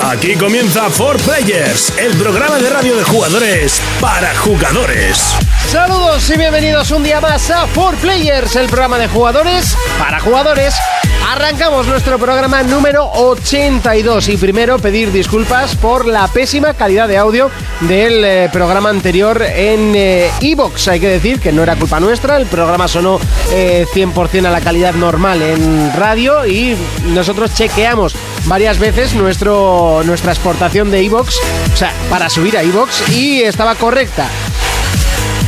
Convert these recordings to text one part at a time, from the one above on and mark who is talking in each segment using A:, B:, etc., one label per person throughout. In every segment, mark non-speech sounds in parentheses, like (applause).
A: Aquí comienza For Players, el programa de radio de jugadores para jugadores.
B: Saludos y bienvenidos un día más a For Players, el programa de jugadores para jugadores. Arrancamos nuestro programa número 82 y primero pedir disculpas por la pésima calidad de audio del eh, programa anterior en Evox. Hay que decir que no era culpa nuestra, el programa sonó eh, 100% a la calidad normal en radio y nosotros chequeamos varias veces nuestro, nuestra exportación de Evox, o sea, para subir a Evox y estaba correcta.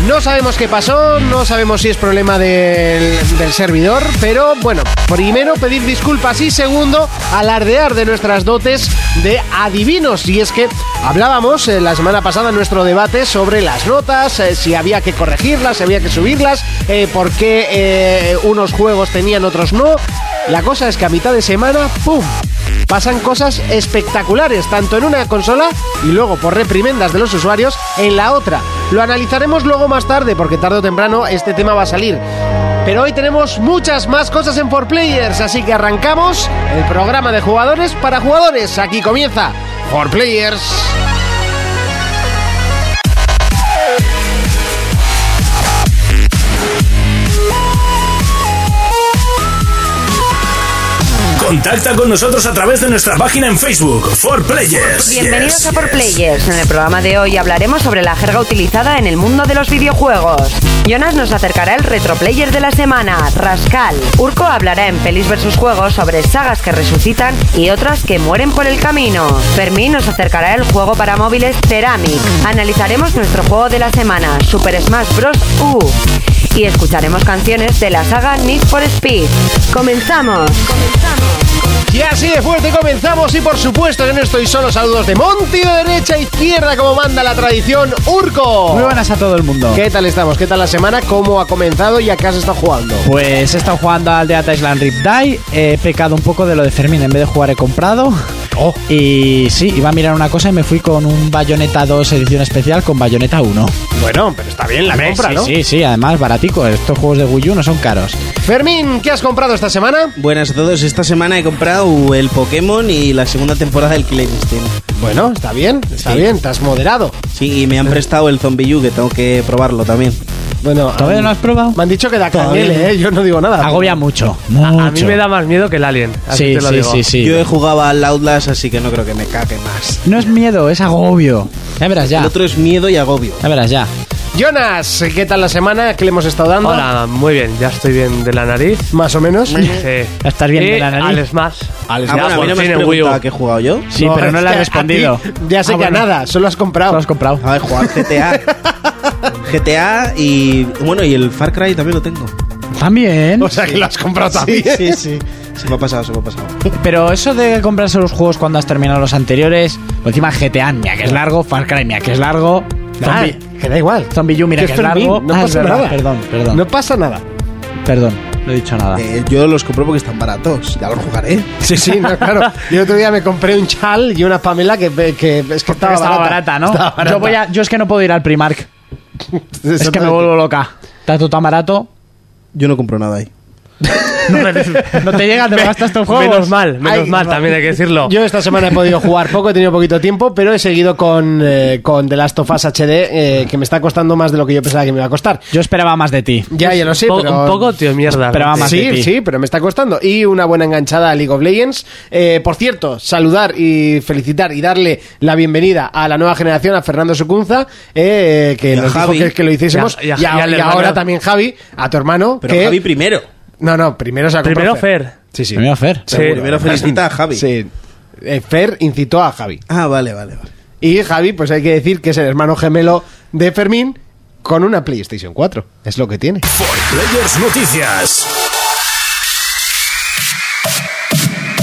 B: No sabemos qué pasó, no sabemos si es problema del, del, servidor, pero bueno, primero pedir disculpas y segundo alardear de nuestras dotes de adivinos. Y es que hablábamos eh, la semana pasada en nuestro debate sobre las notas, eh, si había que corregirlas, si había que subirlas, eh, por qué eh, unos juegos tenían, otros no. La cosa es que a mitad de semana, ¡pum! pasan cosas espectaculares, tanto en una consola y luego por reprimendas de los usuarios en la otra. Lo analizaremos luego más tarde porque tarde o temprano este tema va a salir. Pero hoy tenemos muchas más cosas en 4Players, así que arrancamos el programa de jugadores para jugadores. Aquí comienza 4Players.
A: Contacta con nosotros a través de nuestra página en Facebook, For Players.
C: Bienvenidos yes, a For yes. Players. En el programa de hoy hablaremos sobre la jerga utilizada en el mundo de los videojuegos. Jonas nos acercará el retroplayer de la semana, Rascal. Urco hablará en Pelis vs Juegos sobre sagas que resucitan y otras que mueren por el camino. Fermín nos acercará el juego para móviles Ceramic. Analizaremos nuestro juego de la semana, Super Smash Bros. U. Y escucharemos canciones de la saga Need for Speed. ¡Comenzamos! ¡Comenzamos!
B: Y así de fuerte comenzamos y por supuesto que no estoy solo, saludos de Monti de derecha a izquierda como manda la tradición Urco.
D: Oh.
E: Muy buenas a todo el mundo.
B: ¿Qué tal estamos? ¿Qué tal la semana? ¿Cómo ha comenzado y a qué has estado jugando?
E: Pues he estado jugando al de Island Rip Die, he pecado un poco de lo de Fermín, en vez de jugar he comprado. Oh. Y sí, iba a mirar una cosa y me fui con un Bayonetta 2 edición especial con Bayonetta 1.
B: Bueno, pero está bien la
E: Hombre,
B: compra,
E: sí,
B: ¿no?
E: Sí, sí, además baratico, estos juegos de Wii U no son caros.
B: Fermín, ¿qué has comprado esta semana?
F: Buenas a todos, esta semana he comprado el Pokémon y la segunda temporada del Killer Instinct.
B: Bueno, está bien, está sí. bien, estás moderado.
F: Sí, y me han prestado el Zombie U que tengo que probarlo también.
B: Bueno,
E: ¿todavía no has probado?
B: Me han dicho que da canele, ¿eh? yo no digo nada.
E: Agobia mucho,
D: a,
E: mucho.
D: a, mí me da más miedo que el Alien. Así
E: sí,
D: te lo
E: sí,
D: digo.
E: sí, sí.
F: Yo he jugado al Outlast, así que no creo que me cague más.
E: No es miedo, es agobio. Ya verás ya.
F: El otro es miedo y agobio.
E: Ya verás ya.
B: Jonas, ¿qué tal la semana? ¿Qué le hemos estado dando?
D: Hola, muy bien, ya estoy bien de la nariz.
B: Más o menos.
D: Sí.
E: Ya ¿Estás bien
D: Y
E: de la nariz?
D: Al Smash.
F: Al
D: Ya,
F: Ah, bueno, a
D: por
F: mí no me
D: fin
F: has
D: en Wii U.
F: preguntado a qué he jugado yo.
E: Sí, pero no
B: es
E: le
B: que
E: has
B: a
E: respondido.
B: ti Ya sé
E: Ah,
B: que
E: bueno.
B: a nada, solo has comprado.
E: Lo has comprado.
F: A ver, jugar GTA. GTA y. Bueno, y el Far Cry también lo tengo.
D: (laughs)
E: También.
B: o sea que lo has comprado
F: Sí,
B: también.
F: sí, sí. Se me ha pasado, se me ha pasado.
E: Pero eso de comprarse los juegos cuando has terminado los anteriores, por encima GTA, mira que es largo, Far Cry, mira que es largo,
B: Ah,
E: Zombie,
B: que da igual.
E: Zombie U, mira
B: Que
E: que,
B: es
E: es
B: Fermín,
E: largo.
B: no
E: Ah, es
B: pasa
E: verdad,
B: nada.
E: Perdón, perdón,
B: No pasa nada.
E: perdón, no he dicho nada.
F: Eh, yo los compro porque están baratos. Ya los jugaré.
B: Sí, sí, no,
E: (laughs)
B: claro. Yo otro día me compré un chal y una Pamela que, que es que estaba,
E: estaba barata, ¿no?
B: Estaba barata.
E: Yo, voy a- yo es que no puedo ir al Primark, es que me vuelvo loca. Tanto tan barato,
F: Yo no compro nada ahí.
E: (laughs) no te llega, te gastas tus juegos.
D: Menos mal, menos
B: Ay,
D: mal,
B: va.
D: también hay que decirlo.
B: Yo esta semana he podido jugar poco, he tenido poquito tiempo, pero he seguido con, eh, con The Last of Us HD, eh, que me está costando más de lo que yo pensaba que me iba a costar.
E: Yo esperaba más de ti.
B: Ya, ya lo sé,
D: Pues Po-
B: pero...
D: Un poco, tío, mierda.
E: Pero vamos. más de
B: Sí,
E: ti.
B: sí, pero me está costando. Y una buena enganchada a League of Legends. Eh, por cierto, saludar y felicitar y darle la bienvenida a la nueva generación, a Fernando Sucunza, eh, que
F: Y a
B: nos dijo
F: Javi.
B: que, que lo hiciésemos.
D: Y
B: Y,
D: a- y a- y al
B: a- y
D: hermano.
B: ahora también Javi, a tu hermano.
F: Pero
B: que-
F: Javi primero.
B: No, no, primero se ha comprado
D: Primero Fer.
B: Sí, sí.
E: Primero Fer.
D: Sí.
F: Primero felicita a Javi.
B: Sí. Eh, Fer incitó a Javi.
F: Ah, vale, vale, vale.
B: Y Javi, pues hay que decir que es el hermano gemelo de Fermín con una PlayStation 4. Es lo que tiene.
A: Players Noticias.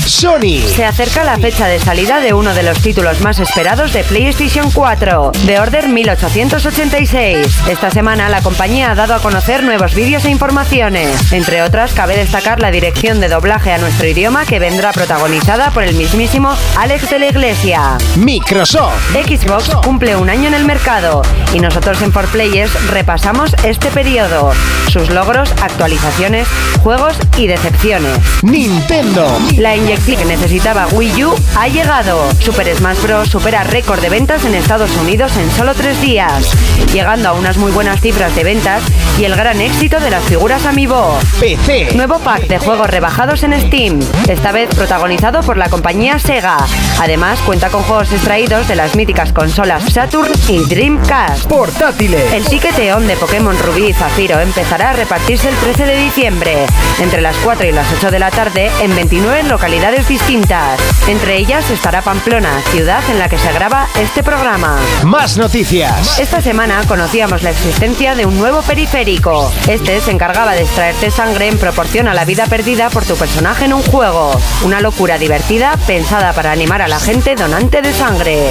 B: Sony.
C: Se acerca la fecha de salida de uno de los títulos más esperados de PlayStation 4, The Order 1886. Esta semana la compañía ha dado a conocer nuevos vídeos e informaciones. Entre otras, cabe destacar la dirección de doblaje a nuestro idioma que vendrá protagonizada por el mismísimo Alex de la Iglesia.
B: Microsoft.
C: Xbox cumple un año en el mercado y nosotros en 4Players repasamos este periodo, sus logros, actualizaciones, juegos y decepciones.
B: Nintendo.
C: La Project Click que necesitaba Wii U ha llegado. Super Smash Bros. supera récord de ventas en Estados Unidos en solo tres días, llegando a unas muy buenas cifras de ventas y el gran éxito de las figuras Amiibo.
B: PC.
C: Nuevo pack de juegos rebajados en Steam, esta vez protagonizado por la compañía Sega. Además, cuenta con juegos extraídos de las míticas consolas Saturn y Dreamcast.
B: Portátiles.
C: El chiqueteón de Pokémon Rubí y Zafiro empezará a repartirse el 13 de diciembre, entre las 4 y las 8 de la tarde, en 29 localidades distintas. Entre ellas estará Pamplona, ciudad en la que se graba este programa.
B: Más noticias.
C: Esta semana conocíamos la existencia de un nuevo periférico. Este se encargaba de extraerte sangre en proporción a la vida perdida por tu personaje en un juego. Una locura divertida pensada para animar a la gente donante de sangre.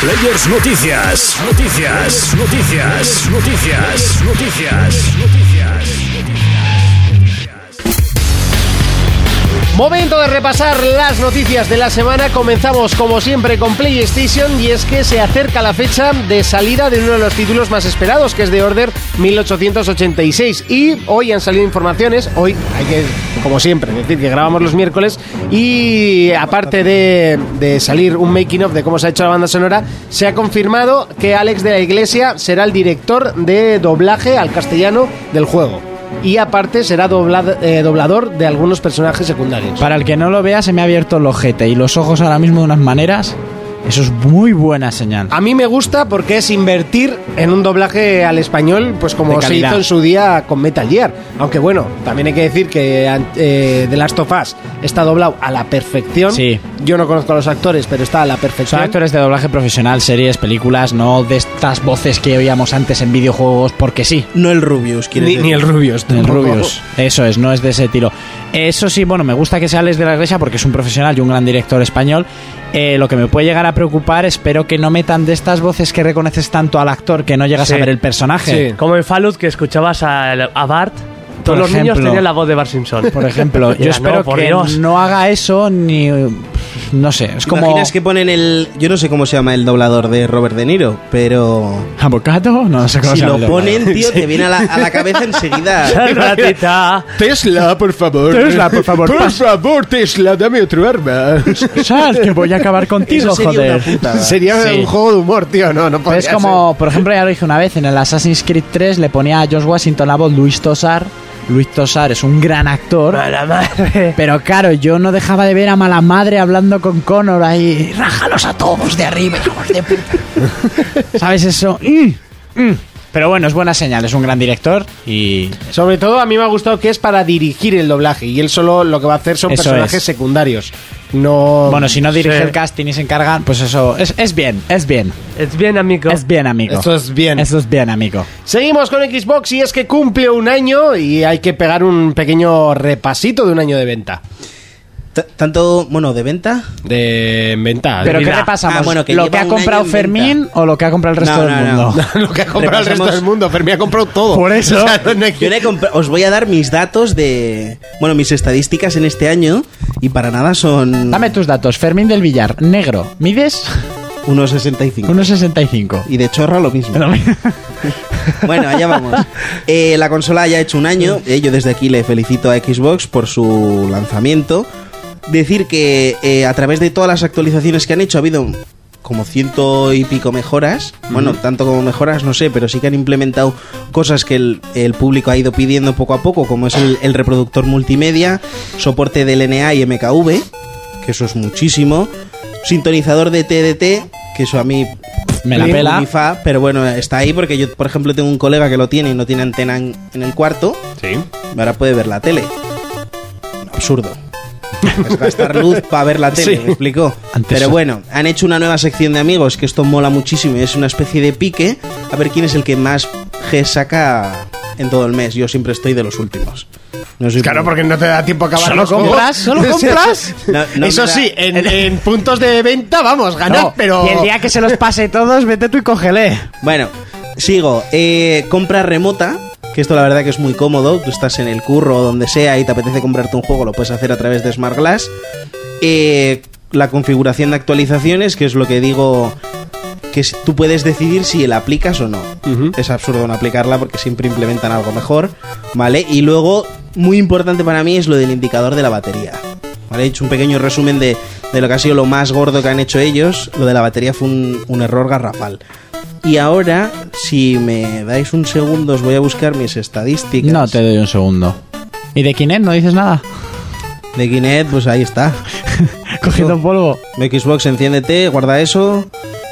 A: Players Noticias. Noticias. Noticias. Noticias. Noticias.
B: Momento de repasar las noticias de la semana. Comenzamos como siempre con PlayStation y es que se acerca la fecha de salida de uno de los títulos más esperados, que es The Order 1886. Y hoy han salido informaciones, hoy hay que, como siempre, decir que grabamos los miércoles y aparte de, de salir un making of de cómo se ha hecho la banda sonora, se ha confirmado que Alex de la Iglesia será el director de doblaje al castellano del juego. Y aparte será doblad- eh, doblador de algunos personajes secundarios.
E: Para el que no lo vea, se me ha abierto el ojete y los ojos ahora mismo de unas maneras. Eso es muy buena señal.
B: A mí me gusta porque es invertir en un doblaje al español, pues como
E: De
B: se
E: calidad.
B: hizo en su día con Metal Gear. Aunque bueno, también hay que decir que an- eh, The Last of Us está doblado a la perfección.
E: Sí.
B: Yo no conozco a los actores, pero está a la
E: Son
B: perfección.
E: actores de doblaje profesional, series, películas, no de estas voces que oíamos antes en videojuegos porque sí.
F: No el Rubius, quiere
B: ni, ni el Rubius.
E: El
B: tampoco.
E: Rubius. Eso es, no es de ese tiro. Eso sí, bueno, me gusta que sea Alex de la Iglesia porque es un profesional y un gran director español. Eh, lo que me puede llegar a preocupar, espero que no metan de estas voces que reconoces tanto al actor que no llegas
D: Sí.
E: a ver el personaje.
B: Sí.
D: Como en Fallout, que escuchabas a, a Bart,
E: Por
D: todos los niños
E: ejemplo.
D: tenían la voz de Bart Simpson.
E: Por
D: (laughs)
F: (laughs)
E: ejemplo, yo
D: Ya,
E: espero
D: no, por
E: que
D: (laughs) Dios.
E: no haga eso ni. No sé, es
F: ¿Te
E: como.
F: imaginas que ponen el. Yo no sé cómo se llama el doblador de Robert De Niro, pero.
E: ¿Avocado? No, sé cómo
F: Si
E: se llama
F: lo
E: el doblador.
F: ponen, tío, te viene a la,
E: (laughs)
F: a la cabeza enseguida.
D: Ratita.
B: Tesla, por favor.
E: Tesla, por favor,
B: Por
E: pas-
B: favor, Tesla, dame otro arma.
E: Sal, que voy a acabar contigo,
F: (laughs) Eso sería una
E: joder.
B: (laughs)
F: putada.
B: Sería
E: Sí.
B: un juego de humor, tío. No, no
E: Pero
B: podría
E: es como, por ejemplo, ya lo dije una vez, en el Assassin's Creed 3 le ponía a Josh Washington la voz Luis Tosar. Luis Tosar es un gran actor.
D: Mala madre.
E: Pero claro, yo no dejaba de ver a mala madre hablando con Connor ahí. Rájalos a todos de arriba, hijos de puta". ¿Sabes eso? Mm, mm. Pero bueno, es buena señal, es un gran director y
B: ser. Sobre todo a mí me ha gustado que es para dirigir el doblaje y él solo lo que va a hacer son
E: Eso
B: personajes
E: es.
B: secundarios. No.
E: bueno, si no dirige
D: Sí.
E: el casting y se encargan, pues eso es, es bien, es bien,
D: Es bien, amigo.
E: es bien amigo.
B: Esto es bien.
E: Eso es bien, amigo.
B: Seguimos con Xbox y es que cumple un año y hay que pegar un pequeño repasito de un año de venta.
F: T- Tanto, bueno, de venta.
B: De venta.
E: Pero ¿qué
D: Mira.
E: repasamos?
F: Ah, bueno, que
E: ¿Lo
F: lleva
E: que ha
F: un año
E: comprado
F: en venta.
E: Fermín o lo que ha comprado el resto
F: No,
E: del
F: no,
E: mundo?
B: (laughs)
F: no.
B: lo que ha comprado el resto
F: Repasemos-
B: del mundo. Fermín ha comprado todo.
E: Por eso.
B: (laughs) O sea, no hay que-
F: Yo le he compra- os voy a dar mis datos de. Bueno, mis estadísticas en este año. Y para nada
E: (laughs)
F: son.
E: Dame tus datos. Fermín del Villar, negro.
F: (laughs)
E: ¿Mides?
F: Unos 65.
E: 1,65.
F: Y de chorra lo mismo. Bueno, allá vamos. Eh, la consola ya ha hecho un año. eh, yo desde aquí le felicito a Xbox por su lanzamiento. Decir que eh, a través de todas las actualizaciones que han hecho ha habido como ciento y pico mejoras. Bueno, tanto como mejoras, no sé, pero sí que han implementado cosas que el, el público ha ido pidiendo poco a poco, como es el, el reproductor multimedia, soporte de LNA y MKV, que eso es muchísimo, sintonizador de TDT, que eso a mí
E: Me la
F: Bien,
E: pela.
F: Unifa, pero bueno, está ahí porque yo, por ejemplo, tengo un colega que lo tiene y no tiene antena en, en el cuarto. Sí. Ahora puede ver la tele. Absurdo. Es gastar luz para ver la tele, me explicó.
E: Antes-
F: Pero bueno, han hecho una nueva sección de amigos que esto mola muchísimo y es una especie de pique. A ver quién es el que más G saca en todo el mes. Yo siempre estoy de los últimos. No soy
B: Claro,
F: primero.
B: porque no te da tiempo a acabar
E: ¿Solo
B: los juegos. (laughs)
E: compras? ¿Solo compras?
F: No, no
B: Eso
F: me da-
B: sí, en, en puntos de venta, vamos, ganar,
E: (laughs) No,
B: pero.
E: Y el día que se los pase todos, vete tú y cógele.
F: Bueno, sigo. Eh, compra remota, que esto la verdad que es muy cómodo. Tú estás en el curro o donde sea y te apetece comprarte un juego, lo puedes hacer a través de Smart Glass. Eh, la configuración de actualizaciones, que es lo que digo que si- tú puedes decidir si la aplicas o no. Es absurdo no aplicarla porque siempre implementan algo mejor, ¿vale? Y luego, muy importante para mí es lo del indicador de la batería. ¿vale? He hecho un pequeño resumen de, de lo que ha sido lo más gordo que han hecho ellos. Lo de la batería fue un, un error garrafal. Y ahora, si me dais un segundo, os voy a buscar mis estadísticas.
E: No te doy un segundo. ¿Y de Kinect no dices
F: (laughs)
E: nada?
F: De Kinect, pues ahí está.
E: Cogiendo polvo.
F: Xbox, enciéndete, guarda eso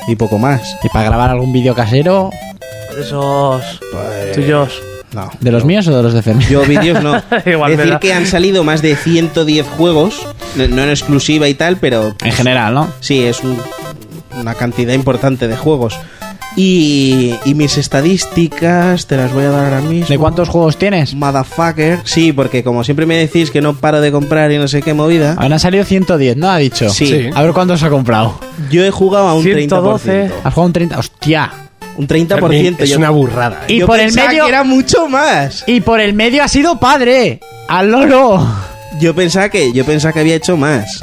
F: y poco más.
E: ¿Y para grabar algún vídeo casero?
D: Esos
F: Eh,
D: tuyos.
F: No.
E: ¿De los míos o de los de Fermín?
F: Yo vídeos no.
D: Igual me
F: Decir
D: da.
F: que han salido más de 110 juegos, no no en exclusiva y tal, pero
E: En general, ¿no?
F: sí, es un- una cantidad importante de juegos. Y, y mis estadísticas te las voy a dar ahora mismo.
E: ¿De cuántos juegos tienes?
F: Motherfucker. Sí, porque como siempre me decís que no paro de comprar y no sé qué movida.
E: Ahora han salido 110, ¿no? Ha dicho.
F: Sí. Sí.
E: A ver cuántos ha comprado.
F: Yo he jugado a un
D: 112.
F: 30%.
E: Has jugado un 30. ¡Hostia!
F: Un 30%.
B: Es
F: yo-
B: una burrada. ¿eh?
E: Y
F: yo
E: por el
F: pensaba
E: medio.
F: que era mucho más.
E: Y por el medio ha sido padre. ¡Al loro!
F: Yo pensaba que, yo pensaba que había hecho más.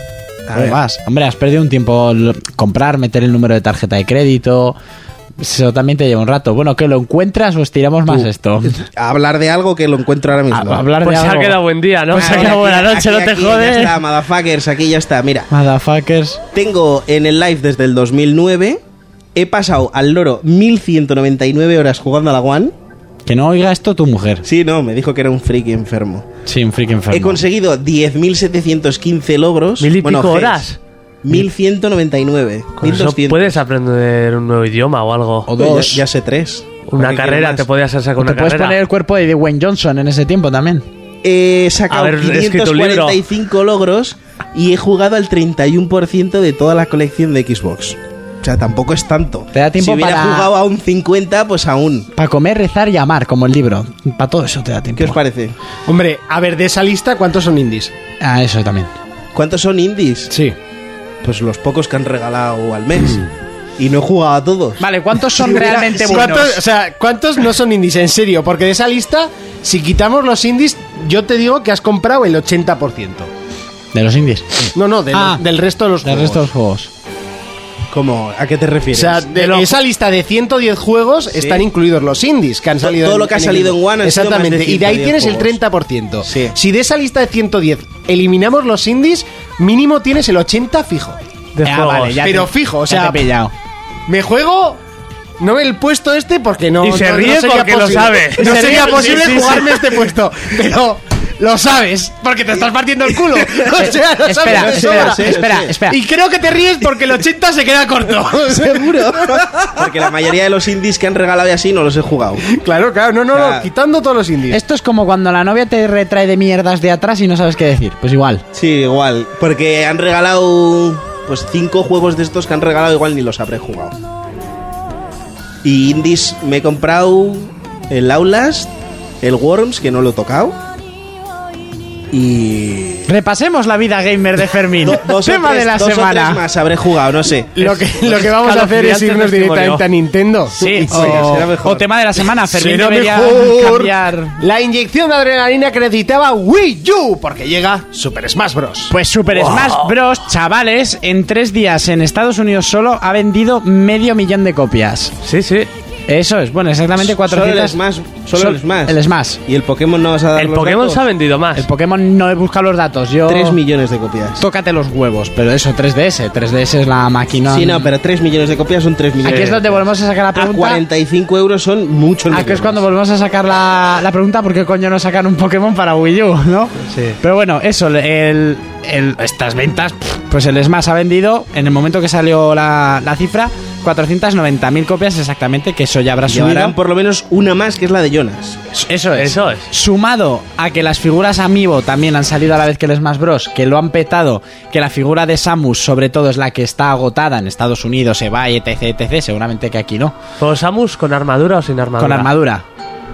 F: A ver.
E: Además, hombre, has perdido un tiempo l- comprar, meter el número de tarjeta de crédito. Eso también te lleva un rato. Bueno, que lo encuentras o estiramos
B: (laughs)
E: más esto.
F: hablar de algo que lo encuentro ahora
E: A-
F: mismo.
E: hablar
D: Pues
E: de
D: se ha
E: algo.
D: quedado buen día, ¿no?
F: Pues
D: se ha
F: ahora
D: quedado
F: aquí-
D: buena noche,
F: aquí-
D: no te
F: aquí
D: jodes.
F: Ya está, motherfuckers, aquí ya está. Mira,
E: Motherfuckers.
F: tengo en el live desde el 2009. He pasado al loro 1199 horas jugando a la One.
E: Que no oiga esto tu mujer.
F: Sí, no, me dijo que era un friki enfermo.
E: Sí, un freak enfermo.
F: He conseguido 10.715 logros.
D: Mil y
F: Bueno, E
D: pico
F: Gs.
D: horas.
F: 1199.
D: Con eso
F: 1200.
D: puedes aprender un nuevo idioma o algo.
F: O
E: dos.
F: Ya, ya sé tres. ¿Para
D: una
F: qué quiero
D: carrera,
F: más?
D: te podías hacer
E: O
D: con
E: te
D: una
E: puedes
D: carrera.
E: poner el cuerpo de Dwayne Johnson en ese tiempo también.
F: He sacado
D: Haber escrito un libro.
F: 545 logros y he jugado al 31% de toda la colección de Xbox. O sea, tampoco es tanto.
E: Te da tiempo
F: si hubiera
E: para-
F: jugado a un 50, pues aún.
E: Para comer, rezar y amar, como el libro. Para todo eso te da tiempo.
F: ¿Qué os parece?
B: Hombre, a ver, de esa lista, ¿cuántos son indies?
E: Ah, eso también.
F: ¿Cuántos son indies?
B: Sí.
F: Pues los pocos que han regalado al mes. y no he jugado a todos.
E: Vale,
B: (laughs)
E: ¿cuántos son realmente buenos?
B: ¿Cuántos, o sea, ¿cuántos no son indies? En serio, porque de esa lista, si quitamos los indies, yo te digo que has comprado el 80%.
E: De los indies.
B: No, no, de los-
E: Ah,
B: del resto de los
E: Del
B: juegos.
E: resto de los juegos.
F: ¿Cómo? ¿A qué te
B: o
F: refieres?
B: sea, de,
F: (laughs)
D: los-
B: esa lista de 110 juegos están incluidos los indies que han
F: To-
B: salido.
F: todo lo que ha salido en One han sido
B: Exactamente.
F: más de
B: y de ahí
F: 110
B: tienes
F: juegos.
B: el 30%.
F: Sí.
B: Si de esa lista de 110 eliminamos los indies, mínimo tienes el 80 fijo.
D: de
E: Ah,
D: juegos.
E: vale, ya
B: Pero
E: te-
B: fijo, (laughs) o
E: ya
B: sea,
E: te he pillado.
B: Me juego. No el puesto este porque no.
D: Y se
B: no- no
D: ríe
B: sería
D: porque lo
B: posible.
D: sabe.
B: (laughs) No
D: Se
B: sería
D: ríe,
B: posible
D: sí, sí, sí.
B: jugarme este puesto. Pero lo sabes porque te estás partiendo el culo. (laughs) O sea, lo sabes.
E: Eh, Espera,
B: de
E: espera,
B: sobra.
F: sí,
E: espera,
F: sí.
E: espera.
B: Y creo que te ríes porque el 80 se queda corto.
F: seguro. Porque la mayoría de los indies que han regalado y así no los he jugado.
B: claro, claro. No, no,
F: Claro.
B: no. Quitando todos los indies.
E: Esto es como cuando la novia te retrae de mierdas de atrás y no sabes qué decir. Pues igual.
F: Sí, igual. Porque han regalado. Pues cinco juegos de estos que han regalado, igual ni los habré jugado. Y indies me he comprado el Outlast, el Worms, que no lo he tocado. Y.
E: Repasemos la vida gamer de Fermín. (laughs)
F: do- dos o
E: Tema
F: tres-
E: de la
F: dos o tres
E: semana.
F: más habré jugado, no sé.
B: Lo que, (laughs) lo que vamos a hacer es
D: Escalofriante
B: irnos
D: testimonio.
B: directamente a Nintendo. Oh.
E: Sí,
F: Sí, será
E: o,
F: mejor.
E: o tema de la semana. Fermín
B: Será
E: debería
B: mejor.
E: cambiar.
B: La inyección de adrenalina que necesitaba Wii U porque llega Super Smash Bros.
E: Pues Super Smash Bros, chavales, en tres días en Estados Unidos solo ha vendido medio millón de copias.
D: Sí, sí.
E: Eso es, bueno, exactamente 400.
F: Solo el Smash. Solo
E: Sol-
F: el Smash.
E: El Smash.
F: Y el Pokémon no vas a dar
D: El
F: los
D: Pokémon
F: datos?
D: se ha vendido más.
E: El Pokémon no he buscado los datos, yo...
F: 3 millones de copias.
E: Tócate los huevos, pero eso, 3DS. 3DS es la máquina...
F: Sí, no, pero 3 millones de copias son 3 millones.
E: Aquí es donde volvemos a sacar la
F: A
E: pregunta.
F: 45 euros son muchos
E: Aquí es
F: millones.
E: cuando volvemos a sacar la, la pregunta por qué coño no sacan un Pokémon para Wii U, ¿no?
F: Sí.
E: Pero bueno, eso, el, el- estas ventas, pff, pues el Smash ha vendido, en el momento que salió la, la cifra, 490.000 copias exactamente, que eso ya habrá subido.
F: Llevarán por lo menos una más, que es la de Jonas.
E: Eso es.
D: Eso es.
E: Sumado a que las figuras Amiibo también han salido a la vez que el Smash Bros, que lo han petado, que la figura de Samus sobre todo es la que está agotada en Estados Unidos, se va, etc, etc, seguramente que aquí no.
D: ¿Pero Samus con armadura o sin armadura?
E: Con armadura.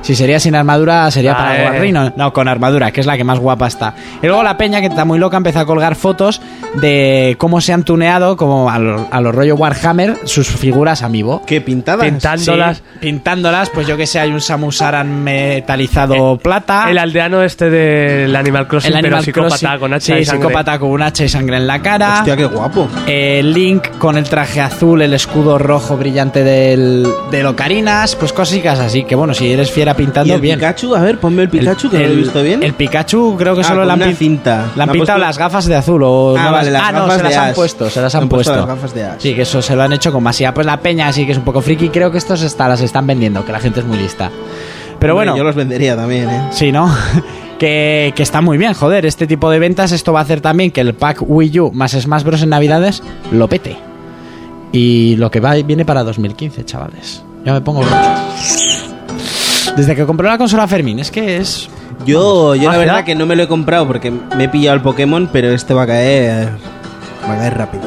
E: Si sería sin armadura, sería
D: Ah,
E: para
D: eh.
E: guarrino. No, con armadura, que es la que más guapa está. Y luego la peña, que está muy loca, empezó a colgar fotos de cómo se han tuneado, como a los a los rollo Warhammer, sus figuras amiibo.
F: ¿Qué pintadas?
D: Pintándolas.
E: Sí, pintándolas, pues yo que sé, hay un Samus Aran metalizado plata.
D: El aldeano este del Animal Crossing, pero psicópata
E: Ah. Crossing.
D: con hacha
E: Sí,
D: y sangre.
E: psicópata con un hacha y sangre en la cara.
F: Hostia, qué guapo.
E: Eh, Link con el traje azul, el escudo rojo brillante del, del Ocarinas, pues cositas así. Que bueno, si eres fiera
F: ¿Y
E: pintando
F: el
E: bien.
F: Pikachu? A ver, ponme el Pikachu, que no lo he visto bien.
E: El Pikachu creo que
F: Ah,
E: solo
F: con
E: la han
F: una
E: pin-
F: cinta.
E: Le han
F: Me ha
E: pintado
F: puesto-
E: las gafas de azul o
F: Ah,
E: no
F: vale, las
E: ah, no,
F: gafas
E: se las
F: de
E: han
F: Ash.
E: puesto, se las
F: Le
E: han,
F: han puesto
E: puesto.
F: las gafas de Ash.
E: Sí, que eso se lo han hecho con masía. Pues la peña sí que es un poco friki. Creo que estos hasta las están vendiendo, que la gente es muy lista. Pero bueno,
F: Yo los vendería también, ¿eh?
E: sí, ¿no? (laughs) que, que está muy bien, joder. Este tipo de ventas, esto va a hacer también que el pack Wii U más Smash Bros. en Navidades lo pete. Y lo que va viene para 2015, chavales. Ya me pongo rojo. Desde que compró la consola Fermín, es que es
F: Yo, yo la
D: ¿Más
F: verdad
D: edad?
F: que no me lo he comprado porque me he pillado el Pokémon, pero este va a caer. Va a caer rápido.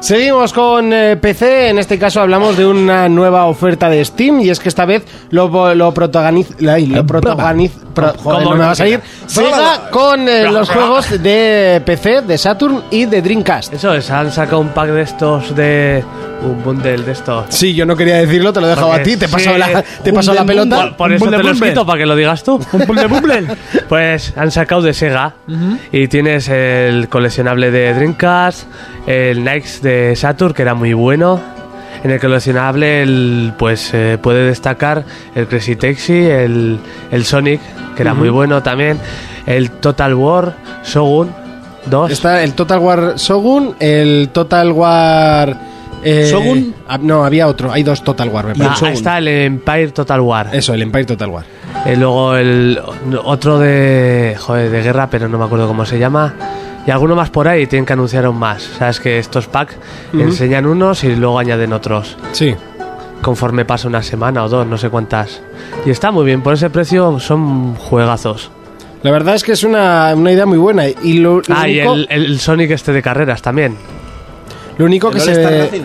B: Seguimos con eh, PC, en este caso hablamos de una nueva oferta de Steam y es que esta vez lo, vo- lo protagoniza... Lo protagoniza... joder, no me va a salir. Sega con eh, los juegos de PC, de Saturn y de Dreamcast.
D: Eso es, han sacado un pack de estos de. Un bundle de estos.
B: Sí, yo no quería decirlo, te lo he dejado
D: Porque
B: a ti, te pasó
D: sí,
B: la, te pasó la
D: Por-
B: pelota.
D: Por, eso te lo he escrito, para que lo digas tú.
E: un puzzle bumble.
D: (laughs) Pues han sacado de Sega y tienes el coleccionable de Dreamcast, el Nikes de Saturn, que era muy bueno. En el coleccionable el- pues eh, puede destacar el Crazy Taxi, el, el Sonic, que era muy bueno también, el Total War, Shogun 2.
B: Está el Total War Shogun, el Total War... eh,
F: ¿Shogun?
B: ah, No, había otro, hay dos Total War, me
D: Ah,
B: parece.
D: ahí está el Empire Total War.
B: Eso, el Empire Total War.
D: Eh, luego el otro de joder, de guerra, pero no me acuerdo cómo se llama. Y alguno más por ahí tienen que anunciar aún más. Sabes que estos packs enseñan unos y luego añaden otros.
B: Sí.
D: Conforme pasa una semana o dos, no sé cuántas. Y está muy bien, por ese precio son juegazos.
B: La verdad es que es una, una idea muy buena. Y lo, lo
D: Ah, y
B: único,
D: el, el Sonic este de carreras también.
B: lo único que
F: ¿El
B: se.
F: All-Star Racing?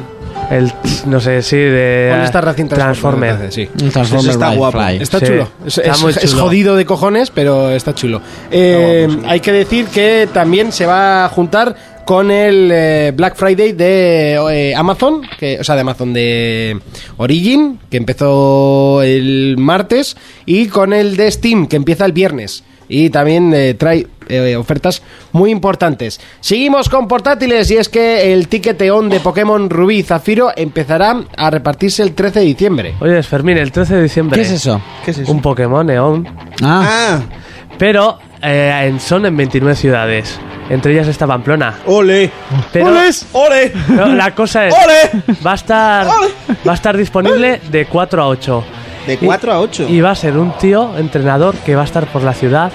D: El, no sé, sí, de
B: All Star Racing
D: Transformer.
B: Sí.
E: Un Transformer
F: está
E: Ride
F: guapo.
E: Fly.
B: Está
D: Sí,
B: chulo. Es,
D: está
B: es-
D: muy
B: es
D: chulo.
B: jodido de cojones, pero está chulo. Eh, Hay que decir que también se va a juntar con el eh, Black Friday de eh, Amazon, que, o sea, de Amazon de Origin, que empezó el martes, y con el de Steam, que empieza el viernes. Y también eh, trae eh, ofertas muy importantes. Seguimos con portátiles y es que el tiqueteón de Pokémon Rubí y Zafiro empezará a repartirse el 13 de diciembre.
D: Oye, es Fermín, el 13 de diciembre.
E: ¿Qué es eso?
F: ¿Qué es eso?
D: Un Pokémon Neon.
E: Ah,
F: ¡Ah!
D: Pero eh, en- son en 29 ciudades. Entre ellas está Pamplona.
F: ¡Ole!
D: Pero,
F: ¡Ole!
D: pero la cosa es.
F: ¡Ole!
D: Va a estar. Va a estar disponible de 4 a 8.
F: De 4 a 8.
D: Y va a ser un tío entrenador que va a estar por la ciudad.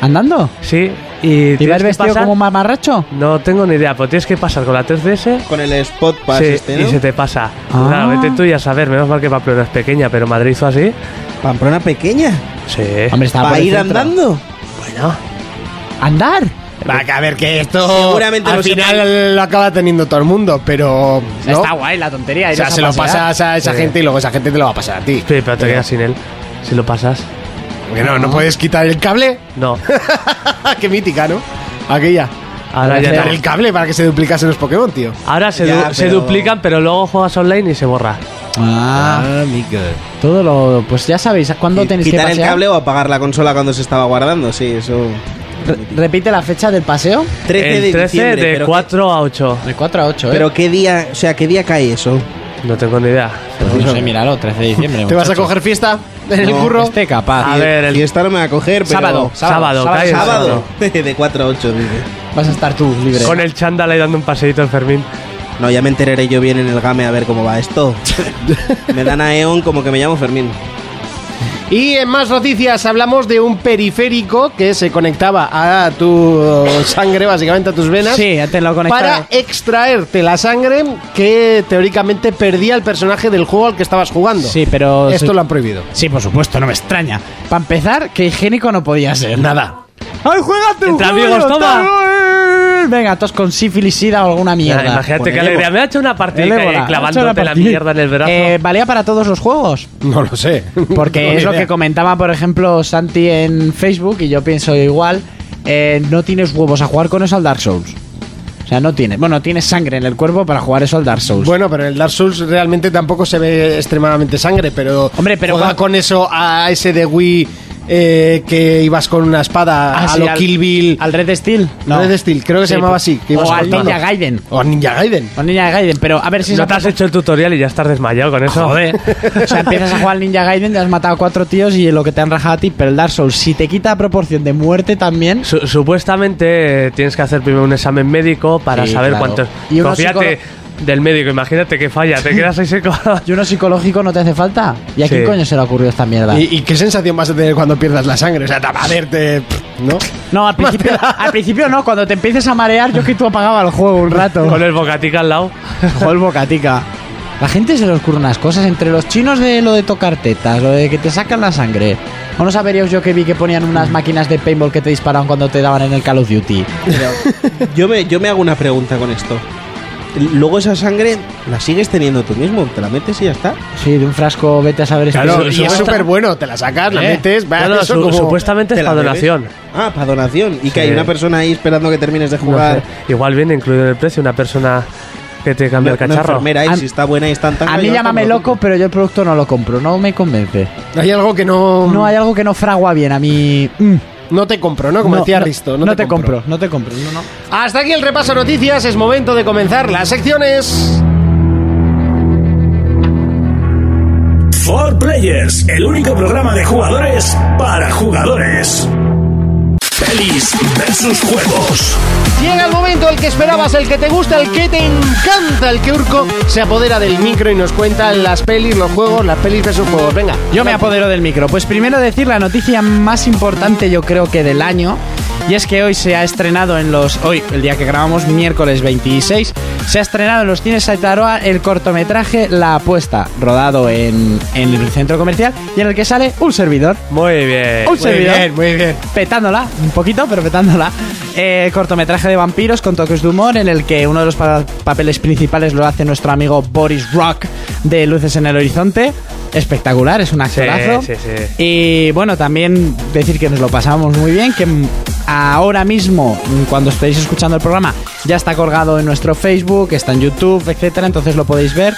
E: ¿andando?
D: Sí. Y,
E: ¿Y
D: tienes
E: vas
D: que
E: vestido
D: pasar-
E: como mamarracho?
D: No tengo ni idea, pero tienes que pasar con la 3DS.
F: Con el spot pass
D: sí,
F: este, ¿no?
D: y se te pasa.
E: Ah.
D: Claro, vete tú y a saber. Menos mal que Pamplona es pequeña, pero Madrid hizo así.
F: Pamplona pequeña.
D: Sí.
E: Eh, Hombre, estaba por
F: ¿Para
E: el
F: ir
E: centro.
F: andando?
D: Bueno.
E: ¿Andar?
B: Va, que a ver que esto
F: Seguramente
B: al
F: lo sepan.
B: final lo acaba teniendo todo el mundo, pero ¿no?
E: guay la tontería.
B: o sea, se lo pasas a esa
D: Sí.
B: gente y luego esa gente te lo va a pasar a ti.
D: Sí, pero te quedas sin él. Si lo pasas.
B: Porque no, no puedes quitar el cable. (laughs)
E: (laughs)
D: No.
B: Qué mítica, ¿no? Aquella.
D: Ahora ya
B: quitar
D: no.
B: el cable para que se duplicasen los Pokémon, tío.
D: Ahora se,
F: Ya,
D: du- se
F: pero-
D: duplican, pero luego juegas online y se borra.
E: Ah,
F: amigo.
E: todo lo. Pues ya sabéis, ¿cuándo tenéis que
F: ¿Quitar
E: pasear?
F: el cable o apagar la consola cuando se estaba guardando? Sí, eso.
E: Re- Repite la fecha del paseo.
F: 13 de
D: el 13
F: diciembre.
D: de
F: pero,
D: 4 a 8.
E: De 4 a 8, ¿eh?
F: pero qué día, o sea, ¿qué día cae eso?
D: No tengo ni idea.
E: Pues no sé, míralo, 13
B: (laughs)
E: de diciembre.
B: ¿Te vas a coger
D: (laughs)
B: fiesta en el
F: No,
B: curro?
E: Este
D: A
E: capaz.
D: ver, el
F: Y esta no me va a coger, pero.
E: Sábado.
D: sábado,
E: sábado,
D: cae el
F: Sábado. (laughs) de 4 a 8, dice.
E: Vas a estar tú libre.
D: Con el chándal ahí dando un paseíto al Fermín.
F: No, ya me enteraré yo bien en el game a ver cómo va (laughs) esto. me dan a Eon como que me llamo Fermín.
B: Y en más noticias hablamos de un periférico que se conectaba a tu sangre, básicamente a tus venas.
E: Sí, ya te lo
B: para
E: conectado.
B: extraerte la sangre que teóricamente perdía el personaje del juego al que estabas jugando.
E: Sí, pero.
B: Esto
E: sí-
B: lo han prohibido.
E: Sí, por supuesto, no me extraña. Para empezar, que higiénico no podía ser.
B: Nada.
E: ¡Ay, juégate! un
D: Entre
E: juego,
D: amigos, toma.
E: tal! Venga, todos con sífilis, sida o alguna mierda. Pues
D: Ya, imagínate
E: Con
D: qué
E: el
D: alegría.
E: ébola.
D: Me ha hecho una
E: El
D: partida
E: ébola.
D: eh,
E: Ha hecho
D: clavándote la
E: partida.
D: mierda en el brazo.
E: Eh, ¿Valía para todos los juegos?
B: No lo sé. (laughs)
E: Porque es lo que comentaba, por ejemplo, Santi en Facebook, y yo pienso igual, eh, no tienes huevos a jugar con eso al Dark Souls. O sea, no tienes. Bueno, tienes sangre en el cuerpo para jugar eso al Dark Souls.
B: Bueno, pero en el Dark Souls realmente tampoco se ve extremadamente sangre, pero
E: Hombre, pero
B: juega
E: cuando-
B: con eso a ese de Wii eh, que ibas con una espada
E: Ah,
B: a
E: sí,
B: lo
E: al-
B: Kill Bill.
E: Al Red Steel. No.
B: Red Steel, creo que se
E: Sí, pues,
B: llamaba así. Que ibas
E: o al
B: cortando.
E: Ninja Gaiden.
B: O al Ninja Gaiden.
E: O al Ninja Gaiden, pero a ver si
D: No
E: se
D: te has hecho el tutorial y ya estás desmayado con eso.
E: Joder. O sea, empiezas a jugar al Ninja Gaiden, te has matado a cuatro tíos y lo que te han rajado a ti, pero el Dark Souls, si te quita proporción de muerte también.
D: Su- supuestamente eh, tienes que hacer primero un examen médico para
E: Sí,
D: saber
E: claro.
D: cuántos.
E: Y uno
D: Confíate del médico, imagínate que falla, te quedas ahí seco.
E: (laughs) Y uno psicológico no te hace falta. ¿Y a quién
D: Sí.
E: coño se le ha ocurrido esta mierda?
B: ¿Y, y qué sensación vas a tener cuando pierdas la sangre? O sea, te va a verte, pff, ¿no?
E: No,
D: (laughs)
E: al principio, al principio no, cuando te empieces a marear, yo que tú apagaba el juego un
D: (laughs)
E: rato.
D: con el bocatica al lado.
E: Joder, bocatica. La gente se le ocurre unas cosas entre los chinos de lo de tocar tetas, lo de que te sacan la sangre. O no sabrías yo que vi que ponían unas máquinas de paintball que te disparaban cuando te daban en el Call of Duty.
F: Yo me, yo me hago una pregunta con esto. Luego esa sangre la sigues teniendo tú mismo, te la metes y ya está.
E: Sí, de un frasco vete a saber
D: Claro,
E: específico.
B: y es súper bueno, te la sacas, la
E: Eh,
B: metes, va,
D: No, no,
B: eso
D: su-
B: como-
D: supuestamente
F: Te
D: es
F: la
D: para
F: bebes.
D: donación.
F: Ah, para donación. Y que hay
D: Sí.
F: una persona ahí esperando que termines de
D: No
F: jugar.
D: sé. Igual viene incluido en el precio una persona que te cambia
F: Una,
D: el
F: una
D: cacharro.
F: enfermera,
E: A-
F: y si está buena y está en tanga,
E: A mí
F: yo
E: llámame
F: tampoco.
E: loco, pero yo el producto no lo compro, no me convence.
B: Hay algo que no,
E: No
B: no,
E: hay algo que no fragua bien a mí. Mm.
B: te compro, ¿no? Como decía Risto, no,
E: no te compro. no te compro, no, no.
G: Hasta aquí el repaso de noticias, es momento de comenzar las secciones.
A: For Players, el único programa de jugadores para jugadores. Pelis versus juegos.
G: Llega el momento, el que esperabas, el que te gusta, el que te encanta, el que Urco se apodera del micro y nos cuenta las pelis, los juegos, las pelis versus juegos. Venga.
B: Pues
E: Yo me apodero del micro. Pues primero decir la noticia más importante yo creo que del año. Y es que hoy se ha estrenado en los... Hoy, el día que grabamos, miércoles 26, se ha estrenado en los cines Aitaroa el cortometraje La Apuesta, rodado en, en el centro comercial y en el que sale un servidor.
D: Muy bien.
E: Un servidor.
B: muy bien.
E: petándola, un poquito, pero petándola. Eh, cortometraje de vampiros con toques de humor en el que uno de los pa- papeles principales lo hace nuestro amigo Boris Rock de Luces en el Horizonte. Espectacular, es un actorazo.
D: sí, sí.
E: Y bueno, también decir que nos lo pasamos muy bien, que mm, ahora mismo, mm, cuando estéis escuchando el programa, ya está colgado en nuestro Facebook, está en YouTube, etcétera, entonces lo podéis ver.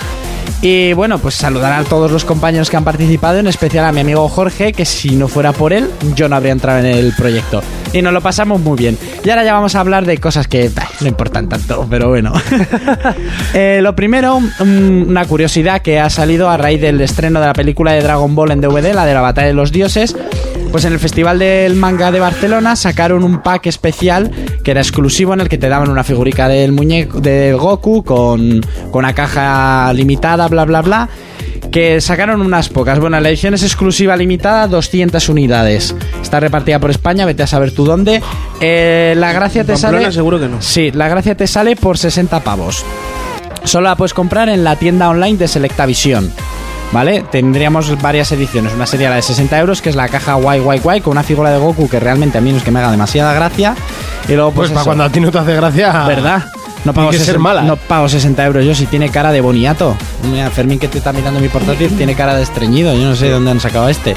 E: Y bueno, pues saludar a todos los compañeros que han participado, en especial a mi amigo Jorge, que si no fuera por él, yo no habría entrado en el proyecto. Y nos lo pasamos muy bien. Y ahora ya vamos a hablar de cosas que bah, no importan tanto, pero bueno. (laughs) Eh, lo primero, mm, una curiosidad que ha salido a raíz del estreno de la película de Dragon Ball en DVD, la de la Batalla de los Dioses. Pues en el Festival del Manga de Barcelona sacaron un pack especial que era exclusivo en el que te daban una figurica del muñeco de Goku con, con una caja limitada, bla bla bla. Que sacaron unas pocas. Bueno, la edición es exclusiva limitada, 200 unidades. Está repartida por España, vete a saber tú dónde. Eh, la gracia te
F: Pamplona
E: sale.
F: seguro que no.
E: Sí, la gracia te sale por 60 pavos. Solo la puedes comprar en la tienda online de Selecta Visión. ¿Vale? Tendríamos varias ediciones. Una sería la de 60 euros, que es la caja guay, guay, guay, con una figura de Goku que realmente a mí no es que me haga demasiada gracia. Y luego,
B: Pues,
E: pues,
B: para
E: eso,
B: cuando a ti no te hace gracia.
E: ¿Verdad? No pago,
B: que ser
E: 60
B: mala.
E: no pago 60 euros yo si tiene cara de boniato. Mira, Fermín que te está mirando mi portátil tiene cara de estreñido. Yo no sé dónde han sacado este.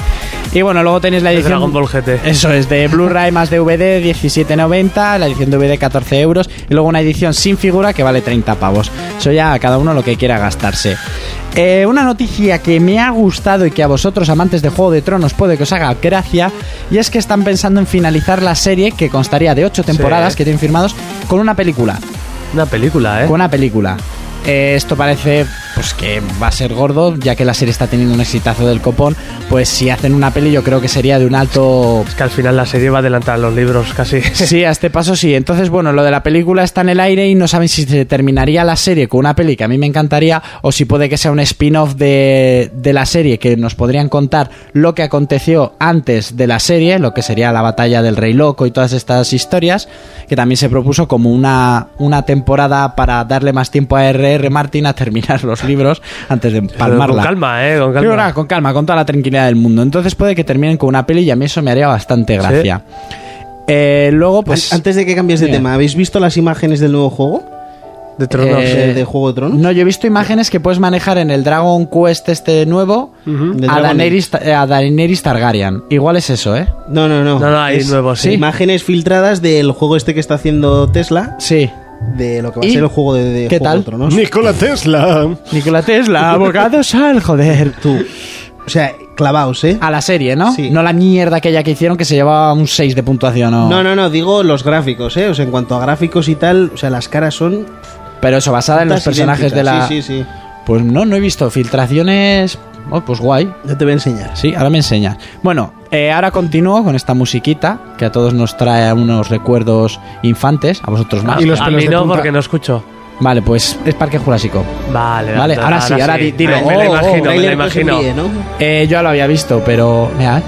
E: Y bueno, luego tenéis la
D: De
E: edición...
D: Dragon Ball GT.
E: Eso es, de Blu-ray más DVD 17,90, la edición DVD 14 euros y luego una edición sin figura que vale 30 pavos. Eso ya a cada uno lo que quiera gastarse. Eh, una noticia que me ha gustado y que a vosotros amantes de Juego de Tronos puede que os haga gracia y es que están pensando en finalizar la serie que constaría de 8 temporadas que tienen firmados con una película
D: Una película, ¿eh?
E: con una película. Eh, esto parece pues que va a ser gordo, ya que la serie está teniendo un exitazo del copón. Pues si hacen una peli, yo creo que sería de un alto.
D: Es que al final la serie va a adelantar los libros casi.
E: (laughs) Sí, a este paso sí. Entonces, bueno, lo de la película está en el aire y no saben si se terminaría la serie con una peli que a mí me encantaría o si puede que sea un spin-off de, de la serie que nos podrían contar lo que aconteció antes de la serie, lo que sería la batalla del Rey Loco y todas estas historias, que también se propuso como una, una temporada para darle más tiempo a R.R. Martin a terminar los libros antes de
D: Pero
E: palmarla.
D: (laughs) Con calma, ¿eh? Con
E: Sí,
D: calma.
E: ahora, con calma, con toda la tranquilidad del mundo. Entonces puede que terminen con una peli y a mí eso me haría bastante gracia. Eh, luego, pues.
F: An- Antes de que cambies de
E: Mira.
F: tema, ¿habéis visto las imágenes del nuevo juego?
D: De Tronos.
E: Eh,
F: ¿De- ¿De Juego de Tronos?
E: No, yo he visto imágenes que puedes manejar en el Dragon Quest este nuevo
F: De
E: a,
F: Dragon
E: Daenerys, Ta- eh, a Daenerys Targaryen. Igual es eso, ¿eh?
F: No, no, no.
D: No, no, hay nuevos, sí.
F: Imágenes filtradas del juego este que está haciendo Tesla,
E: Sí.
F: de lo que va a
E: ¿Y?
F: ser el juego de, de
E: ¿Qué
F: Juego
E: tal?
F: de Tronos.
B: Nikola Tesla.
E: (laughs) Nikola Tesla, abogado sal, joder.
F: Tú. O sea, clavados, ¿eh?
E: A la serie, ¿no?
F: Sí.
E: No la mierda aquella que hicieron que se llevaba un 6 de puntuación o...
F: No, no, no, digo los gráficos, ¿eh? O sea, en cuanto a gráficos y tal, o sea, las caras son.
E: Pero eso, basada en los
F: putas
E: personajes de la...
F: idénticas. Sí, sí, sí.
E: Pues no, no he visto filtraciones... Oh, pues guay.
F: Yo te voy a enseñar.
E: Sí, ahora me enseñas. Bueno, eh, ahora continúo con esta musiquita que a todos nos trae unos recuerdos infantes, a vosotros más.
B: Ah, Y los
D: Ah, A
B: pelos
D: mí
B: de
D: no,
B: punta.
D: porque no escucho.
E: Vale, pues es Parque Jurásico.
D: Vale,
E: Vale, ahora sí, ahora di- dilo.
D: Me, me lo
E: Oh, oh,
D: imagino, me lo
F: Trailer que os
D: imagino.
F: envíe, ¿no?
E: Eh, yo ya lo había visto, pero... Mira,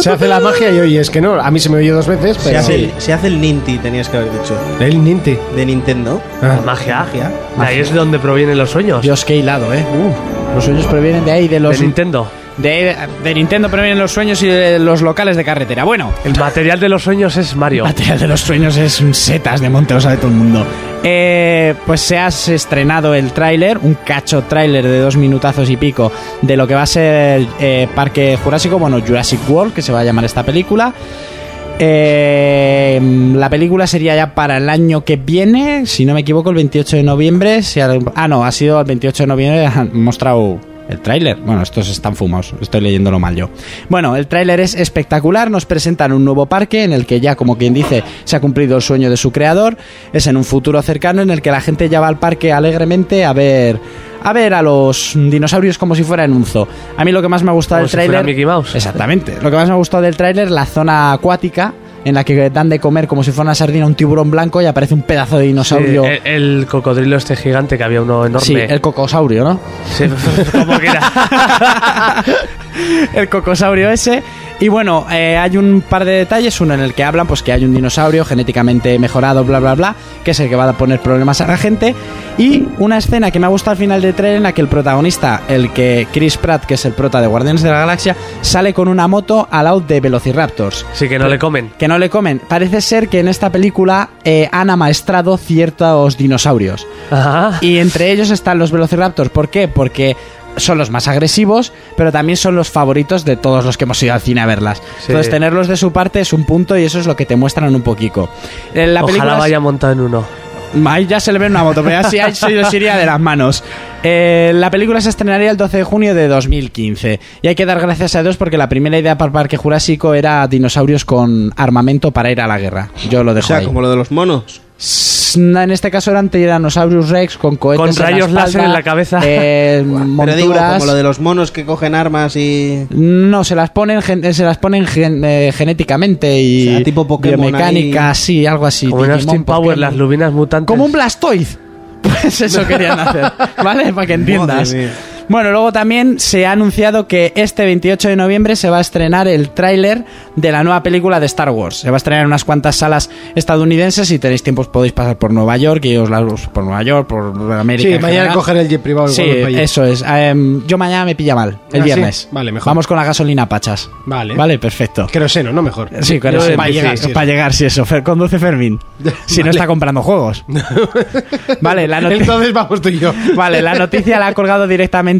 B: Se hace la magia y hoy es que no. A mí se me oyó dos veces,
F: Se,
B: pero.
F: hace, el- se hace el Ninti, tenías que haber dicho.
B: El Ah. Ninti.
F: De Nintendo.
D: La Ah, magia.
F: Magia.
D: De ahí es de donde provienen los sueños.
E: Dios, qué hilado, ¿eh? Uh, los sueños provienen de ahí, de los...
D: de Nintendo.
E: De, de Nintendo provienen los sueños y de los locales de carretera. Bueno,
D: El material de los sueños es Mario.
E: material de los sueños es un setas de monte, lo sabe todo el mundo. Eh, pues se has estrenado el tráiler, un cacho tráiler de dos minutazos y pico de lo que va a ser eh, Parque Jurásico, bueno, Jurassic World, que se va a llamar esta película. Eh, la película sería ya para el año que viene, si no me equivoco, el 28 de noviembre. si al- ah, no, ha sido el 28 de noviembre, (laughs) han mostrado el tráiler. Bueno, estos están fumados, estoy leyéndolo mal yo. Bueno, el tráiler es espectacular, nos presentan un nuevo parque en el que ya, como quien dice, se ha cumplido el sueño de su creador. Es en un futuro cercano en el que la gente ya va al parque alegremente a ver... A ver a los dinosaurios como si fuera en un zoo. A mí lo que más me ha gustado
D: Como
E: del
D: si fuera
E: tráiler
D: Mickey Mouse.
E: Exactamente. Lo que más me ha gustado del tráiler, la zona acuática, en la que dan de comer como si fuera una sardina un tiburón blanco y aparece un pedazo de
D: Sí,
E: dinosaurio.
D: el, el cocodrilo este gigante que había uno enorme.
E: Sí, el cocosaurio, ¿no?
D: (laughs) Sí, ¿cómo que era?
E: el cocosaurio ese. Y bueno, eh, hay un par de detalles. Uno en el que hablan, pues que hay un dinosaurio genéticamente mejorado, bla, bla, bla, que es el que va a poner problemas a la gente. Y una escena que me ha gustado al final del tren en la que el protagonista, el que Chris Pratt, que es el prota de Guardianes de la Galaxia, sale con una moto al out de Velociraptors.
D: Sí, que no le comen.
E: Que no le comen. Parece ser que en esta película eh, han amaestrado ciertos dinosaurios.
D: Ajá.
E: Y entre ellos están los Velociraptors. ¿Por qué? Porque son los más agresivos, pero también son los favoritos de todos los que hemos ido al cine a verlas.
D: Sí.
E: Entonces, tenerlos de su parte es un punto y eso es lo que te muestran un poquito. En la película
D: Ojalá
E: es-
D: vaya montado en uno.
E: Ahí ya se le ve una moto, pero ya sí, ahí se les iría de las manos. Eh, la película se estrenaría el 12 de junio de 2015. Y hay que dar gracias a Dios porque la primera idea para Parque Jurásico era dinosaurios con armamento para ir a la guerra. Yo lo
F: O
E: dejo
F: sea,
E: ahí.
F: como lo de los monos.
E: S- En este caso eran Tyrannosaurus Rex con cohetes
D: Con
E: en la
D: rayos
E: espalda,
D: láser en la cabeza.
E: eh,
F: Pero digo,
E: monturas.
F: como lo de los monos que cogen armas y.
E: No, se las ponen, gen- eh, se las ponen gen- eh, genéticamente y
F: O sea, tipo Pokémon
E: biomecánica,
F: ahí.
E: sí, algo así.
D: Como en
E: Digimon,
D: Austin Power,
E: Pokémon.
D: las lubinas mutantes.
E: Como un Blastoise. Pues eso querían hacer,
B: (laughs)
E: ¿vale? Para que entiendas.
F: Madre mía.
E: Bueno, luego también se ha anunciado que este 28 de noviembre se va a estrenar el tráiler de la nueva película de Star Wars. Se va a estrenar en unas cuantas salas estadounidenses. Si tenéis tiempo, os podéis pasar por Nueva York, y os la por Nueva York, por América.
B: Sí,
E: en
B: mañana
E: general.
B: coger el jet privado.
E: Sí,
B: vuelvo para allí.
E: eso es. Em, yo mañana me pilla mal, el
B: ¿Ah, sí?
E: viernes.
B: Vale, mejor.
E: Vamos con la gasolina pachas.
B: Vale.
E: Vale, perfecto.
B: Queroseno, no mejor.
E: Sí, claro,
B: Yo
E: sí,
B: en
E: para,
B: bici,
E: llegar,
B: sí.
E: para llegar, sí, eso. Fer- Conduce
B: (laughs)
E: Fermín. Si no
B: Vale.
E: está
B: (laughs)
E: comprando juegos. vale, la noticia.
B: Entonces vamos tú y
E: (laughs)
B: yo.
E: Vale, la noticia la ha colgado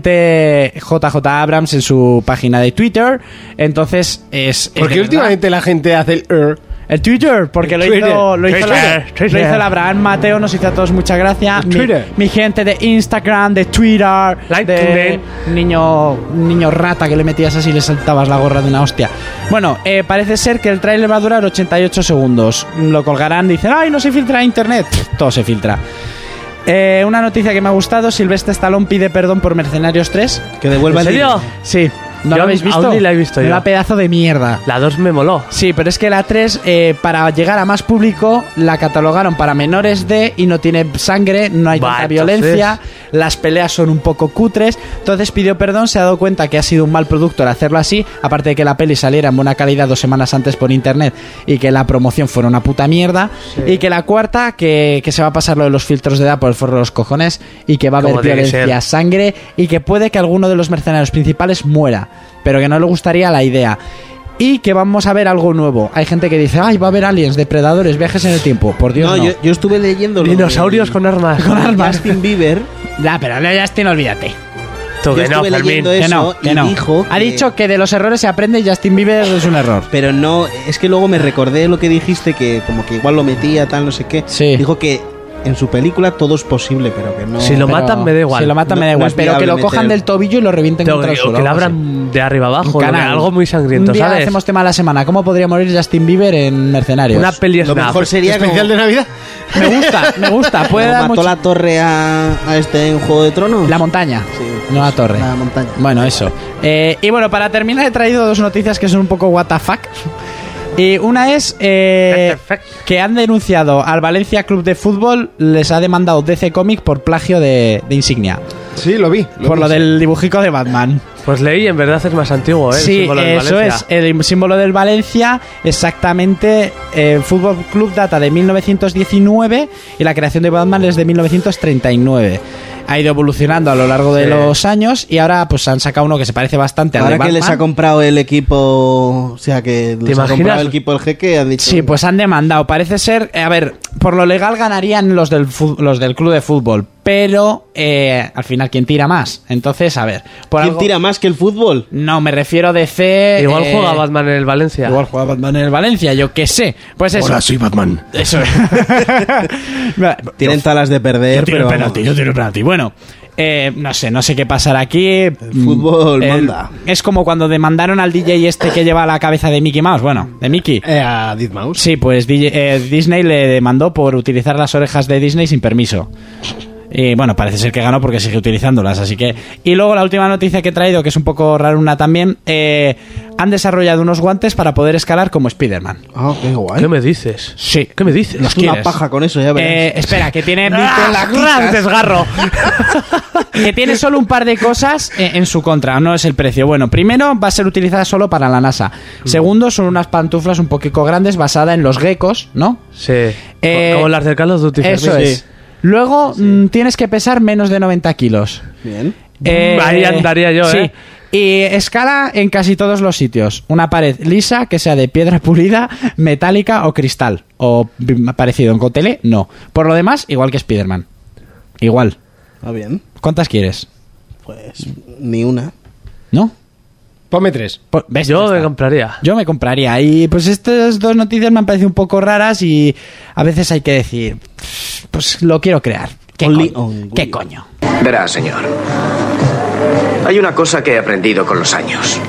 E: directamente JJ Abrams en su página de Twitter. Entonces es. es
B: Porque
E: de
B: últimamente la gente hace el er.
E: verdad. El Twitter, porque
B: El
E: lo,
B: Twitter.
E: hizo, lo, hizo
D: Twitter,
E: la-
D: Twitter.
E: lo hizo el Abraham Mateo, nos hizo a todos mucha gracia.
B: El
E: Mi,
B: Twitter.
E: mi gente de Instagram, de Twitter,
D: Like
E: de niño, niño rata que le metías así y le saltabas la gorra de una hostia. Bueno, eh, parece ser que el tráiler va a durar 88 segundos. Lo colgarán, dicen, ¡ay, no se filtra a internet! Pff, Todo se filtra. Eh, una noticia que me ha gustado: Silvestre Stallone pide perdón por Mercenarios 3.
F: Que devuelvan.
D: ¿En serio?
E: Sí. ¿No
D: Yo
E: lo habéis
D: aún-
E: visto?
D: aún ni la he visto yo.
E: Una pedazo de mierda.
D: La 2 me moló.
E: Sí, pero es que la 3, eh, para llegar a más público, la catalogaron para menores de y no tiene sangre, no hay
D: Bah,
E: tanta
D: entonces-
E: violencia, las peleas son un poco cutres. Entonces pidió perdón, se ha dado cuenta que ha sido un mal producto el hacerlo así, aparte de que la peli saliera en buena calidad dos semanas antes por internet y que la promoción fuera una puta mierda. Y que la cuarta, que, que se va a pasar lo de los filtros de edad por el forro de los cojones y que va a haber
D: Como tiene que
E: violencia,
D: ser.
E: sangre y que puede que alguno de los mercenarios principales muera, pero que no le gustaría la idea. Y que vamos a ver algo nuevo. Hay gente que dice, ay, va a haber aliens, depredadores, viajes en el tiempo. Por Dios,
F: No,
E: no.
F: Yo, yo estuve leyendo. lo
D: Dinosaurios
F: de-
D: con
E: (laughs)
D: armas.
E: Con armas.
F: Justin Bieber.
E: Ya, pero no, Justin, olvídate.
D: Tú,
F: Yo
D: que no,
F: estuve
D: Fermín.
F: leyendo
E: Que
F: Eso,
E: no, que
F: y
E: no.
F: dijo
E: ha
F: que-
E: dicho que de los errores se aprende y Justin Bieber es un error.
F: Pero no, es que luego me recordé lo que dijiste, que como que igual lo metía, tal, no sé qué.
E: Sí.
F: Dijo que en su película todo es posible, pero que no.
D: (laughs) Si lo
E: Pero
D: matan, me da igual.
E: Si lo matan,
F: No-
E: me da
F: no
E: igual.
F: es
E: pero que lo
F: viable
E: cojan
F: meter-
E: del tobillo y lo revienten
D: Tengo
E: contra
D: que,
E: el suelo.
D: o que la
E: algo así.
D: abran de arriba abajo,
E: Un
D: lo que-
E: canal.
D: algo muy sangriento,
E: Un día
D: ¿sabes?
E: hacemos tema de la semana. ¿Cómo podríamos ir Justin Bieber en Mercenarios?
D: Una peli
F: Lo
D: snap.
F: mejor sería como,
H: ¿Especial de Navidad?
E: Me gusta, me
D: (laughs)
E: gusta. Puede
F: como
E: dar
F: mató
E: mucho-
F: la torre a, a este en Juego de Tronos.
E: La montaña,
F: Sí.
E: no la torre.
F: La montaña.
E: Bueno, eso. Eh, y bueno, para terminar he traído dos noticias que son un poco what the fuck. Y una es eh, que han denunciado al Valencia Club de Fútbol, les ha demandado DC Comic por plagio de, de insignia,
H: Sí, lo vi.
E: por
H: vi,
E: lo
H: sí.
E: del dibujico de Batman.
D: Pues leí, en verdad es más antiguo, ¿eh? El
E: sí,
D: símbolo de
E: eso
D: Valencia.
E: es, el símbolo del Valencia, exactamente, el Fútbol Club data de 1919 y la creación de Batman es de 1939. Ha ido evolucionando a lo largo de
D: Sí.
E: los años y ahora pues han sacado uno que se parece bastante al de
F: Ahora que les ha
E: Batman.
F: comprado el equipo, o sea que les ha
D: imaginas?
F: comprado el equipo el jeque, han dicho.
E: Sí, pues han demandado. Parece ser, eh, a ver, por lo legal ganarían los del fu- los del club de fútbol, pero eh, al final quién tira más. Entonces, a ver, por
F: ¿Quién
E: algo-
F: tira más que el fútbol?
E: No, me refiero a DC.
D: Igual
E: eh,
D: juega Batman en el Valencia.
E: Igual juega Batman en el Valencia, yo qué sé. Pues eso.
A: Hola, soy Batman.
F: (laughs)
E: Eso.
F: Tienen talas de perder,
A: Yo tiro
F: pero
A: el
F: vamos.
A: penalti, yo tiro el penalti.
E: Bueno, eh, no sé, no sé qué pasará aquí. El
F: fútbol manda.
E: Es como cuando demandaron al DJ este que lleva la cabeza de Mickey Mouse. Bueno, de Mickey.
H: Eh, a Deadmau5.
E: Sí, pues DJ eh, Disney le demandó por utilizar las orejas de Disney sin permiso. Y bueno, parece ser que ganó porque sigue utilizándolas, así que... Y luego la última noticia que he traído, que es un poco raruna también, eh, han desarrollado unos guantes para poder escalar como Spider-Man.
F: Ah, qué guay.
D: ¿Qué me dices?
E: Sí.
D: ¿Qué me Ah, dices?
F: Haz una paja con eso, ya verás.
E: Eh, espera, que
D: (laughs)
E: tiene...
F: la
D: ¡Gran
F: quitas.
D: desgarro!
E: que tiene solo un par de cosas eh, en su contra, no es el precio. Bueno, primero va a ser utilizada solo para la NASA.
D: Mm.
E: Segundo, son unas pantuflas un poquito grandes basada en los geckos, ¿no?
D: Sí.
E: Eh,
D: Como las del Carlos Duty.
E: Eso
F: sí.
E: es. Luego mm, tienes que pesar menos de 90 kilos.
F: Bien.
D: Mm, Ahí andaría yo, ¿eh?
E: Y escala en casi todos los sitios. Una pared lisa, que sea de piedra (laughs) pulida, metálica o cristal. O bi- parecido en Cotele, no. Por lo demás, igual que Spider-Man. Igual.
F: Ah, bien.
E: ¿Cuántas quieres?
F: Pues ni una.
E: ¿No?
H: Ponme tres.
E: Por- ¿ves? Ya
D: Yo
E: está.
D: me compraría.
E: Yo me compraría. Y pues estas dos noticias me han parecido un poco raras y a veces hay que decir, pues lo quiero crear. ¿Qué,
F: Only
E: coño?
F: on
E: ¿Qué
F: Wii.
E: coño?
I: Verá, señor. Hay una cosa que he aprendido con los años.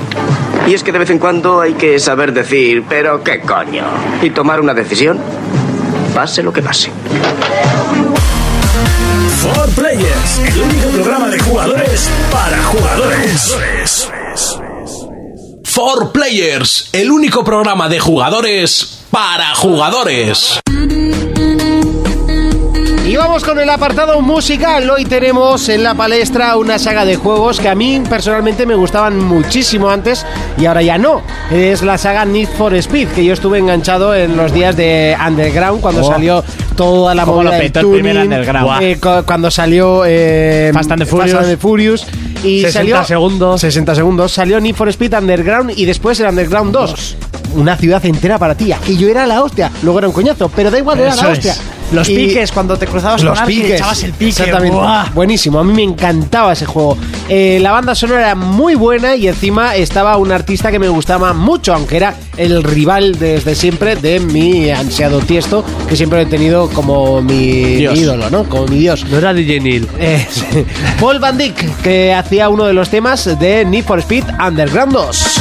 I: Y es que de vez en cuando hay que saber decir, pero qué coño. Y tomar una decisión, pase lo que pase.
A: For Players, el único programa de jugadores para jugadores.
J: For Players, el único programa de jugadores para jugadores.
B: Y vamos con el apartado musical. Hoy tenemos en la palestra una saga de juegos que a mí personalmente me gustaban muchísimo antes y ahora ya no. Es la saga Need for Speed, que yo estuve enganchado en los días de eh, Underground cuando salió toda la
E: Oh. Cómo
B: movida
E: lo
B: del
E: petó el primer
B: tuning,
E: Underground.
B: eh, cu- cuando salió eh,
E: Fast and the Furious.
B: and the Furious, y
D: 60
B: salió
D: segundos.
B: 60 segundos. Salió Need for Speed Underground y después el Underground 2. Una ciudad entera para ti. Y yo era la hostia. Luego era un coñazo, pero da igual, era
E: Eso
B: la
E: es.
B: hostia.
E: Los
B: Y-
E: piques, cuando te cruzabas
B: los
E: con alguien y
B: piques.
E: echabas el pique.
B: Exactamente.
E: ¡buah!
B: Buenísimo, a mí me encantaba ese juego. Eh, la banda sonora era muy buena y encima estaba un artista que me gustaba mucho, aunque era el rival desde siempre de mi ansiado tiesto, que siempre he tenido como mi, mi ídolo, ¿no? Como mi dios.
D: No era DJ Neil.
B: Eh, (laughs) sí. Paul Van Dyck, que hacía uno de los temas de Need for Speed Underground 2.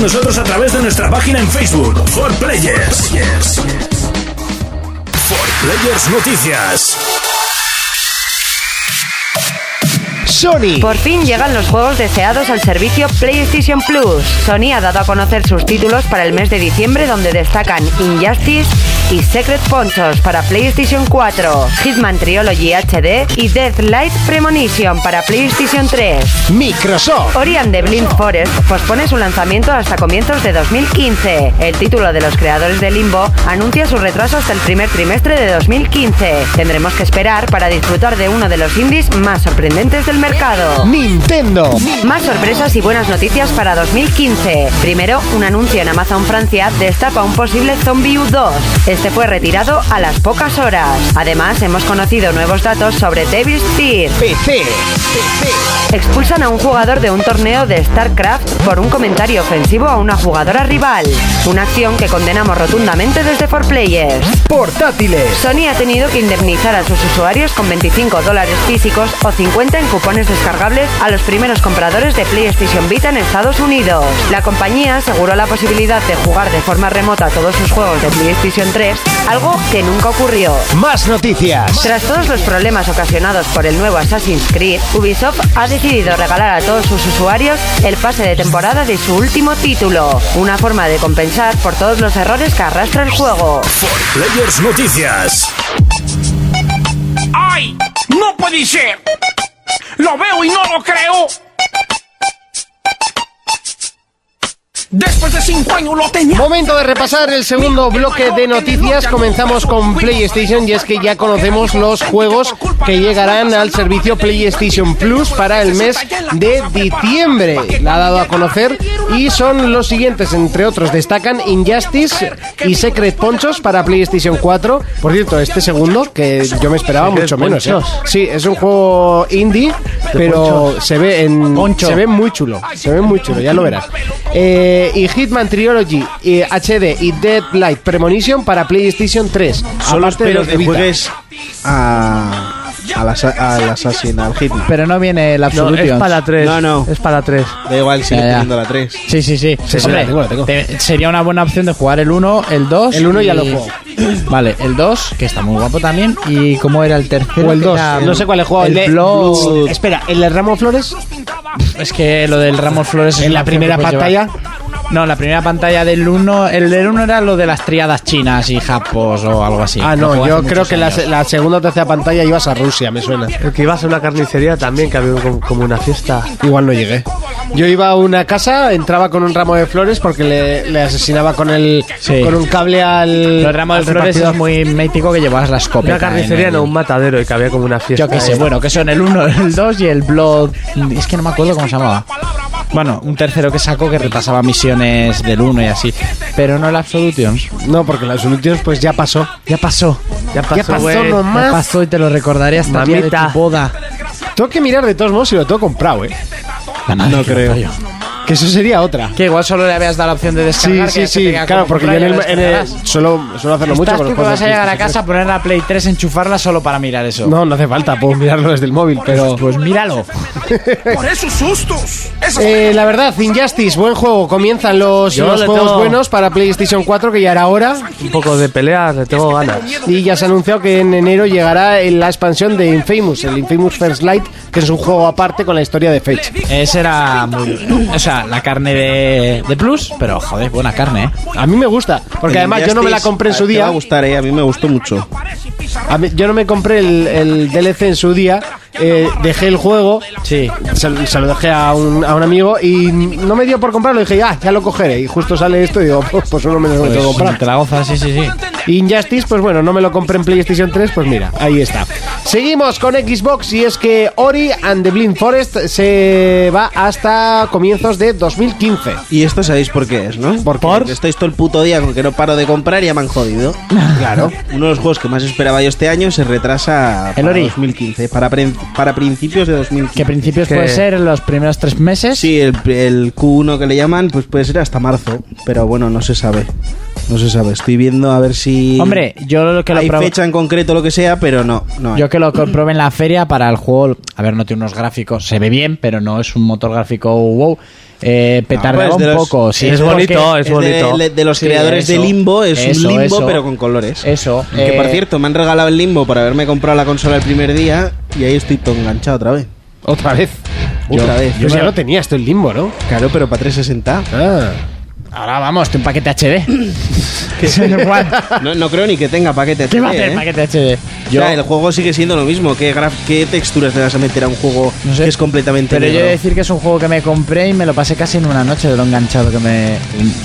A: nosotros a través de nuestra página en Facebook, For Players. For Players Noticias.
B: Sony.
C: Por fin llegan los juegos deseados al servicio PlayStation Plus. Sony ha dado a conocer sus títulos para el mes de diciembre donde destacan Injustice y Secret Ponchos para PlayStation 4, Hitman Triology HD y Deathlight Premonition para PlayStation 3.
B: Microsoft.
C: Ori and the Blind Forest pospone su lanzamiento hasta comienzos de 2015. El título de los creadores de Limbo anuncia su retraso hasta el primer trimestre de 2015. Tendremos que esperar para disfrutar de uno de los indies más sorprendentes del mercado.
B: Nintendo.
C: Más sorpresas y buenas noticias para 2015. Primero, un anuncio en Amazon Francia destapa un posible Zombie U2. Este fue retirado a las pocas horas. Además, hemos conocido nuevos datos sobre Devil's Tear.
B: PC.
C: Expulsan a un jugador de un torneo de StarCraft por un comentario ofensivo a una jugadora rival. Una acción que condenamos rotundamente desde 4Players.
B: Portátiles.
C: Pues Sony ha tenido que indemnizar a sus usuarios con 25 dólares físicos o 50 en cupones descargables a los primeros compradores de PlayStation Vita en Estados Unidos. La compañía aseguró la posibilidad de jugar de forma remota todos sus juegos de PlayStation 3, algo que nunca ocurrió.
B: Más noticias.
C: Tras todos los problemas ocasionados por el nuevo Assassin's Creed, Ubisoft ha decidido regalar a todos sus usuarios el pase de temporada de su último título, una forma de compensar por todos los errores que arrastra el juego.
A: Players Noticias.
K: ¡Ay! ¡No puede ser! ¡Lo veo y no lo creo! Después de cinco años lo tenía.
B: Momento de repasar el segundo bloque de noticias. Comenzamos con PlayStation y es que ya conocemos los juegos que llegarán al servicio PlayStation Plus para el mes de diciembre. La ha dado a conocer y son los siguientes, entre otros destacan Injustice y Secret Ponchos para PlayStation 4. Por cierto, este segundo que yo me esperaba
D: Secret
B: mucho menos. ¿eh?
D: Ponchos.
B: Sí, es un juego indie, pero se ve en
E: Poncho.
B: se ve muy chulo, se ve muy chulo, ya lo verás. Eh, y Hitman Trilogy eh, HD y Deadlight Premonition para PlayStation 3.
F: Solo
B: aparte de
F: espero
B: los
F: que
B: Vita.
F: juegues a, al, asa- al Assassin, al Hitman.
E: Pero no viene el
D: No,
E: Absolution.
D: es para 3.
F: No, no.
D: Es para 3.
F: Da igual, sigue
E: Ya, ya.
F: teniendo la 3.
E: Sí, sí, sí. Hombre,
B: la tengo, la tengo.
E: te- sería una buena opción de jugar el 1, el 2.
B: El uno ya lo juego.
E: (clears throat) Vale, el 2, que está muy guapo también. ¿Y cómo era el tercero?
B: O el
E: que
B: 2,
E: era
B: no sé cuál he jugado.
E: El,
B: de-
E: Blood.
B: Espera, ¿el de Ramo Flores?
E: Es que lo del Ramos Flores es
B: ¿En
E: una
B: la
E: opción
B: primera
E: que puedes
B: pantalla?
E: llevar. No, la primera pantalla del 1. El del 1 era lo de las triadas chinas y japos o algo así.
B: ah,
E: Lo
B: no,
E: jugué
B: yo
E: hace
B: creo
E: muchos
B: que la,
E: años.
B: se- la segunda o tercera pantalla ibas a Rusia, me suena.
D: Porque ibas a una carnicería también, que había como, como una fiesta.
B: Igual no llegué. Yo iba a una casa, entraba con un ramo de flores porque le, le asesinaba con el
E: Sí.
B: con un cable al.
E: Los ramos de
B: al
E: flores es
B: repartidor.
E: muy mítico que llevabas la escopeta.
D: Una carnicería,
E: en el-
D: no, un matadero, y que había como una fiesta.
E: Yo qué sé, Eh, bueno, que son el 1, (laughs) el 2 y el Blood. Es que no me acuerdo cómo se llamaba. Bueno, un tercero que sacó que repasaba misiones del 1 y así. Pero no el Absolution.
B: No, porque las soluciones pues ya pasó.
E: Ya pasó.
D: Ya pasó,
B: Eh,
D: güey.
E: Ya pasó y te lo recordaré hasta el día de
D: Mamita.
E: tu boda.
B: Tengo que mirar de todos modos si lo tengo comprado, eh.
E: no creo.
B: Que eso sería otra.
E: Que igual solo le habías dado la opción de
B: Sí,
E: descargar.
B: sí, sí, claro, porque yo en el, en el- suelo, suelo hacerlo mucho
E: Estás
B: con los
E: tú que
B: juegos
E: vas a
B: de
E: llegar a
B: PlayStation
E: casa, poner la Play 3, enchufarla solo para mirar eso.
B: 3. No, no hace falta, puedo mirarlo desde el móvil, pero...
E: Pues míralo.
K: Por esos sustos. Esas
B: Eh, la verdad, Injustice, buen juego. Comienzan los,
D: Yo
B: los
D: le
B: juegos
D: tengo-
B: buenos para PlayStation 4, que ya era hora.
D: Un poco de peleas, le tengo ganas.
B: Y ya se ha anunciado que en enero llegará en la expansión de Infamous, el Infamous First Light, que es un juego aparte con la historia de Fate.
E: Ese era muy. O sea, la carne de, de Plus, pero joder, buena carne, ¿eh?
B: A mí me gusta, porque
F: El
B: además yo no me la
F: Injustice,
B: compré en su
F: Te va
B: día.
F: a gustar, eh, a mí me gustó mucho.
B: A mí- yo no me compré el, el DLC en su día, eh, dejé el juego,
E: Sí.
B: se, se lo dejé a un, a un amigo y no me dio por comprarlo. Dije, ah, ya lo cogeré. Y justo sale esto y digo, pues, pues solo me lo tengo que comprar.
E: te la gozas, sí, sí, sí.
B: Injustice, pues bueno, no me lo compré en PlayStation 3, pues mira, ahí está. Seguimos con Xbox y es que Ori and the Blind Forest se va hasta comienzos de 2015.
F: Y esto sabéis por qué es, ¿no?
B: ¿Por qué?
F: Porque estáis todo el puto día con que no paro de comprar y ya me
B: (laughs)
F: han jodido. Claro. Uno de los juegos que más esperaba yo este año se retrasa
E: El
F: para
E: Ori.
F: 2015, para, pre- para principios de
E: Que
F: 2015.
E: a principios
D: Que-
E: puede ser los primeros tres meses.
F: Sí, el, el Q1 que le llaman, pues puede ser hasta marzo, pero bueno, no se sabe. No se sabe. Estoy viendo a ver si
E: Hombre, yo lo que lo
F: hay
E: probo-
F: fecha en concreto lo que sea, pero no, no. hay.
E: Yo que lo comprobé en la feria para el juego. A ver, no tiene unos gráficos. Se ve bien, pero no es un motor gráfico wow. eh, petardaba
F: pues de
E: un
F: los-
E: poco. sí,
D: es
E: porque-
D: bonito, es
F: Es
D: bonito.
F: de, de los
E: Sí,
F: creadores de
E: eso,
F: Limbo, es
E: eso,
F: un Limbo
E: eso.
F: pero con colores.
E: Eso.
F: Que por
E: eh,
F: cierto, me han regalado el Limbo por haberme comprado la consola el primer día y ahí estoy todo enganchado otra vez.
B: Otra vez.
F: Otra vez.
B: Yo ya lo tenía, este esto el limbo, ¿no?
F: Claro, pero para 360.
B: Ah.
E: Ahora vamos, te un paquete
F: (laughs)
E: HD. (laughs) Igual.
F: No, no creo ni que tenga paquete.
E: ¿Qué va a
F: HD,
E: hacer
F: ¿eh?
E: paquete este HD? Yo,
F: O sea, el juego sigue siendo lo mismo. ¿Qué, graf- qué texturas te vas a meter a un juego
E: No sé.
F: que es completamente
E: pero yo he
F: negro?
E: de decir que es un juego que me compré y me lo pasé casi en una noche de lo enganchado que me.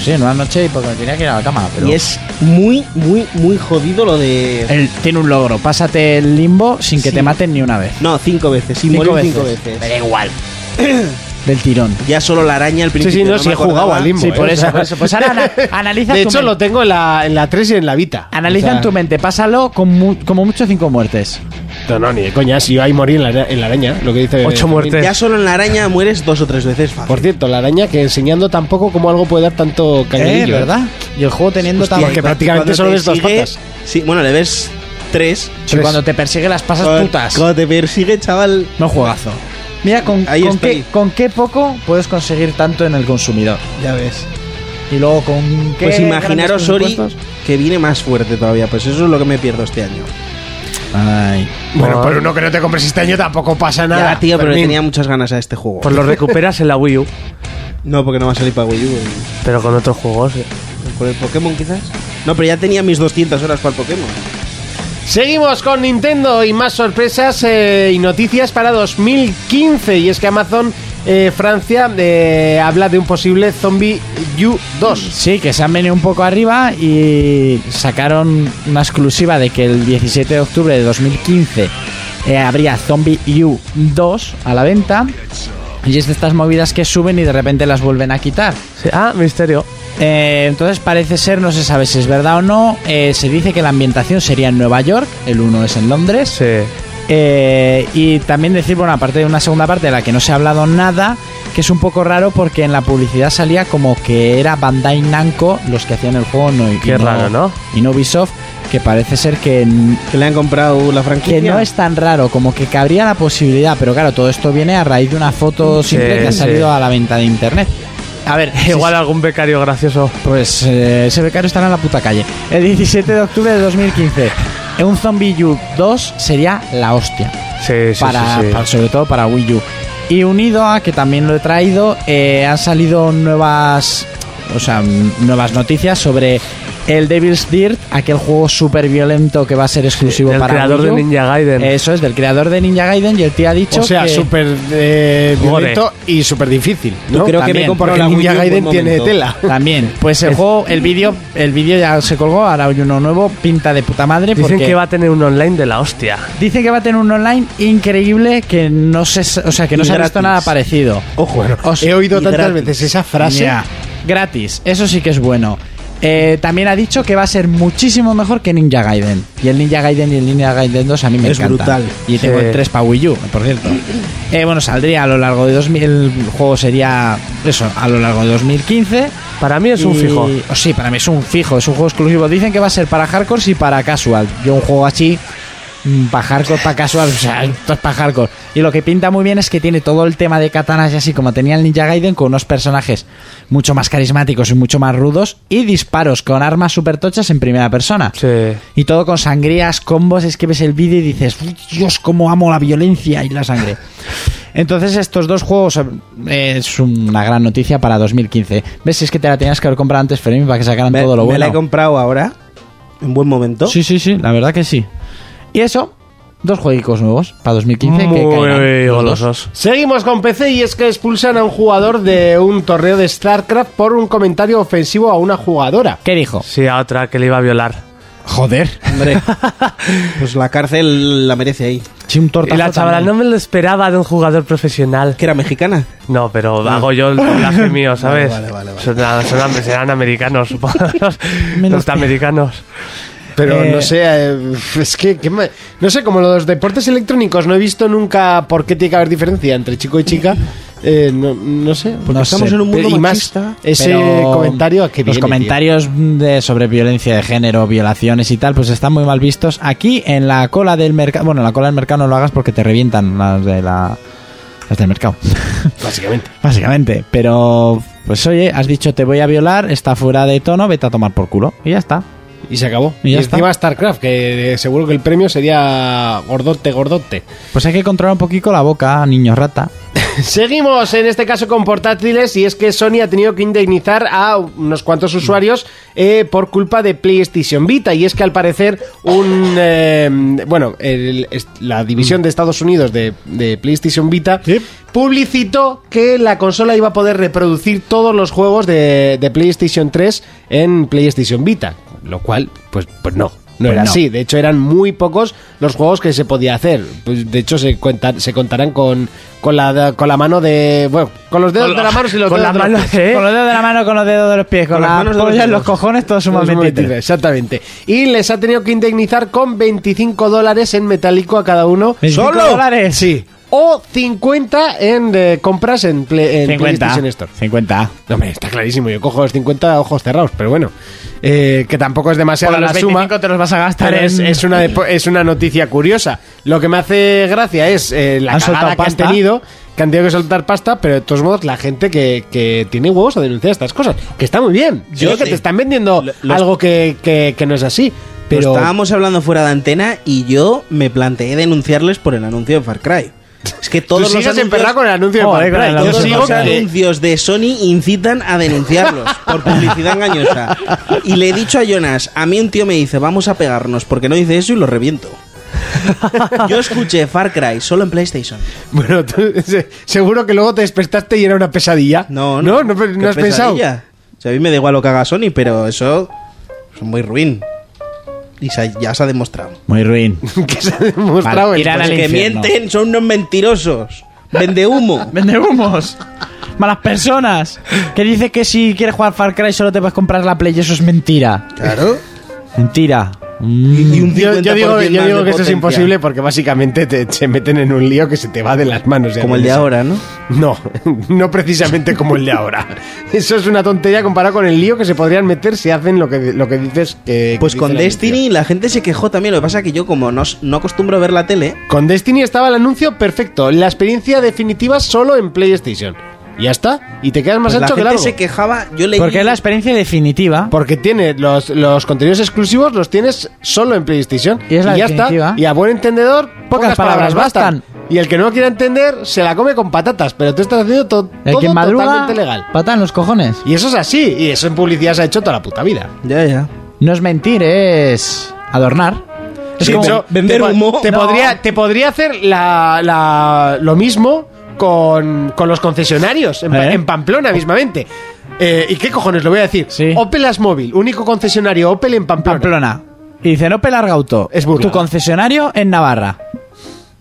E: Sí, en una noche y porque me tenía que ir a la cama. Pero
F: Y es muy, muy, muy jodido lo de...
B: Eh.
E: El- tiene un logro. Pásate el limbo sin que te maten ni una vez.
F: No, cinco veces. Sin
E: Cinco
F: morir
E: veces.
F: cinco veces.
E: Me da
F: (coughs)
E: igual. Del tirón.
F: Ya solo la araña al principio.
B: sí, no, sí,
F: me
B: he jugado
F: acordaba.
B: al Limbo.
E: Sí,
B: Bueno,
E: por
B: eh, o
E: eso,
B: sea,
E: por eso. Pues ahora
F: (laughs)
E: ana- analiza
B: De
E: tu
B: hecho,
E: men-
B: lo tengo en la, en la 3 y en la Vita.
E: Analiza en tu mente, pásalo con mu- como mucho cinco muertes.
B: No, no, ni de coña. Si yo ahí morí en la, en la araña, lo que dice.
D: Ocho muertes.
F: Ya solo en la araña mueres dos o tres veces fácil.
B: Por cierto, la araña que enseñando tampoco cómo algo puede dar tanto
E: Eh,
B: cañerillo.
E: ¿Verdad? Y el juego teniendo
F: Hostia,
E: tan.
B: porque
F: cu-
B: prácticamente
F: cuando
B: solo
F: te
B: ves dos
F: sigue-
B: patas.
F: Sí, bueno, le ves tres.
E: Sí, cuando te persigue las pasas
F: Cuando-
E: putas.
F: Cuando te persigue, chaval.
E: No juegazo. Mira con,
F: Ahí
E: con
F: estoy.
E: qué, con qué poco puedes conseguir tanto en el consumidor.
F: Ya ves.
E: Y luego con qué
F: Pues imaginaros
E: grandes
F: Ori
E: presupuestos.
F: que viene más fuerte todavía. Pues eso es lo que me pierdo este año.
E: Ay.
B: Bueno, por uno que no te compres este año tampoco pasa nada.
F: ya, tío, pero le
B: Fermín.
F: tenía muchas ganas a este juego.
D: Pues lo recuperas en la Wii U,
F: No, porque no va a salir para Wii U.
D: pero con otros juegos. eh.
F: Por el Pokémon, quizás. No, pero ya tenía mis 200 horas para el Pokémon.
B: Seguimos con Nintendo y más sorpresas eh, y noticias para 2015. Y es que Amazon eh, Francia eh, habla de un posible Zombie U2.
E: Sí, que se han venido un poco arriba y sacaron una exclusiva de que el 17 de octubre de 2015 eh, habría Zombie U 2 a la venta. Y es de estas movidas que suben y de repente las vuelven a quitar.
D: Sí, Ah, misterio.
E: Eh, entonces parece ser, no se sabe si es verdad o no, eh, se dice que la ambientación sería en Nueva York, el 1 es en Londres.
D: Sí.
E: Eh, y también decir, bueno, aparte de una segunda parte de la que no se ha hablado nada, que es un poco raro porque en la publicidad salía como que era Bandai Namco los que hacían el juego no, y,
D: Qué
E: y
D: raro, ¿no?
E: Y no Ubisoft, que parece ser que, n-
F: Que le han comprado la franquicia.
E: que no es tan raro, como que cabría la posibilidad, pero claro, todo esto viene a raíz de una foto simple que ha
D: sí.
E: salido a la venta de internet. A ver,
D: Igual algún becario gracioso.
E: pues eh, ese becario estará en la puta calle. El 17 de octubre de 2015, un Zombie U 2 sería la hostia
D: Sí, sí,
E: para,
D: sí. sí.
E: para- sobre todo para Wii U. Y unido a que también lo he traído, eh, han salido nuevas, o sea, mm, nuevas noticias sobre el Devil's Dirt, aquel juego súper violento que va a ser exclusivo
D: Del
E: para
D: creador
E: Wii
D: de
E: U.
D: Ninja Gaiden.
E: Eso es del creador de Ninja Gaiden y el tío ha dicho
B: O sea,
E: que
B: súper eh,
D: Gore.
B: violento y súper difícil.
F: Yo
B: ¿no?
F: creo que
E: También,
F: me he comprado
B: Porque
F: la Wii U
B: Ninja
F: en
B: Gaiden
F: buen
B: tiene
F: momento. (laughs)
B: tela.
E: también, pues el juego, el vídeo, el vídeo ya se colgó, ahora hay uno nuevo, pinta de puta madre
D: Dicen
E: porque
D: que va a tener un online de la hostia.
E: Dice que va a tener un online increíble que no se, o sea, que no
F: Y
E: se ha visto
F: gratis.
E: nada parecido.
F: Ojo,
E: O sea,
B: eh. He oído
F: y
B: tantas
F: gratis.
B: veces esa frase.
E: Ya. Gratis, eso sí que es bueno. Eh, también ha dicho que va a ser muchísimo mejor que Ninja Gaiden. Y el Ninja Gaiden y el Ninja Gaiden 2 a mí me
F: Es
E: encantan.
F: brutal.
E: Y tengo
D: Sí.
E: el 3 para Wii U, por cierto. Eh, bueno, saldría a lo largo de 2000. El juego sería eso, a lo largo de 2015.
D: Para mí es un
E: Y-
D: fijo.
E: oh, sí, para mí es un fijo, es un juego exclusivo. Dicen que va a ser para hardcore y para casual. Yo un juego así, para hardcore, para casual, o sea, esto es para hardcore. Y lo que pinta muy bien es que tiene todo el tema de katanas y así como tenía el Ninja Gaiden, con unos personajes mucho más carismáticos y mucho más rudos y disparos con armas super tochas en primera persona.
D: Sí.
E: Y todo con sangrías, combos, es que ves el vídeo y dices, "Uy, Dios, cómo amo la violencia y la
F: (laughs)
E: sangre. Entonces estos dos juegos eh, es una gran noticia para 2015. ¿Ves? Si es que te la tenías que haber comprado antes, Fermín, para que sacaran
F: Me,
E: todo lo
F: me la he
E: bueno.
F: comprado ahora. En buen momento.
E: Sí, sí, sí, la verdad que sí. Y eso, dos jueguicos nuevos para 2015 que
D: Muy
E: caerán los dos.
D: golosos.
B: Seguimos con PC y es que expulsan a un jugador de un torneo de StarCraft por un comentario ofensivo a una jugadora.
E: ¿Qué dijo?
D: Sí, a otra que le iba a violar.
E: Joder.
F: Hombre, (laughs) pues la cárcel la merece ahí.
E: Sí, un
D: Y
E: tortazo
D: la chavala
E: también.
D: no me lo esperaba de un jugador profesional.
F: Que era mexicana.
D: No, pero hago yo el doblaje mío, ¿sabes? Son, son- serán americanos, supongo. (laughs)
E: Menos
D: Norteamericanos.
B: Pero
E: Eh,
B: no sé, eh, es que, que me- no sé, como los deportes electrónicos no he visto nunca por qué tiene que haber diferencia entre chico y chica. eh, no, no sé, porque
E: No
B: estamos
E: sé.
B: en un mundo
F: Y más,
B: machista. Ese
E: Pero
B: comentario a que
E: los
B: viene,
E: comentarios de sobre violencia de género violaciones y tal pues están muy mal vistos aquí en la cola del mercado bueno en la cola del mercado no lo hagas porque te revientan las de la Las
B: (laughs)
E: del mercado.
L: básicamente.
E: Básicamente. Pero, pues oye, has dicho te voy a violar, está fuera de tono, vete a tomar por culo. Y ya está.
L: Y se acabó.
E: Y
L: Y,
E: ya está.
L: encima StarCraft, que eh, seguro que el premio sería gordote, gordote.
E: Pues hay que controlar un poquito la boca,
B: (laughs)
E: niño rata.
B: Seguimos en este caso con portátiles y es que Sony ha tenido que indemnizar a unos cuantos usuarios eh, por culpa de PlayStation Vita y es que al parecer un eh, bueno el- es- la división de Estados Unidos de, de PlayStation Vita publicitó que la consola iba a poder reproducir todos los juegos de, de PlayStation 3 en PlayStation Vita, lo cual pues pues no. No
E: Pues
B: era
E: no.
B: así, de hecho eran muy pocos los juegos que se podía hacer. Pues, de hecho se cuentan, se contarán con, con la con la mano de bueno, con los dedos
D: Con
B: de la
D: la-
B: mano y los
D: con
B: dedos de
D: la
B: los
D: mano
B: pies.
D: ¿Eh?
E: Con los dedos de la mano, con los dedos de los pies, con,
F: Con las
E: la
F: manos de los
E: polla en
F: dedos.
E: los cojones, todo
B: Los
E: sumamente.
B: momentos,
E: interés.
B: Exactamente. Y les ha tenido que indemnizar con 25 dólares en metálico a cada uno.
E: 25
F: ¿Solo?
E: dólares? Sí.
B: O 50 en eh, compras en, Play- en
E: 50.
B: PlayStation Store.
E: 50.
B: No, hombre, está clarísimo. Yo cojo los 50 ojos cerrados, pero bueno. eh, que tampoco es demasiada
E: Por
B: la
E: los
B: suma.
E: 25 te los vas a gastar
B: pero es,
E: en-
B: es una, depo- es una noticia curiosa. Lo que me hace gracia es eh, la
E: ¿Han
B: cagada
E: soltado
B: que han
E: pasta?
B: tenido, que han tenido que soltar pasta, pero de todos modos la gente que, que tiene huevos a denunciar estas cosas, que está muy bien.
F: Yo
B: Yo que
F: te-
B: te están vendiendo
F: lo- lo-
B: algo que, que- que no es así,
F: Pero
B: pero...
F: estábamos hablando fuera de antena y yo me planteé denunciarles por el anuncio de Far Cry. Es que
B: Tú
F: todos los
B: sigues
F: anuncios,
B: emperrado con el anuncio
E: Joder,
B: de Far Cry.
E: con el
B: Yo
F: todos
B: sigo
F: los
B: que-
F: anuncios de Sony incitan a denunciarlos por publicidad engañosa. Y le he dicho a Jonas, a mí un tío me dice, vamos a pegarnos porque no dice eso y lo reviento. Yo escuché Far Cry solo en PlayStation.
B: (laughs) Bueno, tú- se- seguro que luego te despertaste y era una pesadilla.
F: No,
B: no,
F: no.
B: no,
F: ¿Qué
B: no has pensado.
F: pesadilla? O sea, a mí me da igual lo que haga Sony, pero eso es muy ruin. Y se ha- ya se ha demostrado.
E: Muy ruin.
B: que se ha demostrado
E: Vale,
B: el-
E: irán
F: Los
E: al
F: que
E: infierno.
F: mienten son unos mentirosos. Vende
E: (laughs)
F: humo.
E: (laughs) Vende humos. Malas personas. Que dice que si quieres jugar Far Cry solo te vas a comprar la Play. Eso es mentira.
F: Claro.
E: Mentira.
F: Y un
B: Mm. Yo, yo
F: 50%
B: digo, yo digo que
F: más de
B: eso es
F: potencia.
B: imposible porque básicamente te, se meten en un lío que se te va de las manos.
F: Como el de
B: eso.
F: ahora, ¿no?
B: No, (laughs) no precisamente como el de
F: (laughs)
B: ahora. Eso es una tontería comparado con el lío que se podrían meter si hacen lo que, lo que dices que... que
F: Pues
B: dice
F: con
B: el
F: Destiny
B: anuncio.
F: la gente se quejó también. Lo que pasa es que yo, como no, s- no acostumbro a ver la tele,
B: Con Destiny estaba el anuncio perfecto. La experiencia definitiva solo en PlayStation. Ya está. Y te quedas más
F: pues la
B: ancho que
F: gente
B: largo.
F: se quejaba. Yo leí.
E: Porque es la experiencia definitiva.
B: Porque tiene los, los contenidos exclusivos, los tienes solo en PlayStation.
E: Y es la
B: ya
E: definitiva.
B: está. Y a buen entendedor, pocas, palabras,
E: palabras
B: bastan.
E: bastan.
B: Y el que no quiera entender, se la come con patatas. Pero tú estás haciendo to-
E: El
B: todo
E: que madruga.
B: totalmente legal.
E: Pata en los cojones.
B: Y eso es así. Y eso en publicidad se ha hecho toda la puta vida.
F: Ya, ya.
E: No es mentir, es adornar. Es
F: Sí,
E: como-
F: pero-
B: te
F: vender
B: po-
F: humo.
B: Te,
E: No.
B: podría, te podría hacer la, la- lo mismo con, con los concesionarios en, Pa-
E: ¿Eh?
B: en Pamplona mismamente. Eh, ¿Y qué cojones lo voy a decir?
E: Sí.
B: Opel Asmóvil, único concesionario Opel en
E: Pamplona. Y dice, no pelar gauto.
B: Es burla.
E: Tu concesionario en Navarra.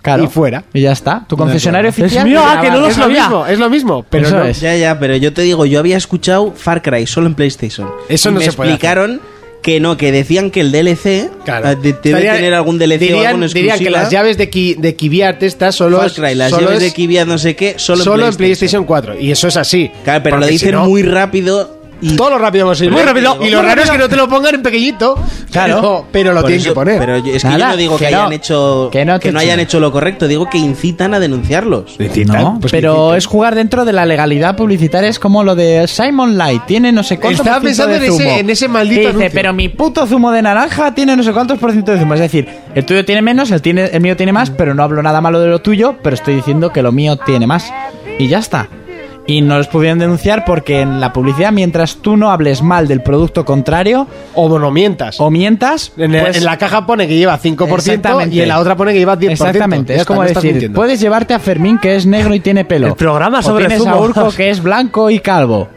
E: Claro.
B: Y fuera.
E: Y ya está. Tu concesionario oficial.
D: mío,
E: en
D: ah, que no
E: Navarra.
D: lo
B: es lo
D: sabía.
B: mismo, es lo mismo, pero
E: Eso
B: no.
E: es.
F: Ya, ya, pero yo te digo, yo había escuchado Far Cry solo en PlayStation.
B: Eso
F: Y
B: no
F: me
B: se puede
F: explicaron que no, que decían que el DLC eh, de- debe
B: Estaría-
F: tener algún DLC o
B: dirían,
F: alguna
B: dirían
F: exclusiva.
B: que las llaves de, Ki- de Kiviart estas solo
F: Far
B: es-
F: Cry, las
B: solo
F: llaves
B: es-
F: de Kibia, no sé qué, solo,
B: solo
F: en PlayStation.
B: 4 y eso es así.
F: Claro, pero lo
B: Porque si
F: dicen
B: no,
F: muy rápido y
B: todo lo rápido posible.
F: Muy rápido,
B: Y lo
F: muy
B: raro es
F: rápido.
B: que no te lo pongan en pequeñito.
E: Claro.
B: Pero, pero lo
F: Por
B: tienen
F: eso-
B: que poner.
F: Pero yo- es que yo
E: Nada,
F: no digo que,
E: que no,
F: hayan hecho
E: que
F: que
E: no
F: no,
E: te
F: hayan
E: chingas.
F: hecho lo correcto, digo que incitan a denunciarlos.
E: No,
B: Pues
E: pero
B: que-
E: es jugar dentro de la legalidad publicitaria. Es como lo de Simon Light. Tiene no sé cuántos
B: Estaba pensando en ese- en ese maldito
E: Dice,
B: anuncio.
E: pero mi puto zumo de naranja tiene no sé cuántos por ciento de zumo. Es decir, el tuyo tiene menos, el, tiene, el mío tiene más, pero no hablo nada malo de lo tuyo, pero estoy diciendo que lo mío tiene más. Y ya está. Y no los pudieron denunciar porque en la publicidad, mientras tú no hables mal del producto contrario
B: O no mientas.
E: o mientas,
B: en, el-
E: pues-
B: en la caja pone que lleva 5%
E: Exactamente.
B: y en la otra pone que lleva 10%.
E: Exactamente,
B: Ya
E: es
B: está,
E: como
B: no estás
E: decir,
B: mintiendo.
E: puedes llevarte a Fermín que es negro y tiene pelo.
D: El programa
E: O
D: sobre
E: tienes a
D: zumos.
E: Urco que es blanco y calvo.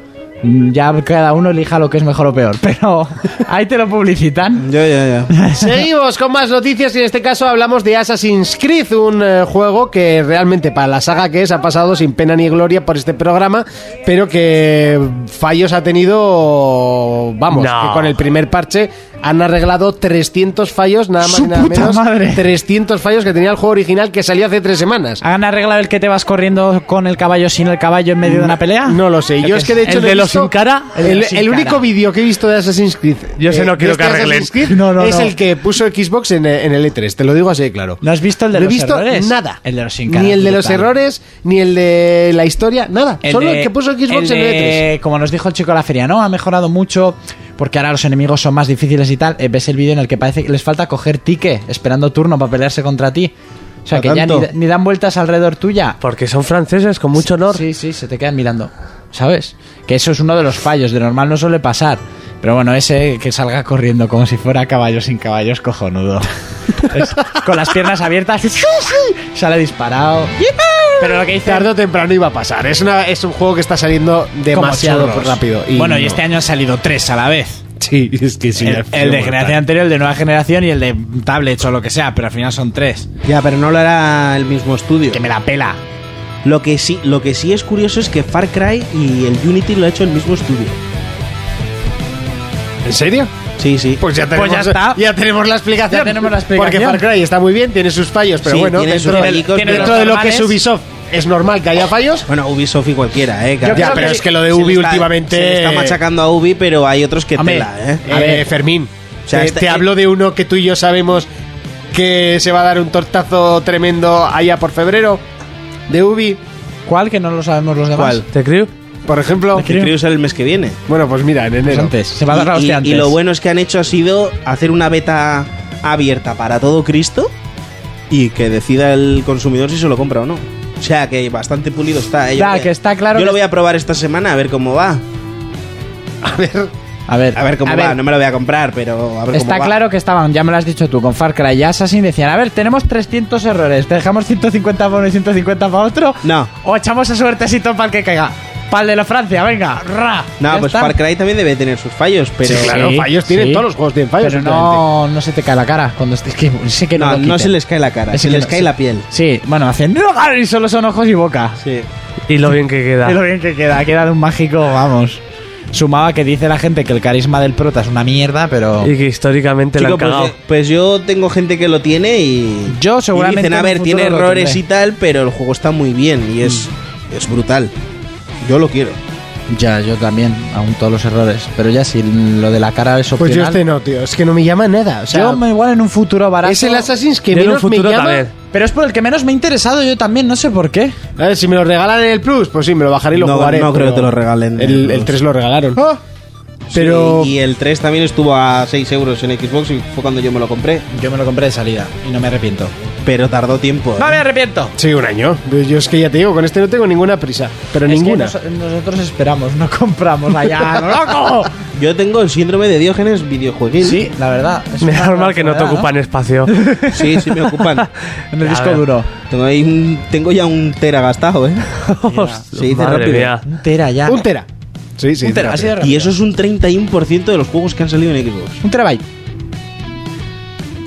E: Mm, Ya cada uno elija lo que es mejor o peor, (laughs) pero ahí te lo publicitan.
F: Ya, ya, ya.
B: Seguimos con más noticias y en este caso hablamos de Assassin's Creed, un eh, juego que realmente para la saga que es ha pasado sin pena ni gloria por este programa, pero que fallos ha tenido, vamos,
D: No.
B: que con el primer parche han arreglado 300 fallos, nada más
E: ¡Su
B: y nada
E: puta
B: menos.
E: madre! Ah.
B: 300 fallos que tenía el juego original que salió hace tres semanas.
E: ¿Han arreglado el que te vas corriendo con el caballo sin el caballo en medio de una pelea?
B: Mm, No lo sé. Yo es que de hecho
D: ¿El
B: no he
D: de los
B: visto-
D: sin cara?
B: El,
E: El de los sin
B: el
E: cara.
B: único vídeo que he visto de Assassin's Creed.
D: Yo ese
B: eh,
D: no quiero
B: de
D: que
B: este
D: arreglen.
B: Assassin's Creed
E: No, no,
B: es
E: no.
B: el que puso Xbox en, en el E3. Te lo digo así de claro.
E: ¿No has visto el de
B: No he
E: los
B: visto
E: errores?
B: Nada.
E: El de los sin cara,
B: Ni el de los
E: brutal.
B: errores, ni el de la historia, nada. Solo
E: de-
B: el que puso Xbox
E: el E
B: en el E E3.
E: de- Como nos dijo el chico de la feria, ¿no? Ha mejorado mucho porque ahora los enemigos son más difíciles y tal. Eh, Ves el vídeo en el que parece que les falta coger tique esperando turno para pelearse contra ti. O sea,
F: Pa'
E: que ya ni,
F: tanto.
E: ni dan vueltas alrededor tuya.
D: Porque son franceses con mucho honor.
E: Sí, sí, se te quedan mirando. ¿Sabes? Que eso es uno de los fallos. De normal no suele pasar. Pero bueno, ese que salga corriendo como si fuera caballo sin caballos, (laughs) cojonudo. Es- con las piernas abiertas, sale disparado. Pero lo que dice
B: Tarde o temprano iba a pasar. Es, una, es un juego que está saliendo demasiado
E: como churros.
B: rápido.
E: bueno, y
B: no.
E: este año han salido tres a la vez.
B: Sí, (laughs) es que sí.
E: el, el de generación anterior, el de nueva generación y el de tablets o lo que sea, pero al final son tres.
F: (laughs) Ya, pero no lo hará el mismo estudio.
E: Que me la pela.
F: Lo que sí, lo que sí es curioso es que Far Cry y el Unity lo ha hecho el mismo estudio.
B: ¿En serio?
F: Sí, sí.
B: Pues ya tenemos,
E: ya está.
B: tenemos la explicación.
E: Ya tenemos la explicación.
B: Porque Far Cry está muy bien, tiene sus fallos, pero
F: Sí,
B: bueno,
F: tiene
B: dentro,
F: sus
B: del-
F: fallicos,
B: dentro
F: pero-
B: de lo que
E: normales.
B: es Ubisoft, es normal que haya fallos.
F: Bueno, Ubisoft y cualquiera, eh.
B: creo que sí. Se le está-
F: Se le está machacando a Ubi, pero hay otros que
E: Hombre,
F: tela, eh.
B: A ver, Fermín,
F: O sea, este eh
B: te,
F: está-
B: te hablo de uno que tú y yo sabemos que se va a dar un tortazo tremendo allá por febrero, de Ubi,
E: ¿Cuál? Que no lo sabemos los demás.
F: ¿Cuál?
D: ¿Te creo?
B: por ejemplo.
F: Que creo usar el mes que viene.
B: Bueno, pues mira, en
E: Pues
B: enero.
E: antes. Se va a dar la
F: y,
E: hostia
F: y-
E: antes.
F: y lo buenos que han hecho ha sido hacer una beta abierta para todo Cristo y que decida el consumidor si se lo compra o no. O sea que bastante pulido está. eh, yo
E: Ya,
F: creo.
E: que está claro
F: Yo
E: que
F: lo voy a probar esta semana a ver cómo va.
B: A ver,
E: A ver,
F: A ver cómo
E: a
F: va. No me lo voy a comprar, pero a ver
E: Está
F: cómo va.
E: claro que estaban, ya me lo has dicho tú, con Far Cry y Assassin decían, a ver, tenemos 300 errores, ¿te dejamos 150 para uno y 150 para otro?
F: No.
E: ¿O echamos a suertecito para el que caiga? Para el de la Francia, venga, ra.
F: No,
E: Ya
F: pues
E: está.
F: Far Cry también debe tener sus fallos, pero
E: Sí,
B: claro, fallos tienen, todos los juegos tienen fallos,
E: Pero no, no se te cae la cara cuando estés que sé que no,
F: no,
E: lo
F: no
E: quiten.
F: se les cae la cara,
E: Es
F: se
E: que
F: les
E: no-
F: cae la piel.
E: Sí, bueno, hacen "No", y solo son ojos y boca.
F: Sí.
D: Y lo bien que queda.
E: Es lo bien que queda, queda de un mágico, vamos. Sumaba que dice la gente que el carisma del prota es una mierda, pero
D: Y que históricamente la
F: Chico,
D: han
F: pues,
D: cagado.
F: eh, pues yo tengo gente que lo tiene y.
E: Yo seguramente
F: y dicen,
E: en
F: a
E: un
F: ver,
E: futuro
F: tiene
E: lo
F: errores
E: tendré". Mm.
F: y tal, pero el juego está muy bien y es, es brutal. Yo lo quiero.
E: ya, yo también, aún todos los errores. Pero ya si lo de la cara es opcional.
B: Pues yo este no, tío. Es que no me llama nada. O sea,
E: yo me igual en un futuro barato.
B: es el Assassin's que
D: Yo en un
B: menos
D: futuro
B: me llama.
D: también.
E: Pero es por el que menos me ha interesado yo también, no sé por qué.
B: A ver, si me lo regalan en el Plus, pues sí, me lo bajaré y lo
F: No-
B: jugaré.
F: no creo
B: pero
F: que te lo regalen en el
B: El, el
F: Plus. Ah.
B: 3 lo regalaron. Pero.
F: Sí, y el 3 también estuvo a 6 euros en Xbox y fue cuando yo me lo compré.
E: Yo me lo compré de salida y no me arrepiento.
F: Pero tardó tiempo. ¿eh?
E: No me arrepiento.
B: Sí, un año. Yo es que ya te digo, con este no tengo ninguna prisa. Pero
E: Es que
B: ninguna.
E: nos- nosotros esperamos, no compramos allá, lo loco.
F: Yo tengo el síndrome de Diógenes videojueguil.
E: Sí, la verdad. es
D: Me
E: una
D: da
F: (laughs)
D: normal que no te
E: novedad,
D: ocupan espacio.
F: sí, sí
E: (laughs)
F: me ocupan.
E: En el
D: Ya,
E: disco
D: ya.
E: duro.
F: Tengo, ahí un- tengo ya un tera gastado,
E: (laughs)
F: ¿eh? Se dice
D: Madre
F: rápido.
D: mía.
E: Un tera ya.
B: Un tera. Sí, sí.
E: Un tera, así de
F: Y
E: rápido.
F: eso es un 31% de los juegos que han salido en Xbox.
E: Un terabyte.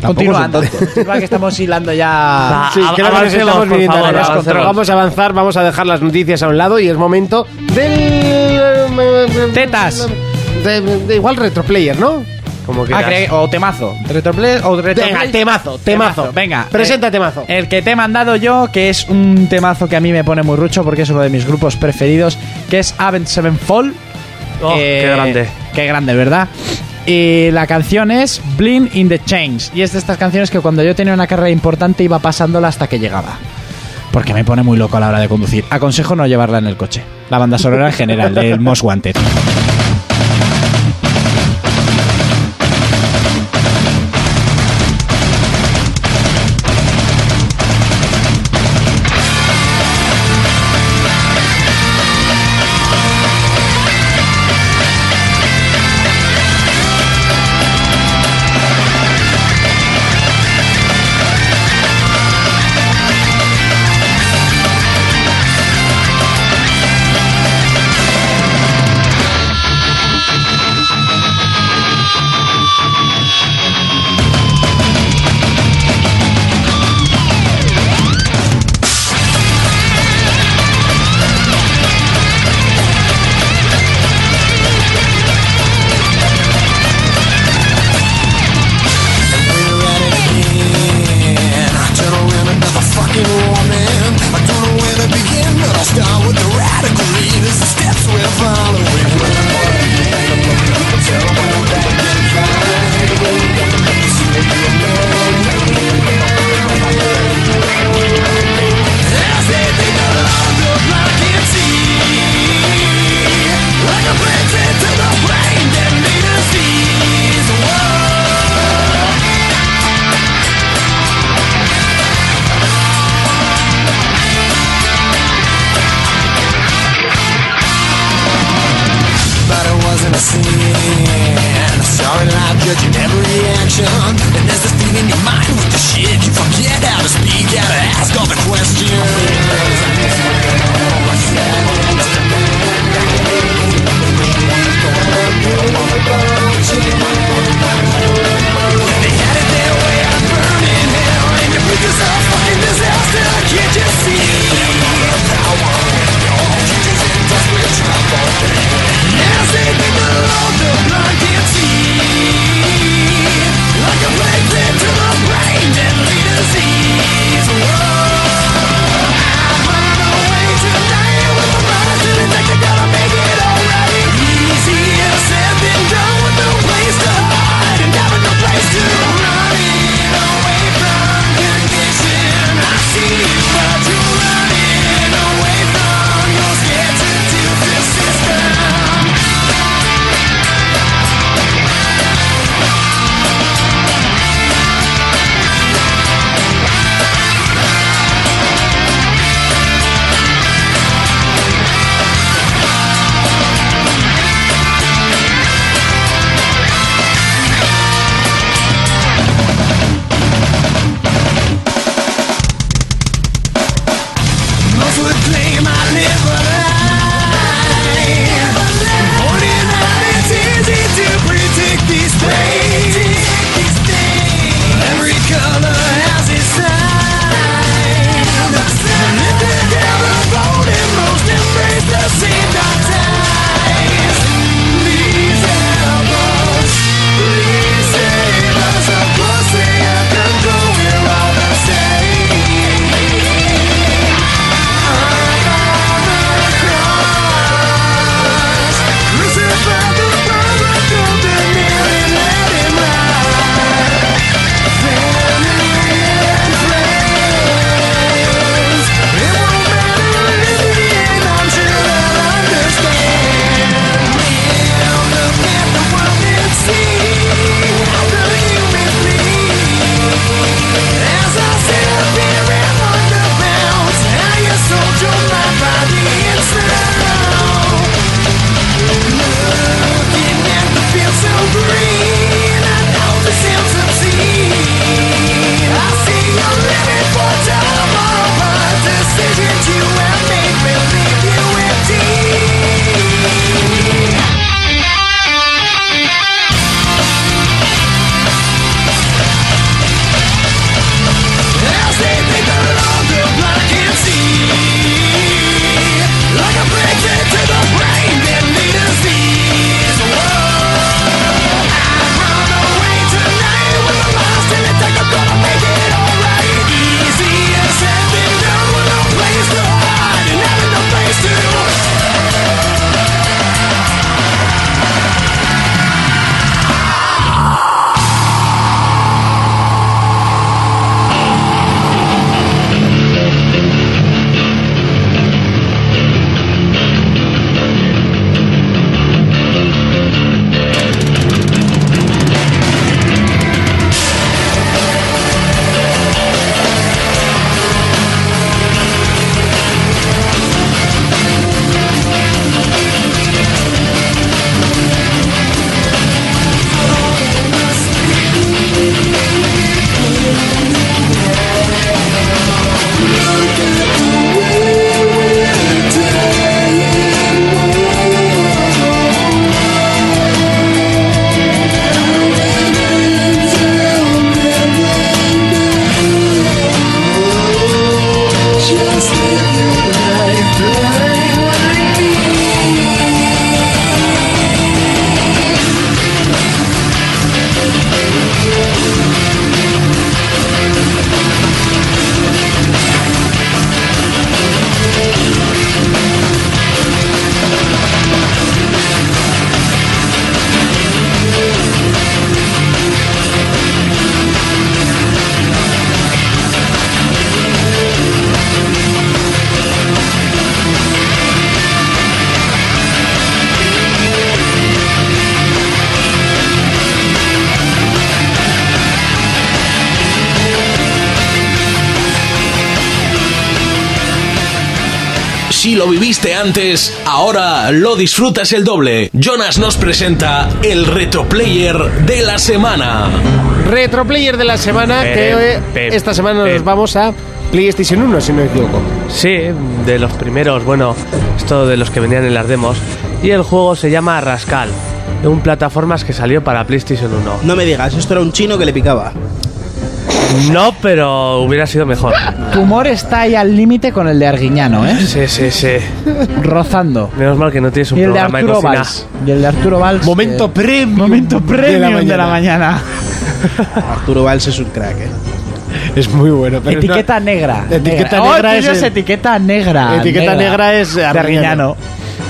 F: Tampoco
E: Continuando.
F: son tontos.
E: Igual que estamos hilando ya. Ah,
D: Va.
B: Sí, creo
D: A-
B: que nos
D: avancemos,
B: estamos
D: por
B: viniendo
D: favor,
B: arriba.
D: avancemos.
B: Vamos a avanzar, vamos a dejar las noticias a un lado y es momento del. eh,
E: Tetas.
B: De, de- igual retroplayer, ¿no?
D: Como que
E: Ah, creí- o temazo. Retroplay o retroplay.
B: Venga, temazo, temazo.
E: Venga.
B: Presenta
E: eh,
B: temazo.
E: El que te he mandado yo, que es un temazo que a mí me pone muy rucho porque es uno de mis grupos preferidos, que es Avent Sevenfold.
D: Oh,
F: eh,
D: qué grande.
E: Eh, Qué grande, ¿verdad? Y la canción es Blind in the Chains. Y es de estas canciones que cuando yo tenía una carrera importante iba pasándola hasta que llegaba. Porque me pone muy loco a la hora de conducir. Aconsejo no llevarla en el coche. La banda sonora en general, del Most Wanted.
M: si lo viviste antes, ahora lo disfrutas el doble. Jonas nos presenta el retroplayer de la semana.
G: Retroplayer de la semana, que
D: Eh,
G: eh,
D: eh,
G: esta semana
D: eh.
G: nos vamos a
B: PlayStation 1, si no me equivoco.
D: Sí, de los primeros, bueno, esto de los que venían en las demos. Y el juego se llama Rascal, un plataformas que salió para PlayStation 1.
F: No me digas, esto era un chino que le
D: (laughs)
F: picaba.
D: No, pero hubiera sido mejor.
E: Tu humor está ahí al límite con el de Arguiñano, ¿eh?
D: Sí, sí, sí.
E: Rozando.
D: Menos mal que no tienes un
E: Y el de
D: programa de
E: Arturo
D: cocina.
E: Valls. Y el de Arturo Valls.
B: Momento
E: eh,
B: premium
E: Momento premium de la mañana.
F: Arturo Valls es un crack, ¿eh?
B: Es muy bueno. pero no-
E: etiqueta negra.
B: Etiqueta
E: Oh,
B: negra
E: tú
B: es
E: ya es
B: el-
E: etiqueta negra.
B: Etiqueta negra es
E: De Arguiñano.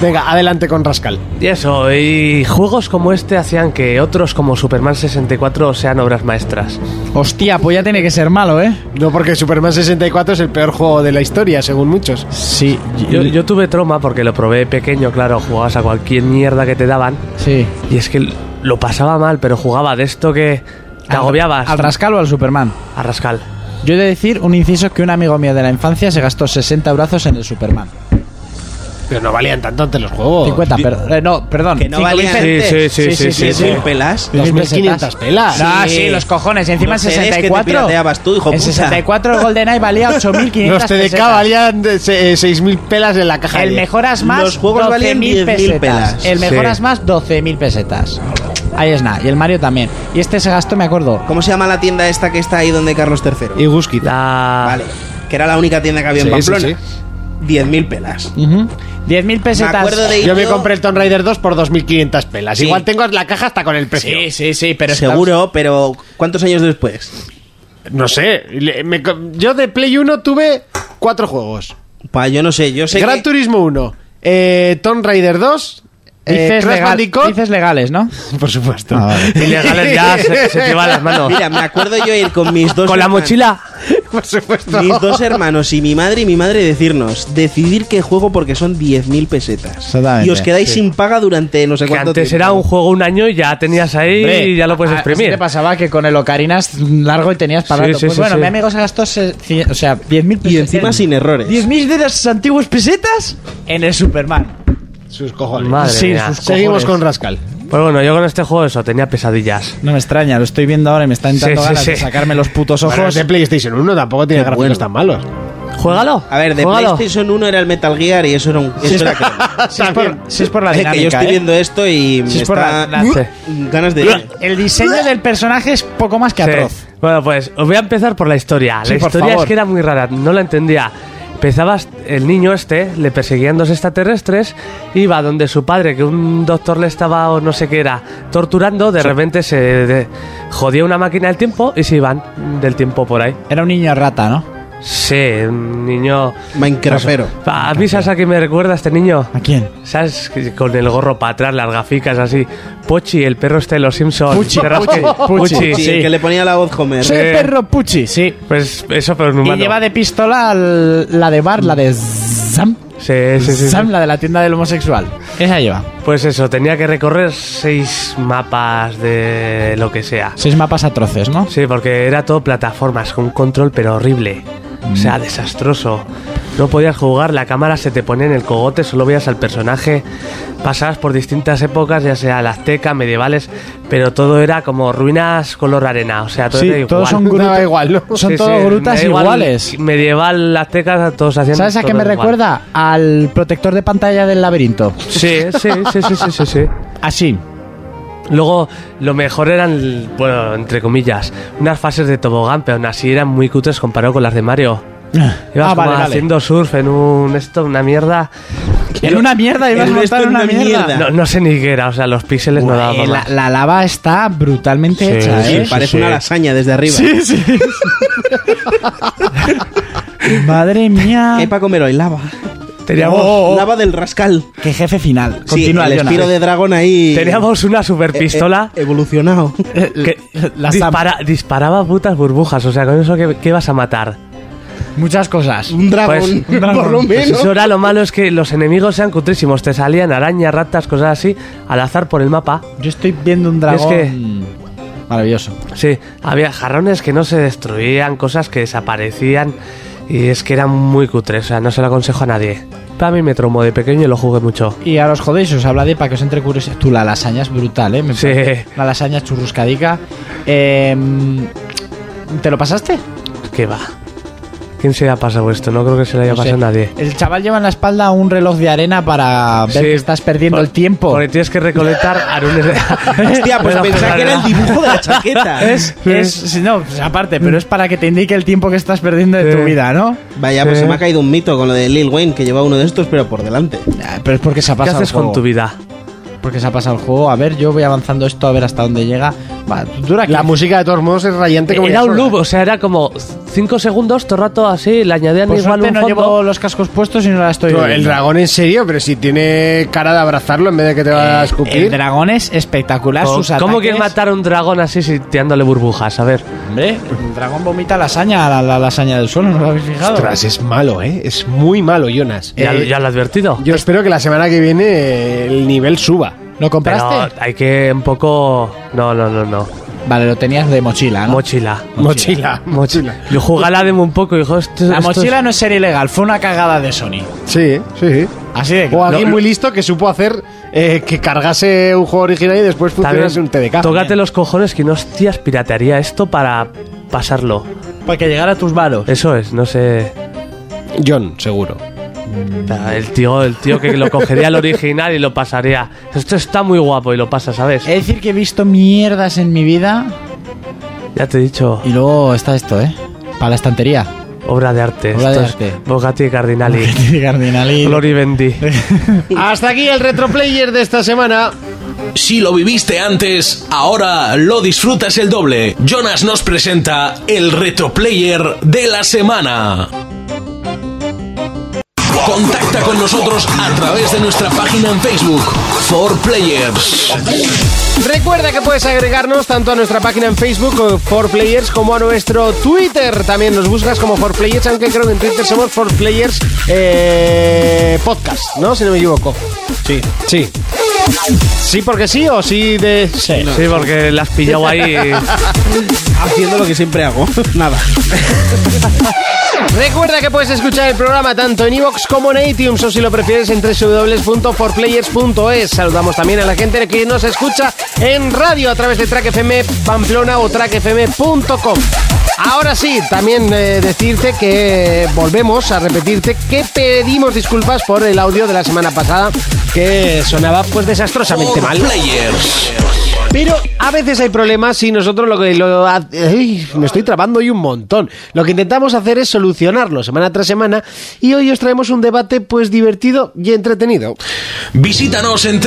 B: Venga, adelante con Rascal.
D: Y eso, y juegos como este hacían que otros como Superman 64 sean obras maestras.
E: Hostia, pues ya tiene que ser malo, ¿eh?
B: No, porque Superman 64 es el peor juego de la historia, según muchos.
E: Sí.
D: Yo, yo tuve trauma porque lo probé pequeño, claro, jugabas a cualquier mierda que te daban.
E: Sí.
D: Y es que lo pasaba mal, pero jugaba de esto que te agobiabas.
E: ¿Al Rascal o al Superman?
D: A Rascal.
E: Yo he de decir un inciso que un amigo mío de la infancia se gastó 60 brazos en el Superman.
B: Pero no valían tanto ante los juegos.
E: 50, perdón. eh, no, perdón.
F: Que no
E: Cinco
F: valían
E: mil
D: Sí,
F: antes.
D: sí, sí, sí, sí,
F: Si es
D: sí.
F: mil pelas.
B: 2.500 pelas.
E: No,
F: Sí.
E: sí. los cojones. Y encima en
F: Los CDs que te
E: 64.
F: pirateabas tú, hijo
E: en
F: puta.
E: 64 el GoldenEye valía 8.500
B: Los TDK
E: pesetas.
B: valían de se- eh, 6.000 pelas en la caja.
E: El
B: de-
E: mejoras más
F: Los juegos valían
E: 12.000
F: 10.000
E: pesetas.
F: pelas.
E: El
D: Sí.
E: mejoras más 12.000 pesetas. Ahí es nada. Y el Mario también. Y este se gastó, me acuerdo.
F: ¿Cómo se llama la tienda esta que está ahí donde Carlos III?
B: Y Guskita.
D: La-
F: Vale. Que era la única tienda que había en
B: Sí, sí,
F: Pamplona.
B: sí.
F: 10.000 pelas.
E: 10.000
F: Me
E: pesetas.
F: acuerdo de ir
B: Yo me compré el Tomb Raider 2 por 2.500 pelas.
F: Sí.
B: Igual tengo la caja hasta con el precio.
E: Sí, sí, sí, pero estás-
F: Seguro, pero ¿cuántos años después?
B: No sé. le- me co- yo de Play 1 tuve cuatro juegos.
F: Pa, yo no sé, yo sé
B: Gran
F: que-
B: Turismo 1, eh, Tomb Raider 2, eh,
E: Dices,
B: Crash
E: legal-
B: Bandicut,
E: dices (laughs) legales, ¿no?
B: por supuesto.
E: Ah,
F: (laughs)
D: Ilegales
B: (laughs)
D: ya se, se te van las manos.
F: Mira, me acuerdo yo ir con
D: (laughs)
F: mis dos
D: Con la
F: hermanos-
D: mochila.
B: por supuesto.
F: Mis dos hermanos y mi madre y mi madre decirnos decidir qué juego porque son 10.000 pesetas.
E: Exactamente.
F: Y os quedáis sin paga durante no sé
D: Que
F: cuánto
D: antes
F: tiempo.
D: era un juego un año y ya tenías ahí
E: Hombre,
D: y ya lo puedes
E: a- así
D: exprimir.
E: te pasaba que con el ocarinas largo y tenías para
D: Sí,
E: rato.
D: sí,
E: Pues
D: sí,
E: bueno,
D: sí.
E: mi amigo se gastó se- cien- o sea, 10.000 pesetas.
F: Y encima sin errores.
E: 10.000 de las antiguas pesetas en el Superman.
B: Sus cojones.
D: Madre
E: Sí,
D: mía.
E: sus
B: Seguimos
E: cojones.
B: con Rascal.
D: Pues bueno, yo con este juego eso, tenía pesadillas.
E: No me extraña, lo estoy viendo ahora y me está entrando
D: Sí, sí,
E: ganas de
D: sí.
E: sacarme los putos ojos.
B: Bueno, es de PlayStation 1 tampoco tiene
F: Qué
B: gráficos
F: bueno.
B: tan malos.
D: Juégalo.
F: A ver, de
D: juégalo.
F: PlayStation 1 era el Metal Gear y eso era un... Eso
E: (laughs)
F: era crema.
E: si, es por, si (laughs) es por la
F: Eh, (laughs) que yo
E: dinámica,
F: estoy
E: ¿eh?
F: viendo esto y me
E: Si es por
F: está
E: la- la-
F: ganas de...
E: El diseño del personaje es poco más que
D: Sí.
E: atroz.
D: Bueno, pues os voy a empezar por la historia.
E: Sí,
D: la
E: por
D: historia es
E: favor.
D: que era muy rara, no la entendía. Empezabas, el niño este, le perseguían dos extraterrestres, iba donde su padre, que un doctor le estaba o no sé qué era, torturando, de repente se de- jodía una máquina del tiempo y se iban del tiempo por ahí.
E: Era un niño rata, ¿no?
D: Sí, un niño...
F: Minecraftero.
D: A mí, ¿sabes a qué me recuerda este niño?
E: ¿A quién?
D: ¿Sabes? Que Con el gorro para atrás, las gaficas así. Pochi, el perro este de los Simpsons.
E: Puchi,
D: Perras
E: Puchi,
D: que-
E: Puchi,
D: Puchi,
F: Sí,
D: sí.
F: el que le ponía la voz Homer.
E: Soy
D: Eh.
E: el perro Puchi, sí.
D: Pues eso, pero en
E: Y
D: humano.
E: lleva de pistola al- la de Bart, la de Sam.
D: Sí, sí, sí, sí.
E: Sam, la de la tienda del homosexual. Esa lleva.
D: Pues eso, tenía que recorrer seis mapas de lo que sea.
E: Seis mapas atroces, ¿no?
D: Sí, porque era todo plataformas, con un control pero horrible. O
E: Mm.
D: sea, desastroso. No podías jugar, la cámara se te ponía en el cogote, solo veías al personaje. Pasabas por distintas épocas, ya sea las azteca, medievales, pero todo era como ruinas color arena. O sea, todo
E: Sí,
D: era igual.
E: todos son
B: Daba
E: grutas.
B: igual, ¿no?
E: Son
D: Sí,
E: todos
D: sí,
E: grutas
D: da igual,
E: iguales.
D: Medieval, las aztecas, todos hacían.
E: ¿Sabes a qué
D: todo
E: me
D: igual.
E: recuerda? Al protector de pantalla del laberinto.
D: Sí, sí, sí, sí, sí, sí, sí.
E: Así.
D: Luego, lo mejor eran, bueno, entre comillas, unas fases de tobogán, pero aún así eran muy cutres comparado con las de Mario. Ibas
E: Ah,
D: como
E: vale, vale.
D: haciendo surf en un esto, una mierda.
E: En una mierda, ibas
F: El
E: montado en
F: resto
E: una
F: en una
E: mierda.
F: mierda.
D: No, no sé ni qué era, o sea, los píxeles no daban
E: Eh,
D: para
E: la,
D: más.
E: la lava está brutalmente
D: Sí,
E: hecha,
D: sí,
E: ¿eh?
D: sí.
F: Parece una lasaña desde arriba.
E: (laughs) Madre mía.
F: ¿Qué hay para comer hoy? Lava.
D: Teníamos,
E: Oh, oh.
F: Lava del rascal.
E: Qué jefe final.
F: Sí,
E: Continúa,
F: el
E: Jonas.
F: espiro de dragón ahí...
D: teníamos una super
F: eh, eh,
D: pistola
F: evolucionado. (laughs)
D: que
E: (laughs) la
D: dispara- disparaba putas burbujas, o sea, con eso que, que ibas a matar.
E: Muchas cosas.
F: Un dragón,
E: (laughs)
D: Pues, un
F: por lo
D: Pues
F: menos.
D: eso era lo malo, es que los enemigos eran cutrísimos, te salían arañas, ratas, cosas así, al azar por el mapa.
E: Yo estoy viendo un dragón. Maravilloso.
D: Sí, había jarrones que no se destruían, cosas que desaparecían y es que eran muy cutres, o sea, no se lo aconsejo a nadie. Pero a mí me traumó de pequeño y lo jugué mucho.
E: Y a los jodéis os habla de para que os entre curiosidad. Tú, la lasaña es brutal, ¿eh? Me
D: Sí.
E: parece. La lasaña churruscadica. Eh, ¿Te lo pasaste?
D: ¿Qué va? ¿Quién se le ha pasado esto? No creo que se le haya
E: No sé.
D: pasado a nadie.
E: El chaval lleva en la espalda un reloj de arena para ver
D: Sí,
E: que estás perdiendo
D: por-
E: el tiempo.
D: Porque tienes que
E: (laughs)
D: recolectar arunes de...
F: Hostia, pues
D: de la
F: pensaba que era el
D: pasarela.
F: dibujo de la
E: pues, (laughs)
F: chaqueta.
D: (laughs)
E: Es, es- no, pues aparte, pero es para que te indique el tiempo que estás perdiendo de
D: Sí.
E: tu vida, ¿no?
F: Vaya, pues se me ha caído un mito con lo de Lil Wayne, que lleva uno de estos, pero por delante.
E: Nah, Pero es porque se ha
D: ¿Qué
E: pasado
D: haces
E: el juego.
D: con tu vida?
E: Porque se ha pasado el juego. A ver, yo voy avanzando esto a ver hasta dónde llega. Va, dura
B: La
E: que-
B: música de todos modos es rayante como
D: Eh, Era
B: ya
D: un
B: sola.
D: loop, o sea, era como 5 segundos, todo el rato así, le añadían
E: Por
D: igual
E: suerte
D: un
E: no llevo
D: fondo.
E: los cascos puestos y no la estoy
B: Pero el
E: oyendo.
B: dragón en serio, pero si tiene cara de abrazarlo en vez de que te va a
E: Eh, el
B: escupir.
E: dragón es espectacular.
D: ¿Cómo-
E: sus
D: ¿Cómo
E: ataques-
D: quieres matar a un dragón así si tirándole burbujas? A ver.
E: Hombre, el dragón vomita lasaña, la, la lasaña del suelo, ¿no lo habéis fijado?
B: Ostras, es malo, ¿eh? Es muy malo, Jonas.
D: Ya,
B: Eh,
D: ya lo he advertido.
B: Yo espero que la semana que viene eh, el nivel suba.
E: ¿Lo
D: Pero
E: compraste?
D: hay que un poco. No, no, no, no.
E: Vale, lo tenías de mochila, ¿no?
D: Mochila.
B: Mochila, mochila.
D: (laughs) Yo jugué a la demo un poco, hijo. Esto,
E: la
D: esto es-
E: mochila no es ser ilegal, fue una cagada de Sony.
B: Sí, sí.
E: Así de
B: O alguien
E: lo-
B: muy listo que supo hacer eh, que cargase un juego original y después
D: también-
B: funcionase un TDK.
D: Tócate los cojones que no hostias piratearía esto para pasarlo.
E: Para que llegara a tus manos.
D: Eso es, no sé.
B: John, seguro.
D: El tío, el tío que lo cogería al original y lo pasaría. Esto está muy guapo y lo pasa, ¿sabes?
E: Es decir, que he visto mierdas en mi vida.
D: Ya te he dicho,
E: Y luego está esto, ¿eh? Para la estantería. (laughs)
D: obra de arte.
E: Obra de
D: Esto es
E: arte.
D: Bogatti y Cardinali.
E: Cardinali.
D: Glory Bendy.
B: Hasta aquí el retroplayer de esta semana.
M: Si lo viviste antes, ahora lo disfrutas el doble. Jonas nos presenta el retroplayer de la semana. Contacta con nosotros a través de nuestra página en Facebook, For Players.
B: Recuerda que puedes agregarnos tanto a nuestra página en Facebook, 4Players, como a nuestro Twitter. También nos buscas como 4Players, aunque creo que en Twitter somos 4Players eh, Podcast, ¿no? Si no me equivoco. Sí. Sí. Sí, porque sí o sí de... Sí.
D: Sí, porque la has pillado (laughs) ahí.
F: Haciendo lo que siempre hago. (laughs) Nada.
B: Recuerda que puedes escuchar el programa tanto en iVoox como en iTunes o si lo prefieres en www.forplayers.es. Saludamos también a la gente que nos escucha en radio a través de Track FM Pamplona o trackfm.com. Ahora sí, también eh, decirte que volvemos a repetirte que pedimos disculpas por el audio de la semana pasada que sonaba pues desastrosamente
M: For
B: mal.
M: Players.
B: Pero a veces hay problemas y nosotros lo que lo- ay, me estoy trabando hoy un montón. Lo que intentamos hacer es solucionarlo semana tras semana y hoy os traemos un debate pues divertido y entretenido.
M: Visítanos en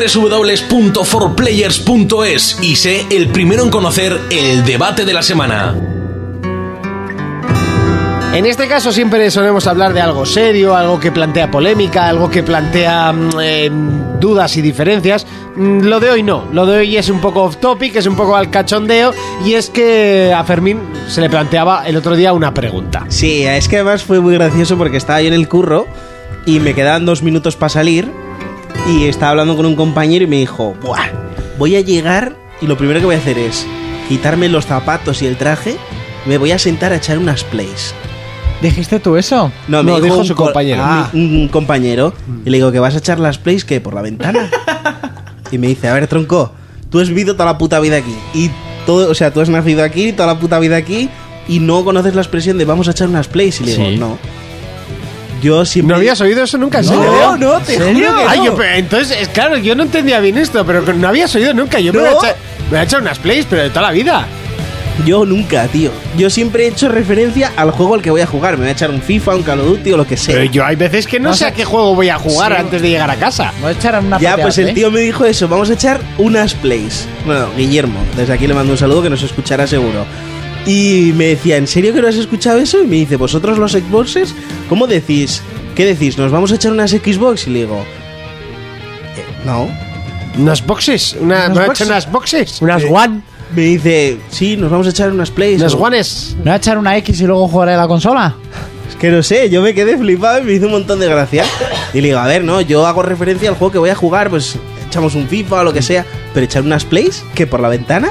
M: www.forplayers.es y sé el primero en conocer el debate de la semana.
B: En este caso siempre solemos hablar de algo serio, algo que plantea polémica, algo que plantea mm, eh, dudas y diferencias. Mm, Lo de hoy no, lo de hoy es un poco off topic, es un poco al cachondeo y es que a Fermín se le planteaba el otro día una pregunta.
F: Sí, es que además fue muy gracioso porque estaba yo en el curro y me quedaban dos minutos para salir y estaba hablando con un compañero y me dijo, Buah, voy a llegar y lo primero que voy a hacer es quitarme los zapatos y el traje, me voy a sentar a echar unas plays.
E: ¿Dijiste tú eso?
F: No, me
B: No, dijo
F: un
B: su
F: co-
B: compañero. Mm.
F: ah, Un, un compañero. Y le digo, ¿que vas a echar las plays que ¿Por
B: (laughs)
F: la ventana? y me dice, a ver, tronco, tú has vivido toda la puta vida aquí. Y todo, o sea, tú has nacido aquí, toda la puta vida aquí, y no conoces la expresión de vamos a echar unas plays. Y le digo,
E: Sí.
F: no. Yo siempre.
B: ¿No habías oído eso nunca? ¿En serio?
F: No, no, te juro que
B: Ay,
F: no.
B: yo, pero entonces, es- claro, yo no entendía bien esto, pero que no habías oído nunca. Yo me,
F: ¿No?
B: he hecho, me he hecho unas plays, pero de toda la vida.
F: Yo nunca, tío. Yo siempre he hecho referencia al juego al que voy a jugar. Me voy a echar un FIFA, un Call of Duty o lo que sea.
B: Pero yo hay veces que no
E: Vas
B: sé
E: a-
B: a qué juego voy a jugar antes de llegar a casa.
E: Voy a echar una
F: Ya,
E: pateada,
F: pues
E: ¿eh?
F: el tío me dijo eso, vamos a echar unas plays. Bueno, Guillermo, desde aquí le mando un saludo que nos escuchará seguro. Y me decía, ¿en serio que no has escuchado eso? Y me dice, ¿vosotros los Xboxes? ¿Cómo decís? ¿Qué decís? ¿Nos vamos a echar unas Xbox? Y le digo, "Eh, no.
B: Unas boxes. Una,
E: ¿Unas
B: ¿Me he hecho
E: boxes?
B: unas boxes?
D: Unas one.
F: Me dice, sí, nos vamos a echar unas plays.
B: Unas
F: O-
B: guanes.
E: ¿No voy a echar una X y luego jugaré a la consola? (laughs)
F: Es que no sé, yo me quedé flipado y me hizo un montón de gracia. Y le digo, a ver, no, yo hago referencia al juego que voy a jugar, pues echamos un FIFA o lo que sea, pero echar unas plays que por la ventana.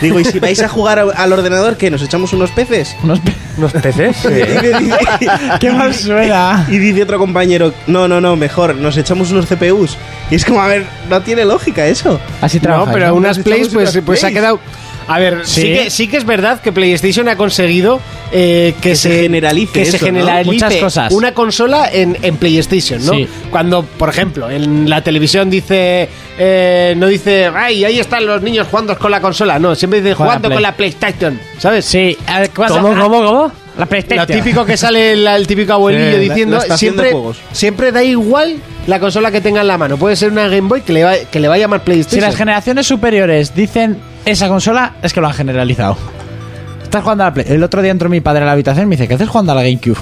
F: Digo, ¿y si vais a jugar a- al ordenador qué? ¿Nos echamos unos peces?
E: Unos pe-
D: ¿Unos peces?
F: Y me dice- (laughs)
E: Qué (laughs) mal suena.
F: Y dice otro compañero, no, no, no, mejor, nos echamos unos CPUs. Y es como, a ver, no tiene lógica eso.
E: Así
B: No,
E: trabaja.
B: pero unas
F: Estamos
B: plays
F: en
B: pues,
F: unas
B: pues se ha
F: plays.
B: quedado... A ver, sí,
E: Sí.
B: que, sí que es verdad que PlayStation ha conseguido eh, que,
F: se generalice
B: que se
F: eso, ¿no?
B: generalice
E: Muchas cosas.
B: una consola en, en PlayStation, ¿no?
E: Sí.
B: Cuando, por ejemplo, en la televisión dice... eh, no dice, ay, ahí están los niños jugando con la consola. No, siempre dice
E: Juega
B: jugando
E: Play.
B: con la PlayStation, ¿sabes?
E: Sí. a ver, ¿qué pasa? Ah,
D: ¿Cómo, cómo, cómo?
E: La
B: Lo
E: PlayStation.
B: típico que sale el, el típico abuelillo
D: Sí, la-
B: diciendo
F: la estación
B: siempre,
F: de juegos.
B: siempre da igual la consola que tenga en la mano. Puede ser una Game Boy que le va, que le va a llamar PlayStation.
E: Si las generaciones superiores dicen esa consola, es que lo han generalizado. Estás jugando a la Play. El otro día entró mi padre a la habitación y me dice, ¿qué haces jugando a la GameCube?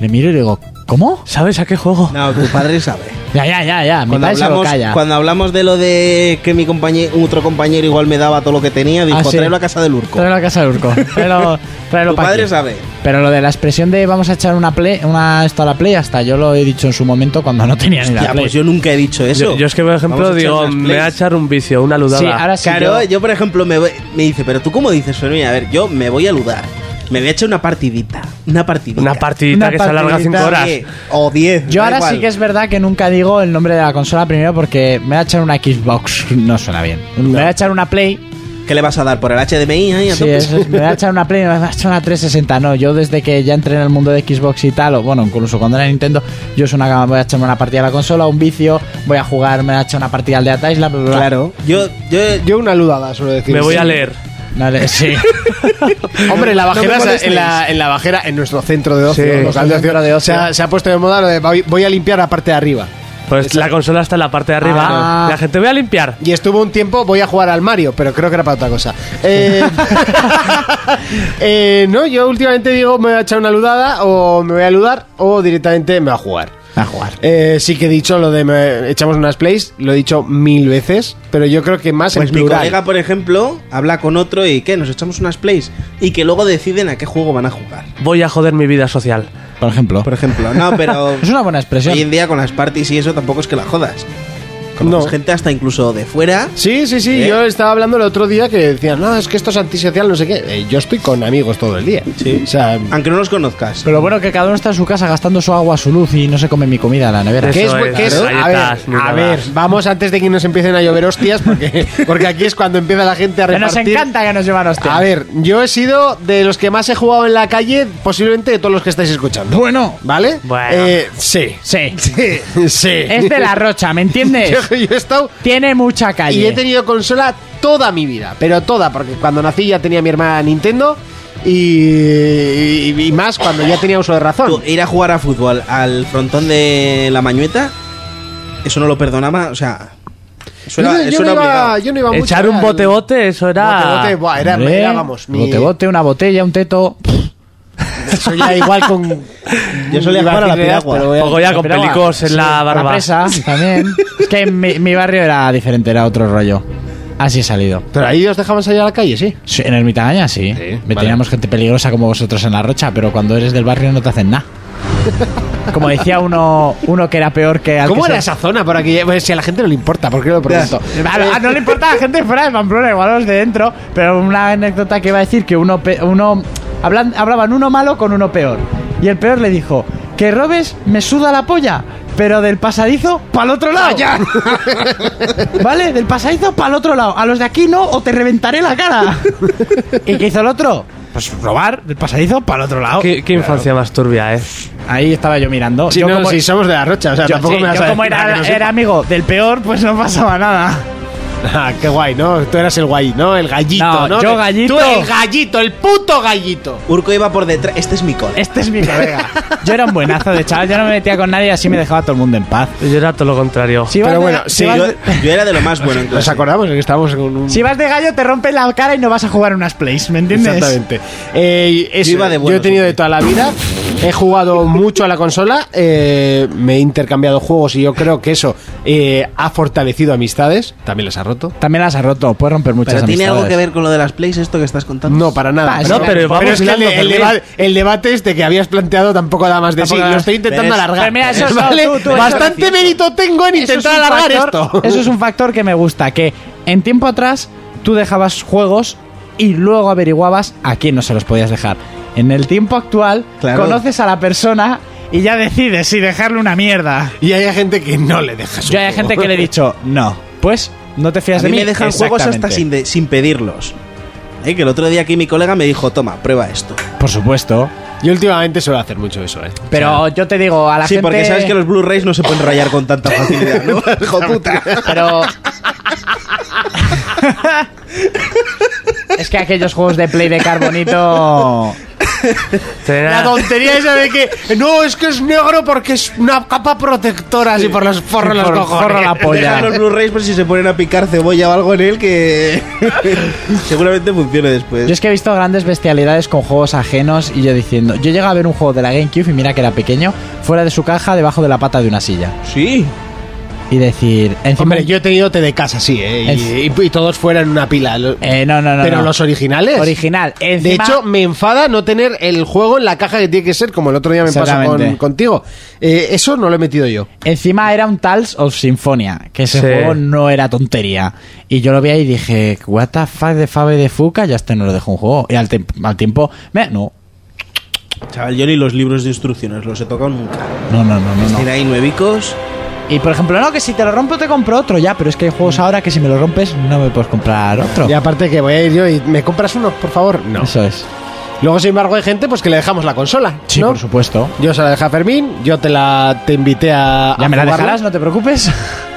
E: Le miro y le digo, ¿cómo?
D: ¿Sabes a qué juego?
F: No, tu padre (laughs) sabe.
E: Ya, ya, ya, ya. Mi
F: Cuando
E: padre se lo
F: hablamos,
E: calla.
F: cuando hablamos de lo de que mi compañero, otro compañero igual me daba todo lo que tenía, dijo,
E: Ah, sí.
F: tráelo a casa del Urco.
E: Tráelo a casa del Urco. Tráelo, tráelo
F: Tu
E: pa'
F: padre
E: aquí.
F: sabe.
E: Pero lo de la expresión de vamos a echar una play, una esto a la play, hasta yo lo he dicho en su momento cuando no tenía ni la
F: Ya,
E: play.
F: pues yo nunca he dicho eso.
D: Yo, yo es que, por
F: Vamos
D: ejemplo,
F: a echar
D: digo,
F: unas
D: me voy
F: plays. Ah,
D: a echar un vicio, una ludada.
E: sí, ahora sí.
F: Claro,
E: yo-
F: yo, por ejemplo me, voy- me dice, pero tú cómo dices, Fermín, a ver, yo me voy a ludar. Me voy a echar una partidita. Una partidita.
D: Una partidita
E: Una
D: que se alarga
E: partidita
D: 5 horas.
F: Oye, O diez.
E: Yo
F: da
E: ahora
F: igual.
E: sí que es verdad que nunca digo el nombre de la consola primero porque me voy a echar una Xbox, no suena bien. Me voy a echar una Play,
F: ¿Qué le vas a dar? ¿Por el HDMI? ahí, a
E: sí,
F: tope?
E: eso es, me voy a echar una Play, me voy a echar una 360. No, yo desde que ya entré en el mundo de Xbox y tal, o bueno, incluso cuando era Nintendo, yo es una voy a echarme una partida a la consola, un vicio, voy a jugar, me voy a echar una partida al de Ataisla, bla, bla, bla.
F: Claro. Yo, yo,
B: Yo una ludada, suelo decir.
D: Me voy a leer.
E: Vale, sí.
B: Hombre, la
F: No me
B: bajera, se-
F: molestéis.
B: en, la, en la bajera, en nuestro centro de ocio,
D: Sí.
B: local de ocio, Se, ha, se ha puesto de moda lo de voy, voy a limpiar la parte de arriba.
D: Pues la consola está en la parte de arriba.
E: Ah.
D: La gente voy a limpiar.
B: Y estuvo un tiempo, voy a jugar al Mario, pero creo que era para otra cosa. Eh, eh, no, yo últimamente digo, me voy a echar una ludada, o me voy a ludar, o directamente me voy a jugar.
E: A jugar.
B: Eh, sí que he dicho lo de me- echamos unas plays, lo he dicho mil veces, pero yo creo que más
F: pues
B: en
F: mi
B: plural.
F: colega, por ejemplo, habla con otro y ¿qué? Nos echamos unas plays. Y que luego deciden a qué juego van a jugar.
D: Voy a joder mi vida social.
E: Por ejemplo.
F: Por ejemplo.
E: (laughs)
F: No, pero
E: Es una buena expresión.
F: hoy en día con las parties y eso tampoco es que la jodas. Con
B: No.
F: gente hasta incluso de fuera.
B: Sí, sí, sí,
F: ¿Eh?
B: yo estaba hablando el otro día que decían, no, es que esto es antisocial, no sé qué. Eh, yo estoy con amigos todo el día.
F: Sí.
B: O sea,
F: Aunque no los conozcas.
E: Pero lo bueno que cada uno está en su casa gastando su agua, su luz y no se come mi comida en la nevera.
D: Eso
B: ¿qué es,
D: es,
B: qué es- a ver,
D: galletas, ni
B: a
D: nada.
B: ver, vamos antes de que nos empiecen a llover hostias,
D: (laughs)
B: porque, porque aquí es cuando empieza la gente a
E: Que nos
B: repartir.
E: encanta que nos llevan hostias.
B: A ver, yo he sido de los que más he jugado en la calle, posiblemente de todos los que estáis escuchando.
E: Bueno.
B: ¿Vale?
D: Bueno.
B: Eh,
D: (laughs)
B: sí.
E: Sí.
B: Sí. sí.
E: Es de la rocha, ¿me
B: (laughs)
E: entiendes?
B: Yo- yo he estado
E: Tiene mucha calle.
B: Y he tenido consola toda mi vida, pero toda, porque cuando nací ya tenía mi hermana Nintendo y, y- y más cuando ya tenía uso de
F: Tú,
B: razón.
F: ir a jugar a fútbol al frontón de la mañueta, eso no lo perdonaba. O sea, eso era,
B: yo,
F: eso
B: no
F: era
B: iba,
F: obligado.
B: yo no iba mucho.
D: Echar un
B: al-
D: bote-bote, eso era.
B: Bote, bote, buah, era,
E: Hombre,
B: era, vamos, mi-
E: Bote, bote, una botella, un teto.
B: Eso ya igual con.
F: (laughs) Yo solía
B: iba
F: jugar a la
B: decir edad,
F: piragua.
B: pero voy a-
D: Poco ya con
E: Pero,
D: pelicos en
E: sí,
D: la
E: La
D: barba. (laughs)
E: presa también. es que mi, mi barrio era diferente, era otro rollo. Así he salido.
B: Pero ahí os dejaban salir a la calle, sí.
E: Sí, En Ermitaña sí.
B: Sí,
E: Me Teníamos gente peligrosa como vosotros en la rocha, pero cuando eres del barrio no te hacen nada. Como decía uno, uno que era peor que al
B: ¿Cómo
E: que
B: era
E: se-
B: esa zona por aquí? Pues si a la gente no le importa, ¿por qué lo pregunto? Eh,
E: Claro, ah, no le importa a la gente fuera de Pamplona, igual a los de dentro. Pero una anécdota que iba a decir que uno. pe- uno hablan, hablaban uno malo con uno peor. Y el peor le dijo: Que robes me suda la polla, pero del pasadizo para el otro
B: Ah,
E: lado. (laughs) ¿Vale? Del pasadizo para el otro lado. A los de aquí no, o te reventaré la cara. ¿Y qué hizo el otro? Pues robar del pasadizo para el otro lado.
D: Qué, qué infancia más turbia, eh.
E: Ahí estaba yo mirando.
B: Si
E: yo
B: no,
E: como,
B: si somos de la rocha, o sea,
E: yo-
B: tampoco
E: sí,
B: me vas
E: yo
B: a
E: como
B: decir
E: era-
B: nada que no
E: era amigo del peor, pues no pasaba nada.
B: Ah, qué guay, ¿no? Tú eras el guay, ¿no? El gallito,
E: No,
B: ¿no?
E: yo
B: Que-
E: gallito.
B: Tú el gallito, el puto gallito.
F: Urco iba por detrás. Este es mi cola.
B: Eh,
E: Este es mi colega. Yo era un buenazo de chaval, yo no me metía con nadie, así me dejaba todo el mundo en paz.
D: Yo era todo lo contrario.
E: Si vas
B: Pero
E: de-
B: bueno,
E: si
B: sí,
E: vas
F: yo,
E: de-
F: yo era de lo más bueno en
B: Nos
F: clase.
B: acordamos de que estábamos con un...
E: si vas de gallo, te rompen la cara y no vas a jugar unas plays, ¿me entiendes?
B: Exactamente. Eh, eso,
F: Yo iba de buenos,
B: he tenido
F: sí.
B: de toda la vida. He jugado mucho a la consola. eh, me he intercambiado juegos y yo creo que eso eh, ha fortalecido amistades. También las ha roto.
E: También las has roto, puedes romper muchas
F: Pero tiene
E: amistades.
F: algo que ver con lo de las plays esto que estás contando.
B: No, para nada.
E: Ah, no,
D: pero vamos
B: es que el,
D: hilando,
B: el
D: Fermín.
B: deba- el debate este que habías planteado tampoco da más de sí.
E: Tampoco da
B: Lo
E: más.
B: estoy intentando
F: Pero es-
B: alargar.
E: pero
B: (laughs)
E: mira, eso es-
B: ¿Vale?
E: tú- tú-
B: Bastante mérito tengo en
E: Eso es
B: intentar
E: un
B: alargar
E: factor-
B: esto.
E: Eso es un factor que me gusta, que en tiempo atrás tú dejabas juegos y luego averiguabas a quién no se los podías dejar. En el tiempo actual,
F: Claro.
E: conoces a la persona y ya decides si dejarle una mierda.
B: (laughs) Y hay gente que no le deja su
E: Yo hay gente que le he dicho, no, pues no te
F: A
E: fías
F: mí
E: de mí.
F: me dejan juegos hasta
E: Exactamente.
F: sin, de- sin pedirlos. Eh, que el otro día aquí mi colega me dijo, toma, prueba esto.
E: Por supuesto.
B: Yo últimamente suelo hacer mucho eso, ¿eh?
E: Pero yo te digo, a la
F: sí,
E: gente...
F: porque sabes que los Blu-rays no se pueden rayar con tanta facilidad, ¿no? Hijo puta. (laughs)
E: Pero... es que aquellos juegos de Play de Carbonito...
B: La
D: Será-
B: tontería esa de que no, es que es negro porque es una capa protectora así por los forros los
E: Por-
B: cojones.
E: forro la
F: Dejan
E: polla.
F: los Blu-rays por si se ponen a picar cebolla o algo en él que (laughs) seguramente funcione después.
E: Yo es que he visto grandes bestialidades con juegos ajenos y yo diciendo, yo llego a ver un juego de la GameCube y mira que era pequeño, fuera de su caja, debajo de la pata de una silla.
F: Sí.
E: Y decir, encima...
B: Hombre, yo he tenido té de casa, sí, ¿eh? Y, y- y todos fuera en una pila. Lo-
E: Eh, no, no, no.
B: Pero
E: no.
B: los originales.
E: Original.
B: de
E: Encima-
B: hecho, me enfada no tener el juego en la caja que tiene que ser, como el otro día me pasó con,
E: Exactamente.
B: contigo. Eh, eso no lo he metido yo.
E: Encima era un Tales of Symphonia, que ese
D: Sí.
E: juego no era tontería. Y yo lo vi ahí y dije, what the fuck de Fabe de Fuca, ya este no lo dejó un juego. Y al, tem- al tiempo, me- no,
F: Chaval, yo ni los libros de instrucciones los he tocado nunca.
E: no, no, no, no, no.
F: Tiene ahí nuevicos.
E: Y por ejemplo, no, que si te lo rompo te compro otro ya, pero es que hay juegos ahora que si me lo rompes no me puedes comprar otro.
B: Y aparte que voy a ir yo y me compras uno, por favor. No.
E: Eso es.
B: Luego, sin embargo, hay gente pues que le dejamos la consola.
E: Sí,
B: ¿no?
E: por supuesto.
B: Yo se la dejé a Fermín, yo te la te invité a.
E: Ya
B: a
E: me la
B: jugarla.
E: dejarás, no te preocupes.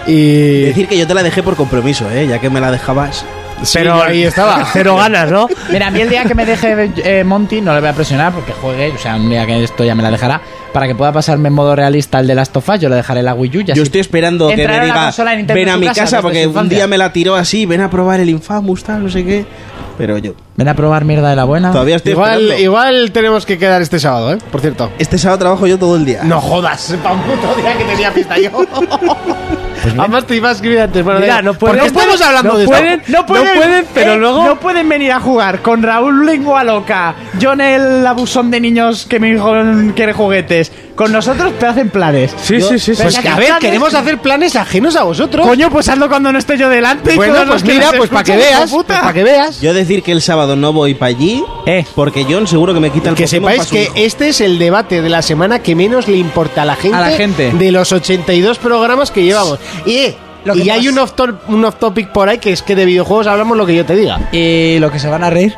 B: Y.
F: Decir que yo te la dejé por compromiso, ¿eh? Ya que me la dejabas.
B: Sí,
D: Pero
B: ahí
E: (laughs)
B: estaba.
D: Cero ganas, ¿no?
E: Mira, a mí el día que me deje eh, Monty no le voy a presionar porque juegue, o sea, un día que esto ya me la dejará. Para que pueda pasarme en modo realista el de Last of Us, yo le dejaré la Wii U. ya
F: yo
E: sí.
F: estoy esperando que
E: Entrar a
F: me
E: la
F: diga,
E: consola de Nintendo
F: ven
E: en
F: a
E: tu
F: mi
E: casa
F: casa,
E: desde
F: porque
E: su
F: un
E: infancia.
F: día me la tiró así, ven a probar el Infamous, tal, no sé qué. Pero yo
E: Ven a probar mierda de la buena.
F: todavía estoy
B: Igual,
F: esperando.
B: igual tenemos que quedar este sábado, ¿eh? Por cierto.
F: Este sábado trabajo yo todo el día.
B: No jodas, pa' un puto día que tenía fiesta
E: (laughs)
B: yo. Además te iba a escribir antes. Bueno,
D: Mira,
B: da igual.
D: no pueden-
B: ¿Por qué estamos hablando
D: no
B: de
D: pueden-
B: esto?
D: no pueden- pero luego-
E: eh, No pueden venir a jugar con Raúl Lengua Loca, John el abusón de niños que mi hijo quiere juguetes. Con nosotros te hacen planes.
D: Sí, sí, sí, sí.
B: Pues que, a ver, queremos hacer planes ajenos a vosotros.
E: Coño, pues hazlo cuando no esté yo delante.
B: bueno, pues mira, pues para que veas, pues para que veas.
F: Yo decir que el sábado no voy para allí,
E: Eh.
F: porque John seguro que me quita el
B: Que
F: Pokémon
B: sepáis
F: pa' su
B: que
F: hijo.
B: este es el debate de la semana que menos le importa a la gente,
E: A la gente.
B: de los 82 programas que llevamos. Y, eh,
E: Lo que
B: y hay
E: más-
B: un off-topic por ahí que es que de videojuegos hablamos lo que yo te diga.
E: Y lo que se van a reír.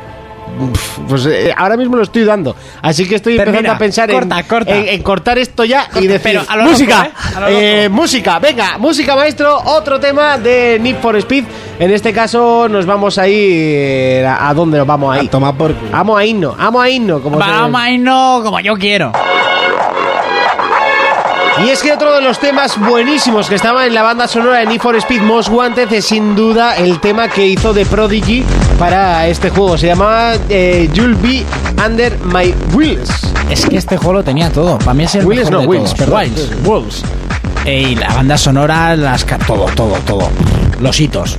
B: Pues eh, ahora mismo lo estoy dando. Así que estoy
E: Termina,
B: empezando a pensar en-
E: corta, corta.
B: En, en cortar esto ya y decir
E: pero a lo loco,
B: música,
E: ¿eh? A lo loco.
B: Eh, música, venga, música maestro, otro tema de Need for Speed. En este caso nos vamos a ir eh, a, a dónde nos vamos a ir.
F: Toma por culo.
B: Amo a himno, amo a himno, como se-
E: Vamos y no, como yo quiero.
B: Y es que otro de los temas buenísimos que estaba en la banda sonora de Need for Speed Most Wanted es sin duda el tema que hizo de Prodigy para este juego. Se llamaba eh, You'll Be Under My Wheels.
E: Es que este juego lo tenía todo. Para mí es el
B: Willis,
E: mejor
B: no,
E: de
B: Wills,
E: todos.
B: perdón.
E: Wills, Wolves. Y la banda sonora, las ca- todo, todo, todo. Los hitos.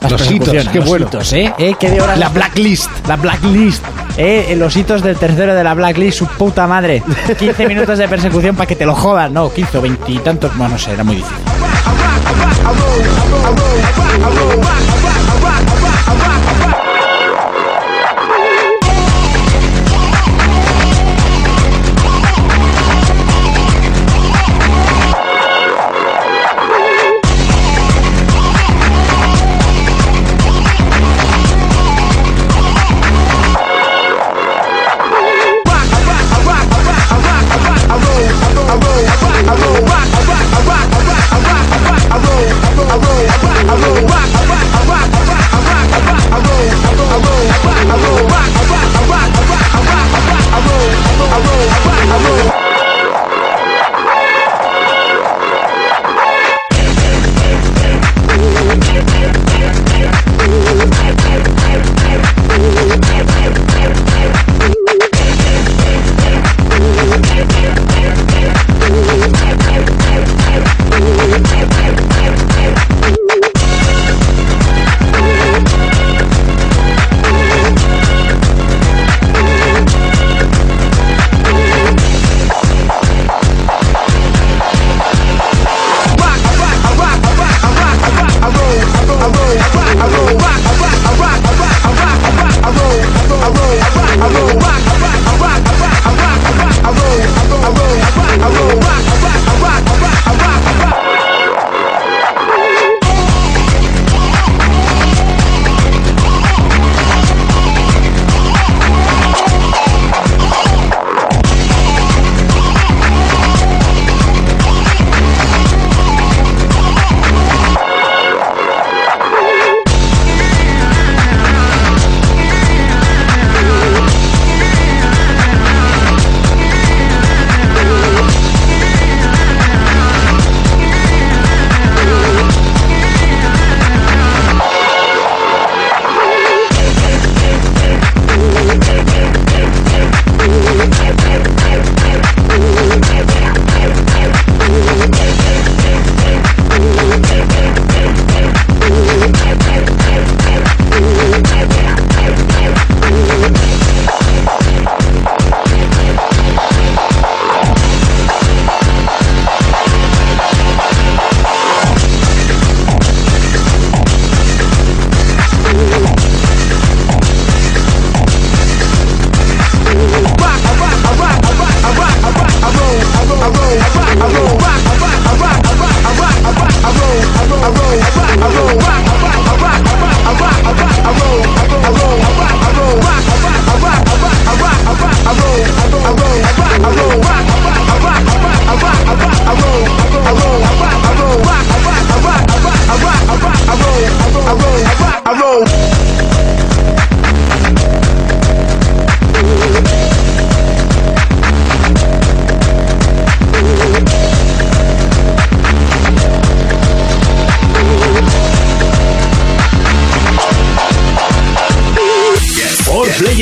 E: Las
B: Los hitos,
E: persecuciones,
B: qué
E: los
B: bueno.
E: hitos, ¿eh? ¿Eh? ¿Qué de horas?
B: La blacklist.
E: La blacklist. ¿Eh? Los hitos del tercero de la blacklist, su puta madre. 15 minutos de persecución para que te lo jodan. No, 15 o 20 y tantos. Bueno, no sé, era muy difícil.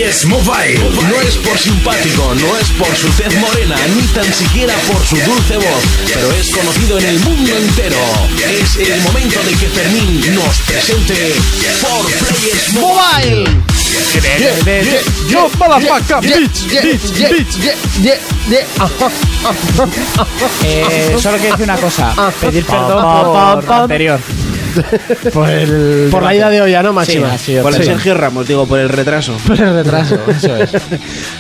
M: es por simpático, no es por su tez morena, ni tan siquiera por su dulce voz, pero es conocido en el mundo entero. Es el momento de que Fermín nos presente For Players Mobile.
D: Pues
G: Yo, motherfucker, bitch, bitch, bitch.
E: Eh, solo quiero decir una cosa. Pedir
G: pa, pa,
E: perdón por lo
G: pa.
E: anterior. Por el...
G: Por la ida de olla, ¿no,
E: Sí,
G: Máxima?
E: ha sido
F: Por el
E: sí.
F: Sergio Ramos, digo, por el retraso.
E: Por el retraso, eso es.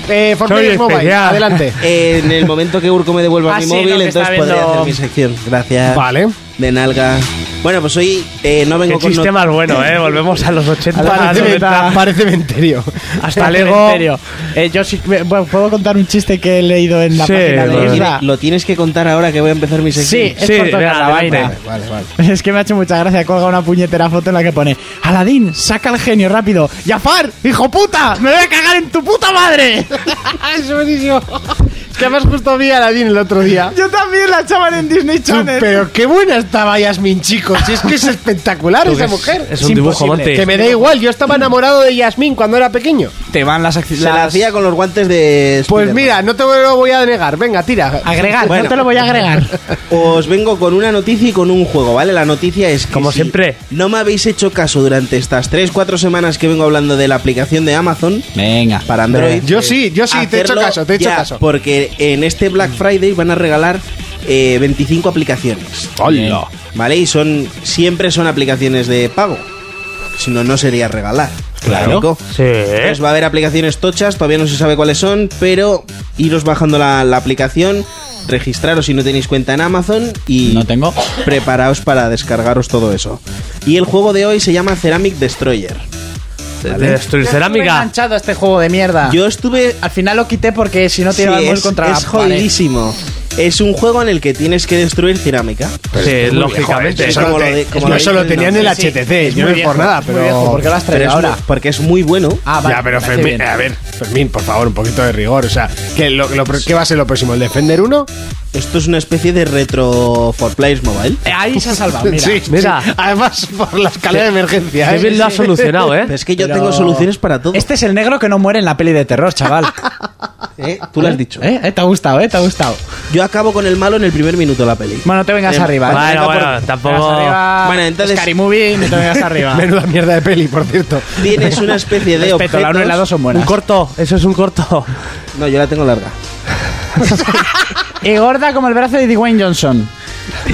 G: Eh, For
D: Soy
G: Players Mobile,
D: especial.
G: adelante.
F: Eh, en el momento que Urco me devuelva
E: Ah,
F: mi
E: sí,
F: móvil,
E: no, que está
F: entonces podré
E: viendo-
F: hacer mi sección. Gracias.
G: (laughs) Vale.
F: De nalga. Bueno, pues hoy eh, no vengo
D: Qué
F: con.
D: chiste
F: no-
D: más bueno, ¿eh? Volvemos a los 80, a los
G: Parece,
D: 90.
G: men- parece (laughs) menterio.
D: Hasta
E: En
D: luego.
E: serio. Eh, yo sí... me- bueno, ¿Puedo contar un chiste que he leído en la
D: Sí,
E: página de
F: Lo
D: bueno.
F: tienes-
E: Isra?
F: Lo tienes que contar ahora que voy a empezar mi sección.
E: Sí, es
D: Sí,
E: por tocar
D: venga,
E: la
D: adelante.
E: vaina. (laughs) Es que me ha hecho mucha gracia. Colga una puñetera foto en la que pone: Aladín, saca al genio rápido. ¡Jafar, hijo puta! ¡Me voy a cagar en tu puta madre!
G: es Ah, buenísimo. Es que además justo vi a Aladdin el otro día.
E: Yo también la echaban en Disney
G: Tú, pero qué buena estaba Yasmin, chicos. Es que es espectacular esa mujer.
D: Es un dibujo,
E: imposible. Mm.
D: Monty.
G: Que me da igual, yo estaba enamorado de Yasmin cuando era pequeño.
E: Te van las
F: Se la
E: acciones.
F: hacía con los guantes de.
G: Pues
F: Spiderman.
G: mira, no te lo voy a negar. Venga, tira.
E: Agregar,
F: Bueno.
E: no te lo voy a
F: (laughs)
E: agregar.
F: Os vengo con una noticia y con un juego, ¿vale? La noticia es que
D: Como
F: si
D: siempre.
F: No me habéis hecho caso durante estas 3-4 semanas que vengo hablando de la aplicación de Amazon
E: Venga.
F: para Android.
G: Yo sí, yo sí, te he hecho
F: Hacerlo
G: caso, te he hecho
F: ya,
G: caso.
F: Porque en este Black Friday van a regalar eh, 25 aplicaciones.
E: Hola.
F: ¿Vale? Y son. Siempre son aplicaciones de pago. Si no, no sería regalar.
E: Claro.
F: Lógico.
D: Sí.
F: Entonces va a haber aplicaciones tochas, todavía no se sabe cuáles son, pero iros bajando la, la aplicación, registraros si no tenéis cuenta en Amazon y
E: No tengo.
F: preparaos para descargaros todo eso. Y el juego de hoy se llama Ceramic Destroyer.
D: De destruir cerámica.
E: enganchado a este juego de mierda.
F: Yo estuve...
E: Al final lo quité porque si no
F: sí,
E: te iba
F: es,
E: contra
F: es
E: la pared.
F: jodidísimo. Es un juego en el que tienes que destruir cerámica.
D: Sí, lógicamente.
F: eso- como lo de- como
G: yo
F: lo
G: eso
F: de-
G: lo tenía en el
F: no,
E: sí, sí.
G: HTC,
E: Es
G: no
E: muy
G: es por
E: viejo,
G: nada,
E: es muy
G: pero.
E: viejo, ¿por qué lo has
F: Pero
E: traído
F: es
E: ahora?
F: muy- porque es muy bueno.
E: Ah, vale,
G: ya, pero
E: me parece
G: Fermín,
E: bien.
G: a ver, Fermín, por favor, un poquito de rigor. O sea, ¿qué, lo, lo- ¿qué va a ser lo próximo? ¿El Defender 1?
F: Esto es una especie de retro for players mobile.
E: Eh, Ahí se ha salvado, mira.
G: sí,
D: mira.
G: sí. Además, por la escalera de emergencia. ¿eh?
D: Qué bien lo ha solucionado,
F: Pero
D: ¿eh?
F: es que yo
E: Pero-
F: tengo soluciones para todo.
E: Este es el negro que no muere en la peli de terror, chaval.
F: ¿eh? Tú lo has (laughs) dicho.
E: ¿Eh? ¿Eh? Te ha gustado, ¿eh? Te ha gustado.
F: Yo acabo con el malo en el primer minuto de la peli.
E: Bueno, te vengas
F: Eh,
E: arriba.
D: bueno,
E: te vengas
D: bueno,
E: por-
D: tampoco-
E: te vengas arriba,
F: Bueno, entonces-
E: Scary Movie, no te vengas arriba.
G: (laughs) Menuda mierda de peli, por cierto.
F: Tienes una especie de
E: Respeto, la 1 y la 2
F: objetos.
E: son
D: Un
E: buenas.
D: corto, eso es un corto.
F: No, yo la tengo larga.
E: Y gorda como el brazo de Dwayne Johnson.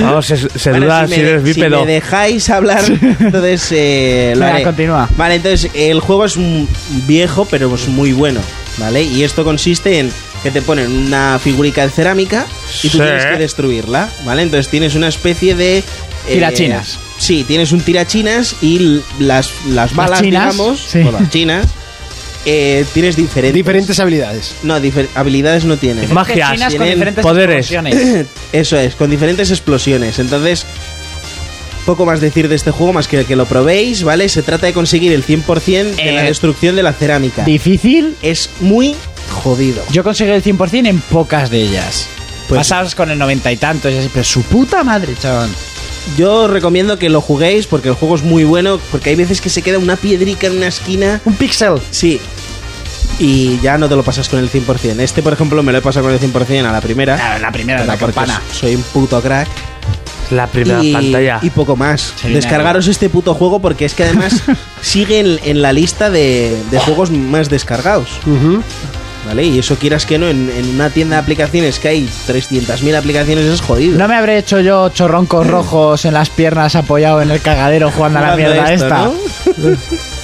D: Vamos, se, se
F: Bueno,
D: duda
F: si
D: si
F: me de-
D: eres
F: si
D: bípedo.
F: me dejáis
D: (laughs)
F: hablar, entonces eh, lo
E: Venga,
F: haré.
E: continúa.
F: Vale, entonces el juego es un viejo, pero es muy bueno, ¿vale? Y esto consiste en que te ponen una figurica de cerámica y tú
D: Sí.
F: tienes que destruirla, ¿vale? Entonces tienes una especie de... eh,
E: Tirachinas.
F: Sí, tienes un tirachinas y l- las, las balas,
E: chinas,
F: digamos,
E: sí.
F: o las chinas, eh, tienes
G: (laughs)
F: diferentes...
G: Diferentes habilidades.
F: No, difer- habilidades no tienes.
D: Magias,
E: Chinas con
F: tienen
E: diferentes
D: poderes.
E: explosiones.
F: (clears throat) Eso es, con diferentes explosiones. Entonces, poco más decir de este juego más que que lo probéis, ¿vale? Se trata de conseguir el 100% de la
E: Eh,
F: destrucción de la cerámica.
E: Difícil.
F: Es muy jodido.
E: Yo conseguí el 100% en pocas de ellas.
F: Pues-
E: Pasabas con el noventa y tantos y así, pero su puta madre, chaval.
F: Yo os recomiendo que lo juguéis porque el juego es muy bueno, porque hay veces que se queda una piedrica en una esquina.
E: Un pixel.
F: Sí. Y ya no te lo pasas con el 100%. Este, por ejemplo, me lo he pasado con el 100% a la primera.
E: Claro, la primera de
F: Porque
E: la campana.
F: Soy un puto crack.
D: La primera
F: y,
D: pantalla.
F: y poco más.
E: Sería
F: Descargaros este puto juego porque es
E: (laughs)
F: que además sigue en, en la lista de, de juegos más descargados. ¿Vale? Y eso quieras que no, en, en una tienda de aplicaciones que hay 300.000 aplicaciones es jodido.
E: No me habré hecho yo chorroncos rojos en las piernas apoyado en el cagadero jugando a la
F: Jugando
E: mierda
F: esto,
E: esta.
F: ¿no?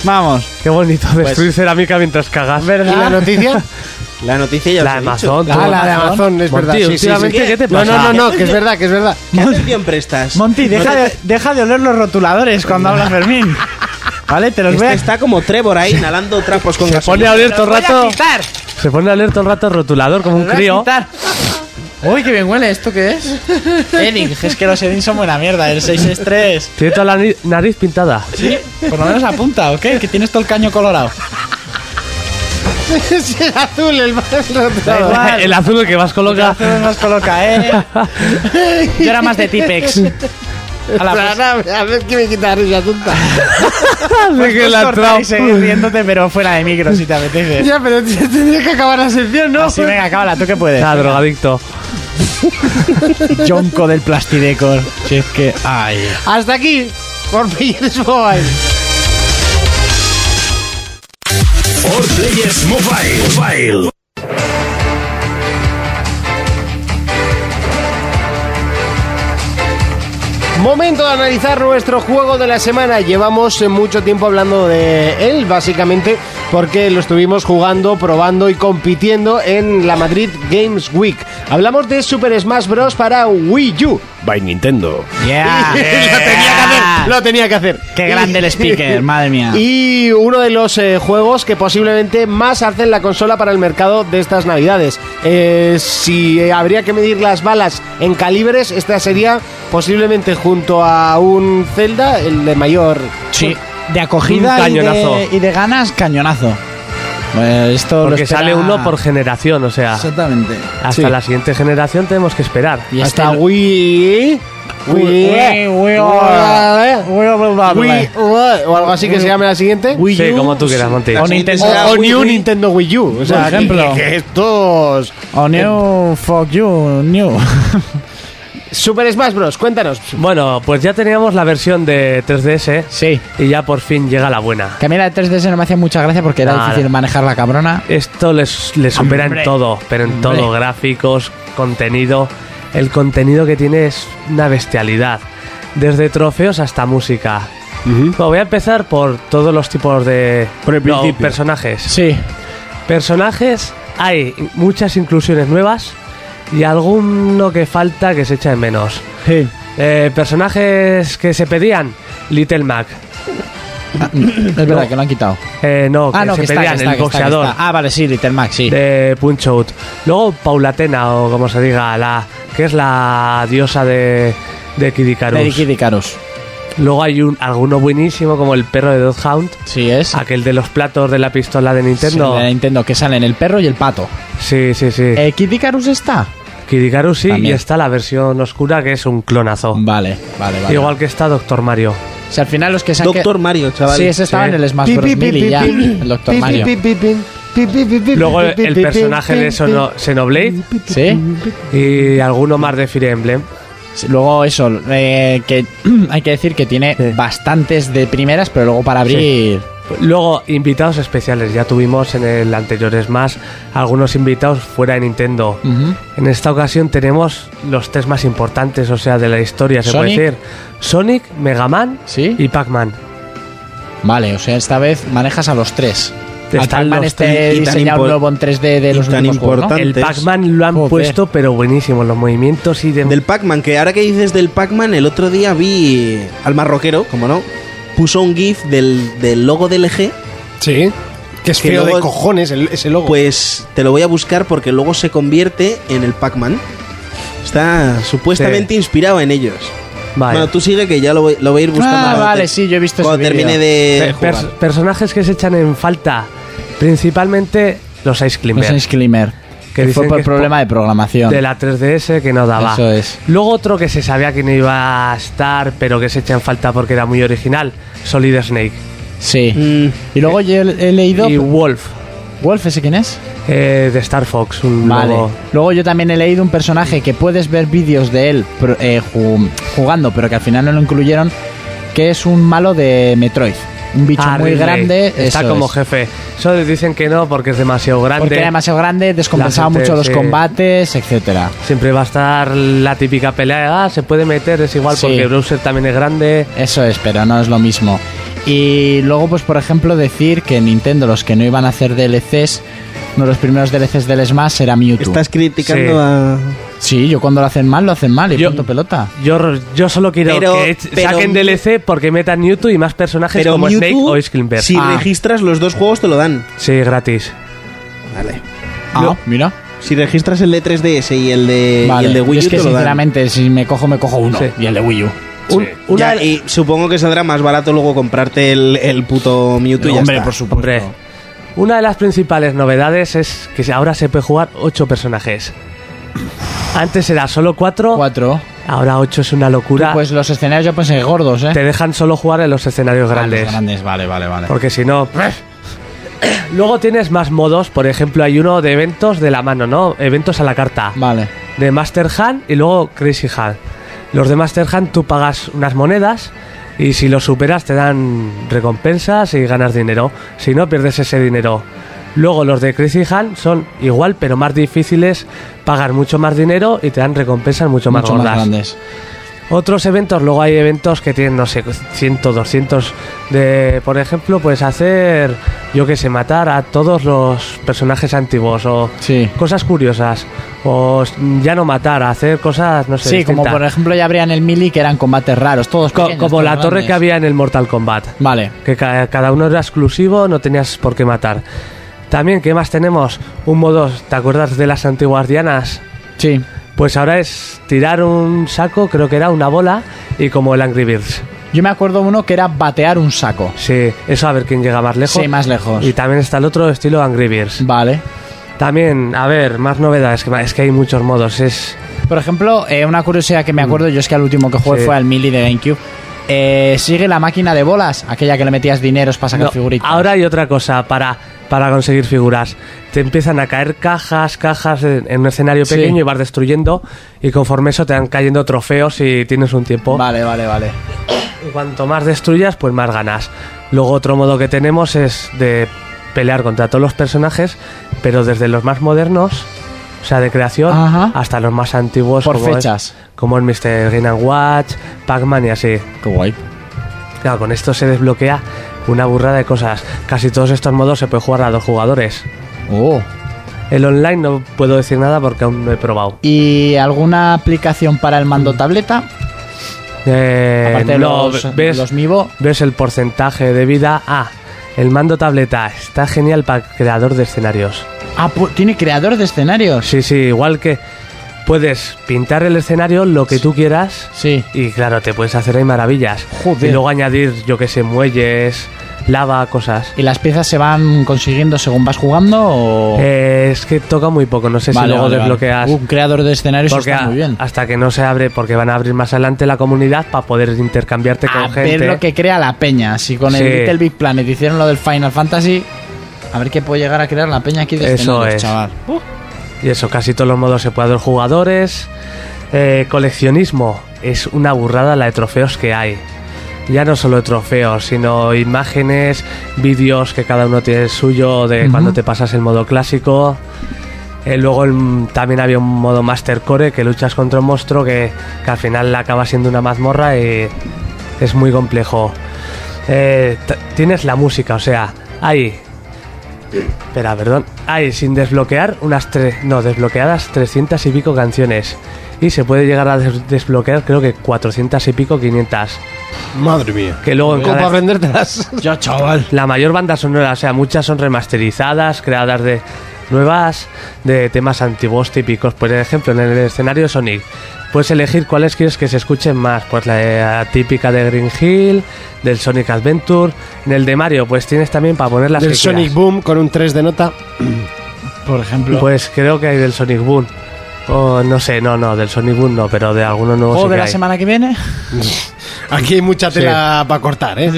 E: Vamos.
D: Qué bonito, destruir cerámica mientras cagas.
G: ¿Y la noticia?
F: La noticia ya
D: La
F: os
D: de
F: he dicho.
D: Amazon. tú.
G: Ah, la de Amazon, es
D: Monty,
G: verdad. sí, sí, sí.
D: últimamente, ¿qué te
G: No,
D: pasa?
G: no, no, no, que es verdad, que es verdad. (laughs)
F: ¿Qué atención prestas?
E: Monty, deja
F: No te-
E: de, deja de oler los rotuladores cuando habla Fermín. Vale, te los voy
F: Este
E: a...
F: está como Trevor ahí inhalando trapos con
D: Se pone a
F: gasolina.
D: oler todo el
E: Los voy a
D: rato.
E: quitar.
D: Se pone a oler todo el rato el rotulador como un
E: Los voy a
D: crío.
E: quitar. Uy, qué bien huele. ¿Esto qué es? Edin. Es que los Edin son buena mierda. El 6 es 3.
D: Tiene toda la ni- nariz pintada.
E: ¿Sí? Por lo menos apunta, ¿ok? Que tienes todo el caño colorado.
G: es el azul, el más
E: Da
G: rotado.
E: igual.
D: (laughs) El azul que vas
E: Lo que
D: coloca.
E: hace más coloca, ¿eh? Yo era más de Tipex. A la
B: a ver que me quita la
G: (laughs)
B: risa tonta.
E: Puedes
D: que la
E: cortar
D: trao-
E: y seguir riéndote, pero fuera de micro, si te
B: (laughs)
E: apetece.
B: ya,
G: (laughs)
B: pero t- tendría que acabar la sección, ¿no?
E: Así, venga, cábala, tú que puedes.
D: Está Ah, drogadicto.
E: Jonco del Plastidecor. Si es que. Ay.
B: Hasta aquí, por
G: (laughs)
B: Players Mobile.
A: For Players Mobile. Mobile.
B: Momento de analizar nuestro juego de la semana. Llevamos eh, mucho tiempo hablando de él, básicamente, porque lo estuvimos jugando, probando y compitiendo en la Madrid Games Week. Hablamos de Super Smash Bros. para Wii U.
A: By Nintendo.
B: (laughs)
E: Yeah.
B: lo tenía que hacer, lo tenía que hacer.
E: Ah. Qué grande el
B: (laughs)
E: speaker, madre mía.
B: Y uno de los eh, juegos que posiblemente más hacen la consola para el mercado de estas navidades. Eh, si eh, habría que medir las balas en calibres, esta sería posiblemente junto a un Zelda el de mayor.
E: Sí. De acogida
D: Un
E: y de,
D: cañonazo.
E: y de ganas, cañonazo. Pues esto lo
D: Porque
E: espera-
D: sale uno por generación, o sea,
E: Exactamente.
D: hasta la siguiente generación tenemos que esperar.
B: Y hasta Wii. Wii.
E: este Wii- Wii- Wii-
B: Wii- O algo así que se llame la siguiente.
D: Sí, como tú quieras, Monty.
E: O Nintendo.
B: O, o ni un
F: Wii.
B: Nintendo Wii U. O sea,
E: Por ejemplo.
B: que- que estos.
E: O New Fuck You, New. (laughs)
B: Super Smash Bros. Cuéntanos.
D: Bueno, pues ya teníamos la versión de 3DS
E: Sí.
D: y ya por fin llega la buena.
E: Que a mí la de 3DS no me hacía mucha gracia porque era
D: Nada.
E: difícil manejar la cabrona.
D: Esto les, les supera
E: Hombre.
D: en todo, pero en
E: Hombre.
D: todo, gráficos, contenido. El contenido que tiene es una bestialidad, desde trofeos hasta música. Bueno, voy a empezar por todos los tipos de
A: Por el
D: no,
A: principio.
D: personajes.
E: Sí.
D: Personajes, hay muchas inclusiones nuevas y alguno que falta que se echa de menos.
E: Sí.
D: Eh, personajes que se pedían, Little Mac.
E: Es verdad que lo han quitado.
D: Eh, no, que
E: Ah, no,
D: se
E: que está,
D: pedían,
E: que está, que está,
D: el
E: que
D: boxeador
E: está. Ah, vale, sí, Little Max, sí.
D: de Punch Out. Luego Paulatena, o como se diga, la que es la diosa de, de Kid Icarus.
E: Lady Kid Icarus.
D: Luego hay un, alguno buenísimo como el perro de Doghound,
E: Sí, es.
D: aquel de los platos de la pistola de Nintendo.
E: Sí, de Nintendo, que salen el perro y el pato.
D: Sí, sí, sí.
E: Eh, Kid Icarus está.
D: Kid Icarus sí,
E: también.
D: y está la versión oscura que es un clonazo.
E: Vale, vale, vale.
D: Igual que está Doctor Mario.
E: O sea, al final los que se han
F: Doctor
E: que-
F: Mario, chaval.
E: Sí, ese estaba
D: Sí.
E: en el Smash Bros. Melee ya. El Doctor Mario.
D: Luego el, el personaje de Sono- Xenoblade
E: ¿Sí?
D: y alguno más de Fire Emblem.
E: Sí, Luego eso, eh, que (clears throat) hay que decir que tiene
D: Sí.
E: bastantes de primeras, pero luego para abrir...
D: Luego, invitados especiales. Ya tuvimos en el anterior Smash algunos invitados fuera de Nintendo.
E: Ujú.
D: En esta ocasión tenemos los tres más importantes, o sea, de la historia, se
E: Sonic.
D: puede decir. Sonic, Mega Man
E: Sí.
D: y Pac-Man.
E: Vale, o sea, esta vez manejas a los tres.
D: Están
E: Al Pac-Man
D: los
E: este
F: tres y tan
E: diseñado
F: impor-
E: nuevo en 3D de
F: y
E: los
F: tan
E: últimos juegos, ¿no?
F: importante.
D: El
F: Antes-
D: Pac-Man lo han
E: Joder.
D: puesto, pero buenísimo. Los movimientos y de...
F: Del Pac-Man, que ahora que dices del Pac-Man, el otro día vi al marroquero, como no, puso un GIF del, del logo del E EG.
N: Sí. Que es
F: Que
N: feo de
F: luego-
N: cojones el- ese logo.
F: Pues te lo voy a buscar porque luego se convierte en el Pac-Man. Está supuestamente inspirado en ellos.
D: Vale.
F: Bueno, tú sigue que ya lo voy, lo voy a ir buscando.
E: Ah,
F: cuando
E: vale,
F: te-
E: sí, yo he visto
F: Cuando
E: ese vídeo.
F: termine
D: Per-
F: de
D: pers-
F: jugar.
D: personajes que se echan en falta. Principalmente los Ice
E: No
D: Climbers.
E: sé, Skimmer. Que,
D: dicen
E: fue por
D: que es
E: problema de programación.
D: De la 3DS que no daba.
E: Eso es.
D: Luego otro que se sabía que no iba a estar, pero que se echa en falta porque era muy original, Solid Snake.
E: Sí.
F: Mm,
E: Y luego yo he leído...
D: Y Wolf,
E: ¿Wolf ese quién es?
D: eh, de Star Fox, un
E: Vale.
D: lobo.
E: Luego yo también he leído un personaje que puedes ver vídeos de él pro- eh, ju- jugando, pero que al final no lo incluyeron, que es un malo de Metroid. Un bicho
D: Ah,
E: muy
D: Ridley.
E: grande.
D: Está
E: eso
D: como
E: es.
D: jefe. Eso dicen que no porque es demasiado grande.
E: Porque era demasiado grande, descompensaba
D: La gente,
E: mucho los
D: sí.
E: combates, etcétera.
D: Siempre va a estar la típica pelea de, ah, se puede meter, es igual
E: Sí.
D: porque Browser también es grande.
E: Eso es, pero no es lo mismo. Y luego, pues por ejemplo, decir que Nintendo, los que no iban a hacer DLCs, uno de los primeros DLCs del Smash era Mewtwo.
F: estás criticando
D: Sí.
F: a.
E: Sí, yo cuando lo hacen mal, lo hacen mal y
D: Yo-
E: punto pelota.
D: Yo, yo solo quiero
F: Pero-
D: que ech-
F: pero-
D: saquen DLC porque metan Newtwo y más personajes
F: Pero
D: como
F: Mewtwo,
D: Snake o Iskinberg.
F: si
E: Ah.
F: registras los dos juegos, te lo dan.
D: Sí, gratis.
F: Vale.
E: Ah,
F: Yo-
E: mira.
F: Si registras el de 3DS y el de, Eh, y
E: Vale.
F: el de Wii
E: Yo
F: U,
E: es que
F: te lo dan.
E: sinceramente, si me cojo, me cojo uno.
D: Sí.
E: Y el de Wii U.
D: Un- una
F: Ya,
D: de-
F: y supongo que saldrá más barato luego comprarte el, el puto Mewtwo y ya
E: Hombre,
F: está.
E: por supuesto.
D: Hombre, una de las principales novedades es que ahora se puede jugar 8 personajes. Antes era solo 4,
E: Cuatro.
D: Ahora 8 es una locura.
E: Pues los escenarios yo pensé gordos, ¿eh?
D: Ah. Te dejan solo jugar en los escenarios
E: Ah, los
D: grandes.
E: grandes, vale, vale, vale.
D: Porque si no. Luego tienes más modos, por ejemplo, hay uno de eventos de la mano, ¿no? Eventos a la carta.
E: Vale.
D: De Master Hand y luego Crazy Hand. Los de Master Hand tú pagas unas monedas y si los superas te dan recompensas y ganas dinero. Si no, pierdes ese dinero. Luego los de Crazy Hand son igual pero más difíciles, pagan mucho más dinero y te dan recompensas mucho más
E: Mucho más
D: gordas.
E: grandes.
D: Otros eventos, luego hay eventos que tienen, no sé, 100, 200 de, por ejemplo, pues hacer, yo que sé, matar a todos los personajes antiguos o
E: Sí.
D: cosas curiosas o s- ya no matar, hacer cosas, no sé,
E: Sí, como
D: distintas.
E: por ejemplo ya habría en el Mili que eran combates raros, todos
D: Co-
E: pequeños,
D: como
E: todos
D: la torre que
E: grandes.
D: había en el Mortal Kombat,
E: Vale.
D: que ca- cada uno era exclusivo, no tenías por qué matar. También, ¿qué más tenemos? Un modo, ¿te acuerdas de las antiguas dianas?
E: Sí.
D: Pues ahora es tirar un saco, creo que era una bola, y como el Angry Birds.
E: Yo me acuerdo uno que era batear un saco.
D: Sí, eso a ver quién llega más lejos.
E: Sí, más lejos.
D: Y también está el otro estilo Angry Birds.
E: Vale.
D: También, a ver, más novedades, que, es que hay muchos modos. Es
E: Por ejemplo, eh, una curiosidad que me acuerdo, yo es que al último que jugué
D: Mm. Sí.
E: fue al Mili de GameCube. Eh, sigue la máquina de bolas, aquella que le metías dineros para sacar
D: No,
E: figuritas.
D: Ahora hay otra cosa para, para conseguir figuras. Te empiezan a caer cajas, cajas en, en un escenario
E: Sí.
D: pequeño y vas destruyendo. Y conforme eso te van cayendo trofeos y tienes un tiempo.
E: Vale, vale, vale.
D: Y Cuanto más destruyas, pues más ganas. Luego otro modo que tenemos es de pelear contra todos los personajes, pero desde los más modernos, o sea, de creación,
E: Ajá.
D: hasta los más antiguos.
E: Por
D: como es-
E: fechas.
D: como el Mr. Game Watch, Pac-Man y así.
E: Qué guay.
D: Claro, con esto se desbloquea una burrada de cosas. Casi todos estos modos se puede jugar a dos jugadores.
E: Oh.
D: El online no puedo decir nada porque aún no he probado.
E: ¿Y alguna aplicación para el mando
D: Mm.
E: tableta?
D: Eh,
E: Aparte de
D: no,
E: los,
D: ves,
E: los Mivo.
D: ves el porcentaje de vida. Ah, el mando tableta está genial para creador de escenarios.
E: Ah, pu- tiene creador de escenarios.
D: Sí, sí, igual que puedes pintar el escenario lo que tú quieras.
E: Sí.
D: Y claro, te puedes hacer ahí maravillas.
E: Joder.
D: Y luego añadir, yo que sé, muelles, lava, cosas.
E: ¿Y las piezas se van consiguiendo según vas jugando o...?
D: Eh, es que toca muy poco, no sé si
E: Oh. Vale,
D: luego
E: vale, vale.
D: desbloqueas.
E: Un creador de escenarios
D: Porque
E: está
D: a-
E: muy bien.
D: hasta que no se abre, porque van a abrir más adelante la comunidad para poder intercambiarte con
E: a
D: gente.
E: Ah, ver lo que crea la peña. Si con el
D: Sí.
E: Little Big Planet hicieron lo del Final Fantasy, a ver qué puede llegar a crear la peña aquí de
D: Eso
E: escenarios,
D: es.
E: chaval.
D: Y eso, casi todos los modos se puede hacer jugadores. Eh, coleccionismo. Es una burrada la de trofeos que hay. Ya no solo trofeos, sino imágenes, vídeos que cada uno tiene el suyo de cuando te pasas el modo clásico. Eh, luego el- también había un modo Master Core que luchas contra un monstruo que, que al final acaba siendo una mazmorra y es muy complejo. Eh, t- tienes la música, o sea, hay Espera, perdón. Hay sin desbloquear unas tres. No, desbloqueadas 300 y pico canciones. Y se puede llegar a des- desbloquear, creo que 400 y pico, 500.
B: Madre mía.
D: Que luego en
B: ¿Cómo
D: cada-
B: para vendértelas?
E: Yo, chaval.
D: la mayor banda sonora, o sea, muchas son remasterizadas, creadas de nuevas, de temas antiguos típicos. Por ejemplo, en el escenario Sonic, puedes elegir cuáles quieres que se escuchen más. Pues la típica de Green Hill, del Sonic Adventure. En el de Mario, pues tienes también para poner las
B: Del
D: que
B: Sonic
D: quieras.
B: Boom con un 3 de nota.
E: Por ejemplo.
D: Pues creo que hay del Sonic Boom. O no sé, no, no, del Sonic Boom no, pero de alguno nuevo
E: ¿Juego
D: sí
E: de
D: que
E: la
D: hay.
E: semana que viene?
B: Aquí hay mucha tela para cortar, ¿eh?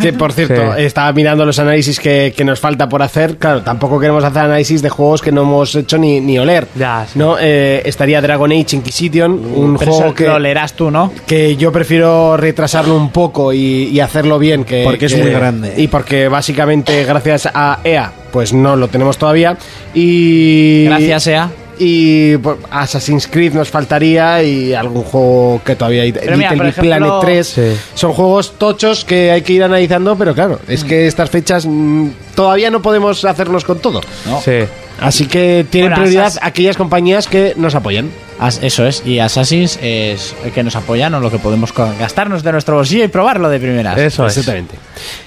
B: Que por cierto,
D: Sí.
B: estaba mirando los análisis que, que nos falta por hacer. Claro, tampoco queremos hacer análisis de juegos que no hemos hecho ni, ni oler.
D: Ya, sí.
B: ¿no? Eh, estaría Dragon Age Inquisition, un
E: Pero
B: juego
E: eso
B: que,
E: lo leerás tú, ¿no?
B: que yo prefiero retrasarlo un poco y, y hacerlo bien. Que,
F: Porque es
B: que-
F: muy grande.
B: Y porque básicamente, gracias a EA, pues no lo tenemos todavía. Y.
E: Gracias, EA.
B: Y pues, Assassin's Creed nos faltaría y algún juego que todavía hay.
E: Pero mira,
B: Little
E: por
B: Big
E: ejemplo-
B: Planet 3.
D: Sí.
B: Son juegos tochos que hay que ir analizando, pero claro, es que estas fechas mm, todavía no podemos hacernos con todo.
D: Sí.
B: Así que tienen
E: Bueno,
B: prioridad
E: Assassin-
B: aquellas compañías que nos apoyan.
E: As- eso es. Y Assassins es el que nos apoyan o lo que podemos co- gastarnos de nuestro bolsillo y probarlo de primeras.
D: Eso es.
B: Exactamente.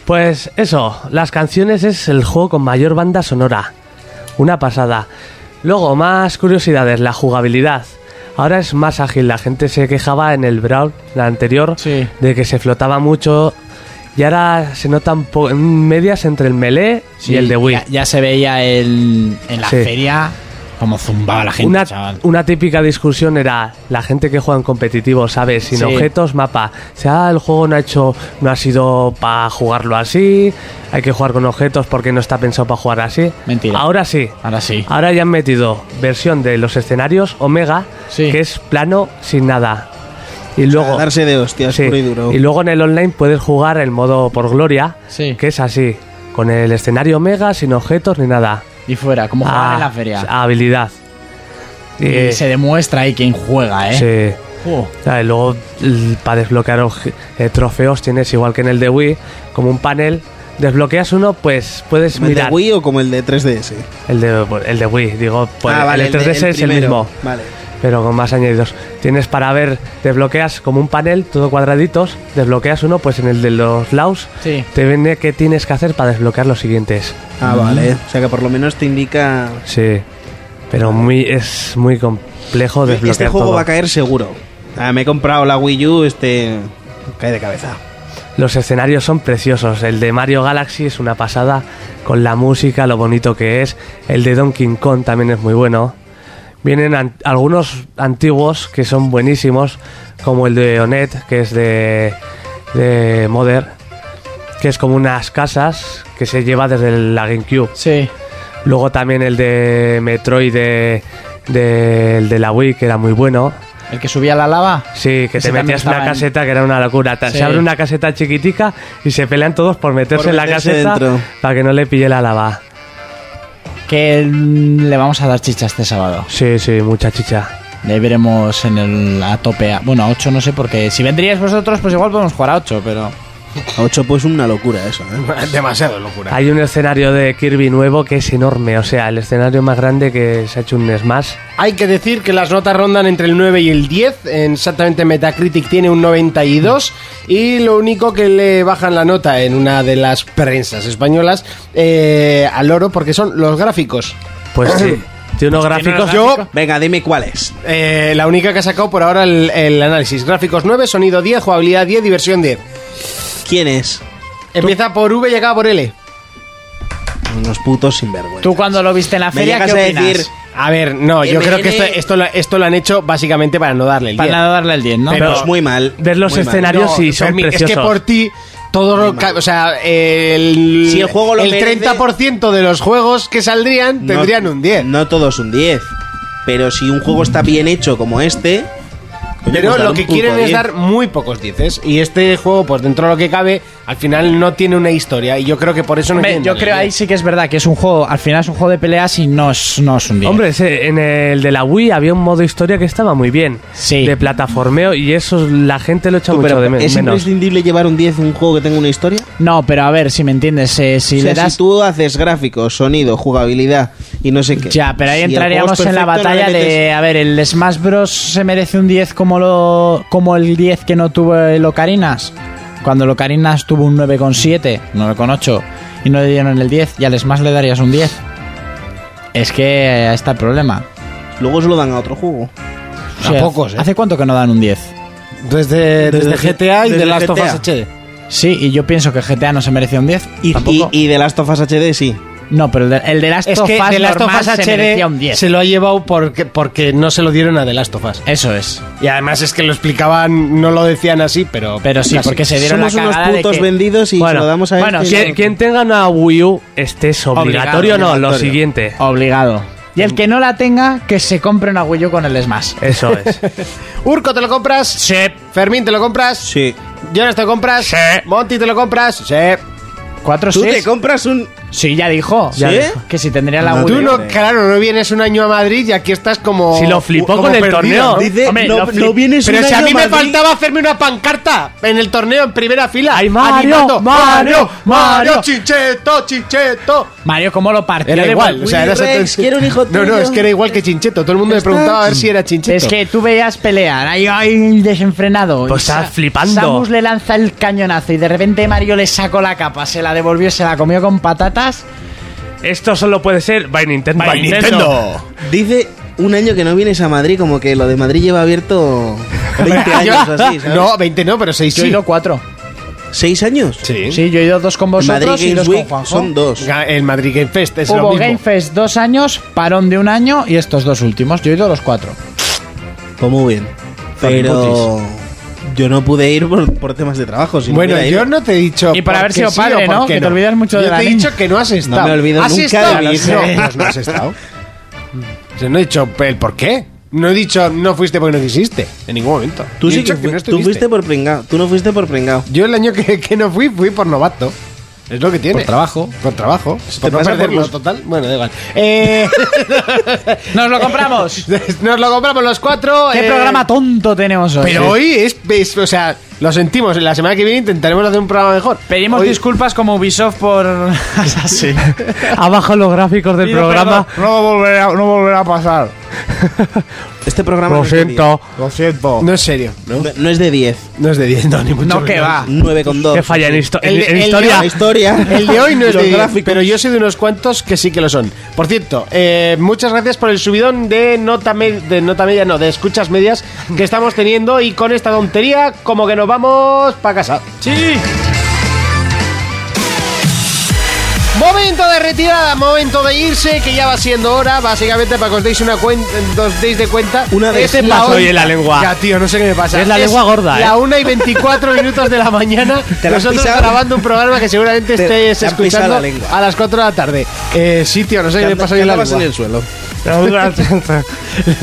D: Pues eso, las canciones es el juego con mayor banda sonora. Una pasada. Luego, más curiosidades, la jugabilidad. Ahora es más ágil, la gente se quejaba en el Brawl, la anterior,
E: Sí.
D: de que se flotaba mucho. Y ahora se notan po- medias entre el melee
E: Sí,
D: y el de Wii.
E: Ya, ya se veía el, en la
D: Sí.
E: feria. Como zumbaba la gente,
D: Una,
E: chaval.
D: una típica discusión era la gente que juega en competitivo, ¿sabes? Sin
E: Sí.
D: objetos, mapa. O sea, "Ah, el juego no ha hecho, no ha sido para jugarlo así. Hay que jugar con objetos porque no está pensado para jugar así.
E: Mentira.
D: Ahora sí.
E: Ahora sí.
D: Ahora ya han metido versión de los escenarios Omega,
E: Sí.
D: que es plano sin nada. Y luego.
F: Darse de hostias,
D: Sí.
F: puro y duro.
D: Y luego en el online puedes jugar el modo por gloria,
E: Sí.
D: que es así, con el escenario Omega, sin objetos ni nada.
E: Y fuera, como jugar
D: Ah,
E: en la feria.
D: Habilidad. Eh,
E: y se demuestra ahí quién juega, ¿eh?
D: sí.
E: Jo.
D: Ah, y luego para desbloquear obje- eh, trofeos tienes igual que en el de Wii, como un panel. Desbloqueas uno, pues puedes
F: ¿Como el de
D: mirar.
F: Wii o como el de 3DS?
D: El de, el de Wii, digo, pues,
F: Ah, vale,
D: el de 3DS
F: el
D: es el
F: primero.
D: mismo,
F: Vale.
D: pero con más añadidos. Tienes para ver, desbloqueas como un panel, todo cuadraditos, desbloqueas uno, pues en el de los laos
E: Sí.
D: te vende qué tienes que hacer para desbloquear los siguientes.
F: Ah, vale. O sea que por lo menos te indica.
D: Sí, pero muy es muy complejo desbloquear
F: Este juego
D: todo.
F: va a caer seguro. Ah, me he comprado la Wii U, este. Cae de cabeza.
D: Los escenarios son preciosos. El de Mario Galaxy es una pasada con la música, lo bonito que es. El de Donkey Kong también es muy bueno. Vienen an- algunos antiguos que son buenísimos, como el de Onet, que es de, de Mother, que es como unas casas que se lleva desde la GameCube.
E: Sí.
D: Luego también el de Metroid de, de- el de la Wii, que era muy bueno.
E: El que subía la lava.
D: Sí,
E: Ese
D: que te
E: también
D: metías en una
E: estaba en-
D: caseta que era una locura. Ta-
E: Sí.
D: Se abre una caseta chiquitica y se pelean todos por meterse
F: Por
D: en la
F: meterse
D: caseta
F: dentro.
D: para que no le pille la lava.
E: Que mm, le vamos a dar chicha este sábado.
D: Sí, sí, mucha chicha.
E: Le veremos en el a tope. a- bueno, a 8 no sé, porque si vendríais vosotros, pues igual podemos jugar a 8, pero.
F: A 8 pues una locura eso,
D: (laughs)
F: ¿eh?
B: Demasiado locura.
D: Hay un escenario de Kirby nuevo que es enorme, o sea, el escenario más grande que se ha hecho un Smash.
B: Hay que decir que las notas rondan entre el 9 y el 10. En Exactamente Metacritic tiene un 92. Y lo único que le bajan la nota en una de las prensas españolas eh, al oro, porque son los gráficos.
D: Pues sí, tiene unos
B: Pues
D: gráficos.
B: Yo,
F: Venga, dime cuáles.
B: eh, la única que ha sacado por ahora el, el análisis. Gráficos 9, sonido 10, jugabilidad 10, diversión 10.
F: ¿Quién es?
B: Empieza por V y acaba por L.
F: Unos putos sinvergüenza.
E: Tú cuando lo viste en la
F: Me
E: feria,
F: llegas
E: ¿qué
F: a
E: opinas?
F: decir-
B: A ver, no, yo
F: MN.
B: creo que esto, esto, lo, esto lo han hecho básicamente para no darle el 10.
E: Para nada darle el 10, ¿no?
F: Pero es muy mal.
D: Ves los
F: muy mal.
D: escenarios
B: No,
D: y son
B: Fermín,
D: preciosos.
B: Es que por ti todo lo ca- o sea, el
F: Si el juego lo merece-
B: 30% de los juegos que saldrían
F: No-
B: tendrían un 10.
F: No todos un 10. Pero si un juego está bien hecho como este. coño,
B: Pero
F: pues dar
B: lo
F: un
B: que
F: puto
B: quieren es
F: 10.
B: dar muy pocos 10 y este juego pues dentro de lo que cabe al final no tiene una historia y yo creo que por eso no
E: Hombre,
B: quieren
E: yo
B: darle
E: creo
B: el
E: ahí
B: 10.
E: sí que es verdad que es un juego, al final es un juego de peleas y no es, no es un 10.
D: Hombre, ese- en el de la Wii había un modo historia que estaba muy bien.
E: Sí.
D: De plataformeo y eso la gente lo echa
F: Tú,
D: mucho
F: pero
D: de me-
F: ¿Es
D: menos.
F: imprescindible llevar un 10 un juego que tenga una historia?
E: No, pero a ver, si me entiendes, eh, si
F: O sea,
E: le das.
F: si tú haces gráficos, sonido, jugabilidad y no sé qué.
E: Ya, pero ahí
F: si el
E: entraríamos
F: juego es
E: en la
F: perfecto, no le
E: batalla
F: metes-
E: de. A ver, el Smash Bros. se merece un 10 como, lo, como el 10 que no tuvo el Ocarinas. Cuando el Ocarinas tuvo un 9,7, 9,8 y no le dieron el 10, y al Smash le darías un 10. Es que ahí está el problema.
F: Luego se lo dan a otro juego.
E: O sea,
B: A pocos, ¿eh?
E: ¿Hace cuánto que no dan un 10?
B: desde, desde
F: desde-
B: GTA y
F: desde
B: de Last of Us
F: GTA.
B: HD.
E: Sí, y yo pienso que GTA no se merecía un 10.
F: Y,
E: tampoco.
F: y, y de Last of Us HD sí.
E: no, pero el de, el de Last
B: Es
E: of
B: que
E: Us
B: The Last of
E: normal
B: Us
E: se merecía un
B: HD
E: 10.
B: se lo ha llevado porque, porque no se lo dieron a The Last of Us.
E: Eso es.
B: Y además es que lo explicaban, no lo decían así, pero.
E: Pero sí,
B: casi.
E: porque se dieron
F: Somos
E: la
F: unos
E: cagada de
F: putos
E: que-
F: vendidos y se
D: Bueno,
F: lo damos a
E: bueno,
F: este. y
E: sí,
F: no-
D: Quien, quien tenga una Wii U, este es obligatorio, o no, lo
F: Obligatorio.
D: siguiente.
E: Obligado. Y
F: Em-
E: el que no la tenga, que se compre una Wii U con el Smash.
D: Eso es.
B: Urco, ¿te lo compras? Sí. Fermín, ¿te lo compras?
F: Sí.
B: Jonas, ¿te lo compras? Sí. Monty, ¿te lo compras? Sí.
E: ¿Cuatro
F: Tú te
E: seis?
F: compras un...
E: Sí, ya dijo.
F: Ya
E: Sí.
F: dijo.
E: Que si tendría la
F: No,
E: Wii
B: Tú
E: U.
B: no, claro, no vienes un año a Madrid y aquí estás como.
D: Si lo flipó
B: como
D: con el
B: perdido,
D: torneo.
B: ¿no?
F: Dice,
D: Hombre,
F: no,
D: lo flip-
F: no vienes
B: Pero
F: un
B: si a
F: año
B: mí me
F: Madrid.
B: faltaba hacerme una pancarta en el torneo, en primera fila.
D: ¡Ay, Mario,
B: animando,
D: Mario,
B: Mario,
D: Mario!
B: Chincheto, Chincheto.
E: Mario, ¿cómo lo partió?
B: Era
E: de
B: igual,
E: Wii
B: o sea,
E: U?
B: era
F: Rex,
B: exactamente-
F: quiero un hijo
B: No, no,
F: tuyo.
B: es que era igual que Chincheto. Todo el mundo me preguntaba a ver si era Chincheto.
E: Es que tú veías pelear, ahí, ahí, desenfrenado.
D: Pues
E: Y Sa-
D: estás flipando.
E: Samus le lanza el cañonazo y de repente Mario le sacó la capa, se la devolvió, se la comió con patatas.
D: Esto solo puede ser by Nintendo.
A: By Nintendo.
F: Dice un año que no vienes a Madrid, como que lo
B: (laughs)
F: de Madrid lleva abierto 20 años o así, ¿sabes?
B: Ah, No, 20 no, pero 6
E: Yo
B: sí.
E: hilo cuatro.
F: ¿Seis años?
B: Sí.
E: Sí, yo he ido dos con vosotros
F: Madrid
E: y
F: Games
E: dos con
F: Week
E: Juanjo.
F: son dos.
B: Ga- El Madrid Game Fest es lo
E: Hubo
B: mismo.
E: Game Fest dos años, parón de un año y estos dos últimos. Yo he ido los cuatro.
F: Pues muy bien. Pero yo no pude ir por, por temas de trabajo. si no
B: Bueno,
F: hubiera
B: yo
F: ido.
B: no te he dicho.
E: Y por haber
B: porque
E: sido
B: sí
E: padre,
B: o por
E: ¿no?
B: qué
E: Que te olvidas mucho de
B: Yo
E: la
B: te he
E: niña.
B: dicho que no has estado.
F: me olvido
B: ¿Has
F: nunca de
B: estado?
F: la
B: No, pues no has estado. Yo no he dicho el por qué. No he dicho no fuiste porque no quisiste. En ningún momento.
F: Tú
B: He
F: sí
B: dicho
F: que fui- tú
B: estuviste.
F: fuiste por pringao. Tú no fuiste por pringao.
B: Yo el año que, que no fui, fui por novato. Es lo que tiene. Por trabajo. Por trabajo. Por no
F: pasa por
B: perderlo
F: los-
B: total. Bueno, da igual. Eh, (laughs)
E: ¡Nos lo compramos!
B: nos lo compramos los cuatro.
E: (laughs) ¡Qué
B: eh,
E: programa tonto tenemos hoy!
B: Pero hoy es, es- O sea, lo sentimos. La semana que viene intentaremos hacer un programa mejor.
E: Pedimos
B: Hoy-
E: disculpas como Ubisoft por... (laughs) así.
D: Abajo los gráficos del programa.
B: No volverá, no volverá a pasar.
F: Este programa
D: Lo
F: no es de
D: siento.
B: Lo siento. No es serio, ¿no?
F: 10. No es de 10.
B: No es de 10, no, ni mucho
E: No, que
B: menos.
E: va.
F: 9,2.
D: Que falla en, histo-
B: El-
D: en- en
B: el-
D: historia.
F: La historia.
B: El de hoy no es
F: Los
B: de 10,
F: gráficos.
B: pero yo soy de unos cuantos que sí que lo son. Por cierto, eh, muchas gracias por el subidón de nota, me- de nota media, no, de escuchas medias que estamos teniendo y con esta tontería como que nos vamos para casa.
E: ¡Sí!
B: Momento de retirada, momento de irse, que ya va siendo hora, básicamente para que os deis una cuenta, os deis de cuenta.
F: Una de
B: es la
D: paso
B: on-
D: hoy en la lengua.
B: Ya, tío, no sé qué me pasa.
D: Es la lengua gorda,
B: La
D: ¿eh?
B: 1 y 24 minutos de la mañana,
F: Te la has
B: nosotros
F: pisado.
B: grabando un programa que seguramente
F: Te-
B: estéis
F: te has pisado
B: escuchando
F: la lengua.
B: a las 4 de la
E: (laughs)
B: tarde. Eh, sí, tío, no sé qué me
F: Anda-
B: pasa hoy
F: que
B: en la
F: andabas en
B: lengua.
F: el suelo.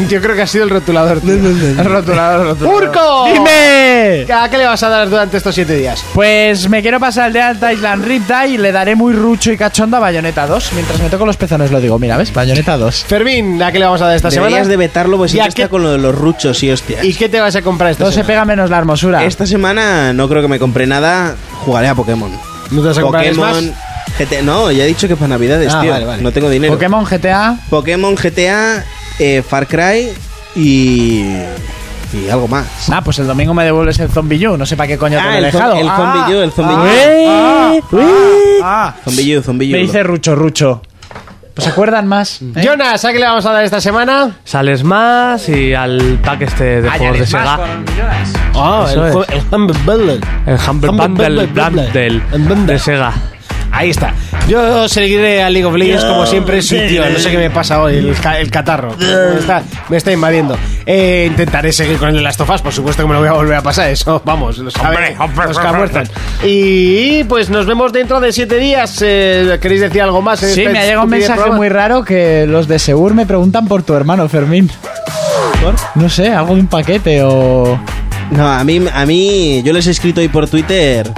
B: Yo creo que ha sido el rotulador, tío. El rotulador, el rotulador. ¡Urco!
E: ¡Dime!
B: ¿A qué le vas a dar durante estos 7 días?
E: Pues me quiero pasar al de Alta Island Riptide y le daré muy rucho y cachondo a Bayonetta 2. Mientras me toco los pezones lo digo, mira, ¿ves? Bayonetta 2.
B: Fermín, ¿a qué le vamos a dar esta
F: Deberías
B: semana?
F: de vetarlo porque
B: ¿Y
F: siempre
B: a qué-
F: está con lo de los ruchos y hostias.
B: ¿Y qué te vas a comprar esta
E: Todo se
B: semana?
E: pega menos la hermosura.
F: Esta semana no creo que me compré nada. Jugaré a Pokémon.
B: ¿No te vas a comprar Smash?
F: Pokémon. GT no, ya he dicho que para navidades,
B: Ah,
F: tío.
B: vale, vale.
F: No tengo dinero.
E: Pokémon GTA.
F: Pokémon, GTA, eh, Far Cry y. y algo más.
E: Ah, pues el domingo me devuelves el Zombie You. No sé para qué coño te lo
F: Ah,
E: he
F: el,
E: dejado.
F: zom- el
E: Ah,
F: Zombie You, el Zombie You.
E: ah, ah, ah.
F: Zombie You, Zombie You.
E: Me dice rucho, rucho. Pues se acuerdan más. ¿eh?
B: Jonas, ¿a qué le vamos a dar esta semana?
D: Sales más y al pack este de
E: Ah, ya
D: juegos de
E: les más
D: Sega.
E: con Jonas.
B: Ah,
D: Eso es.
B: el Humble Bundle.
D: El Humble Bundle, Bundle, de Sega.
B: Ahí está. Yo seguiré a League of Legends como siempre. Sí, tío, no sé qué me pasa hoy. El, ca- el catarro. Me está, me está invadiendo. Eh, intentaré seguir con el de Last of Us. Por supuesto que me lo voy a volver a pasar. Eso, vamos. Los, que- los que almuerzan. Y pues nos vemos dentro de siete días. Eh, ¿Queréis decir algo más? en
E: Sí,
B: este
E: me ha llegado un
B: estúpido
E: mensaje
B: programa?
E: muy raro que los de Segur me preguntan por tu hermano, Fermín. No sé, algo de un paquete o...
F: No, a mí, a mí, yo les he escrito hoy por Twitter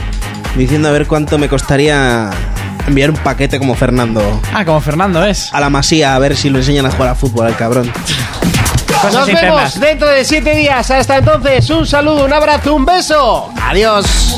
F: diciendo a ver cuánto me costaría enviar un paquete como Fernando
E: Ah, como Fernando es.
F: a la Masía a ver si lo enseñan a jugar a fútbol al cabrón.
B: Nos vemos
E: internas.
B: dentro de siete días. Hasta entonces, un saludo, un abrazo, un beso. Adiós.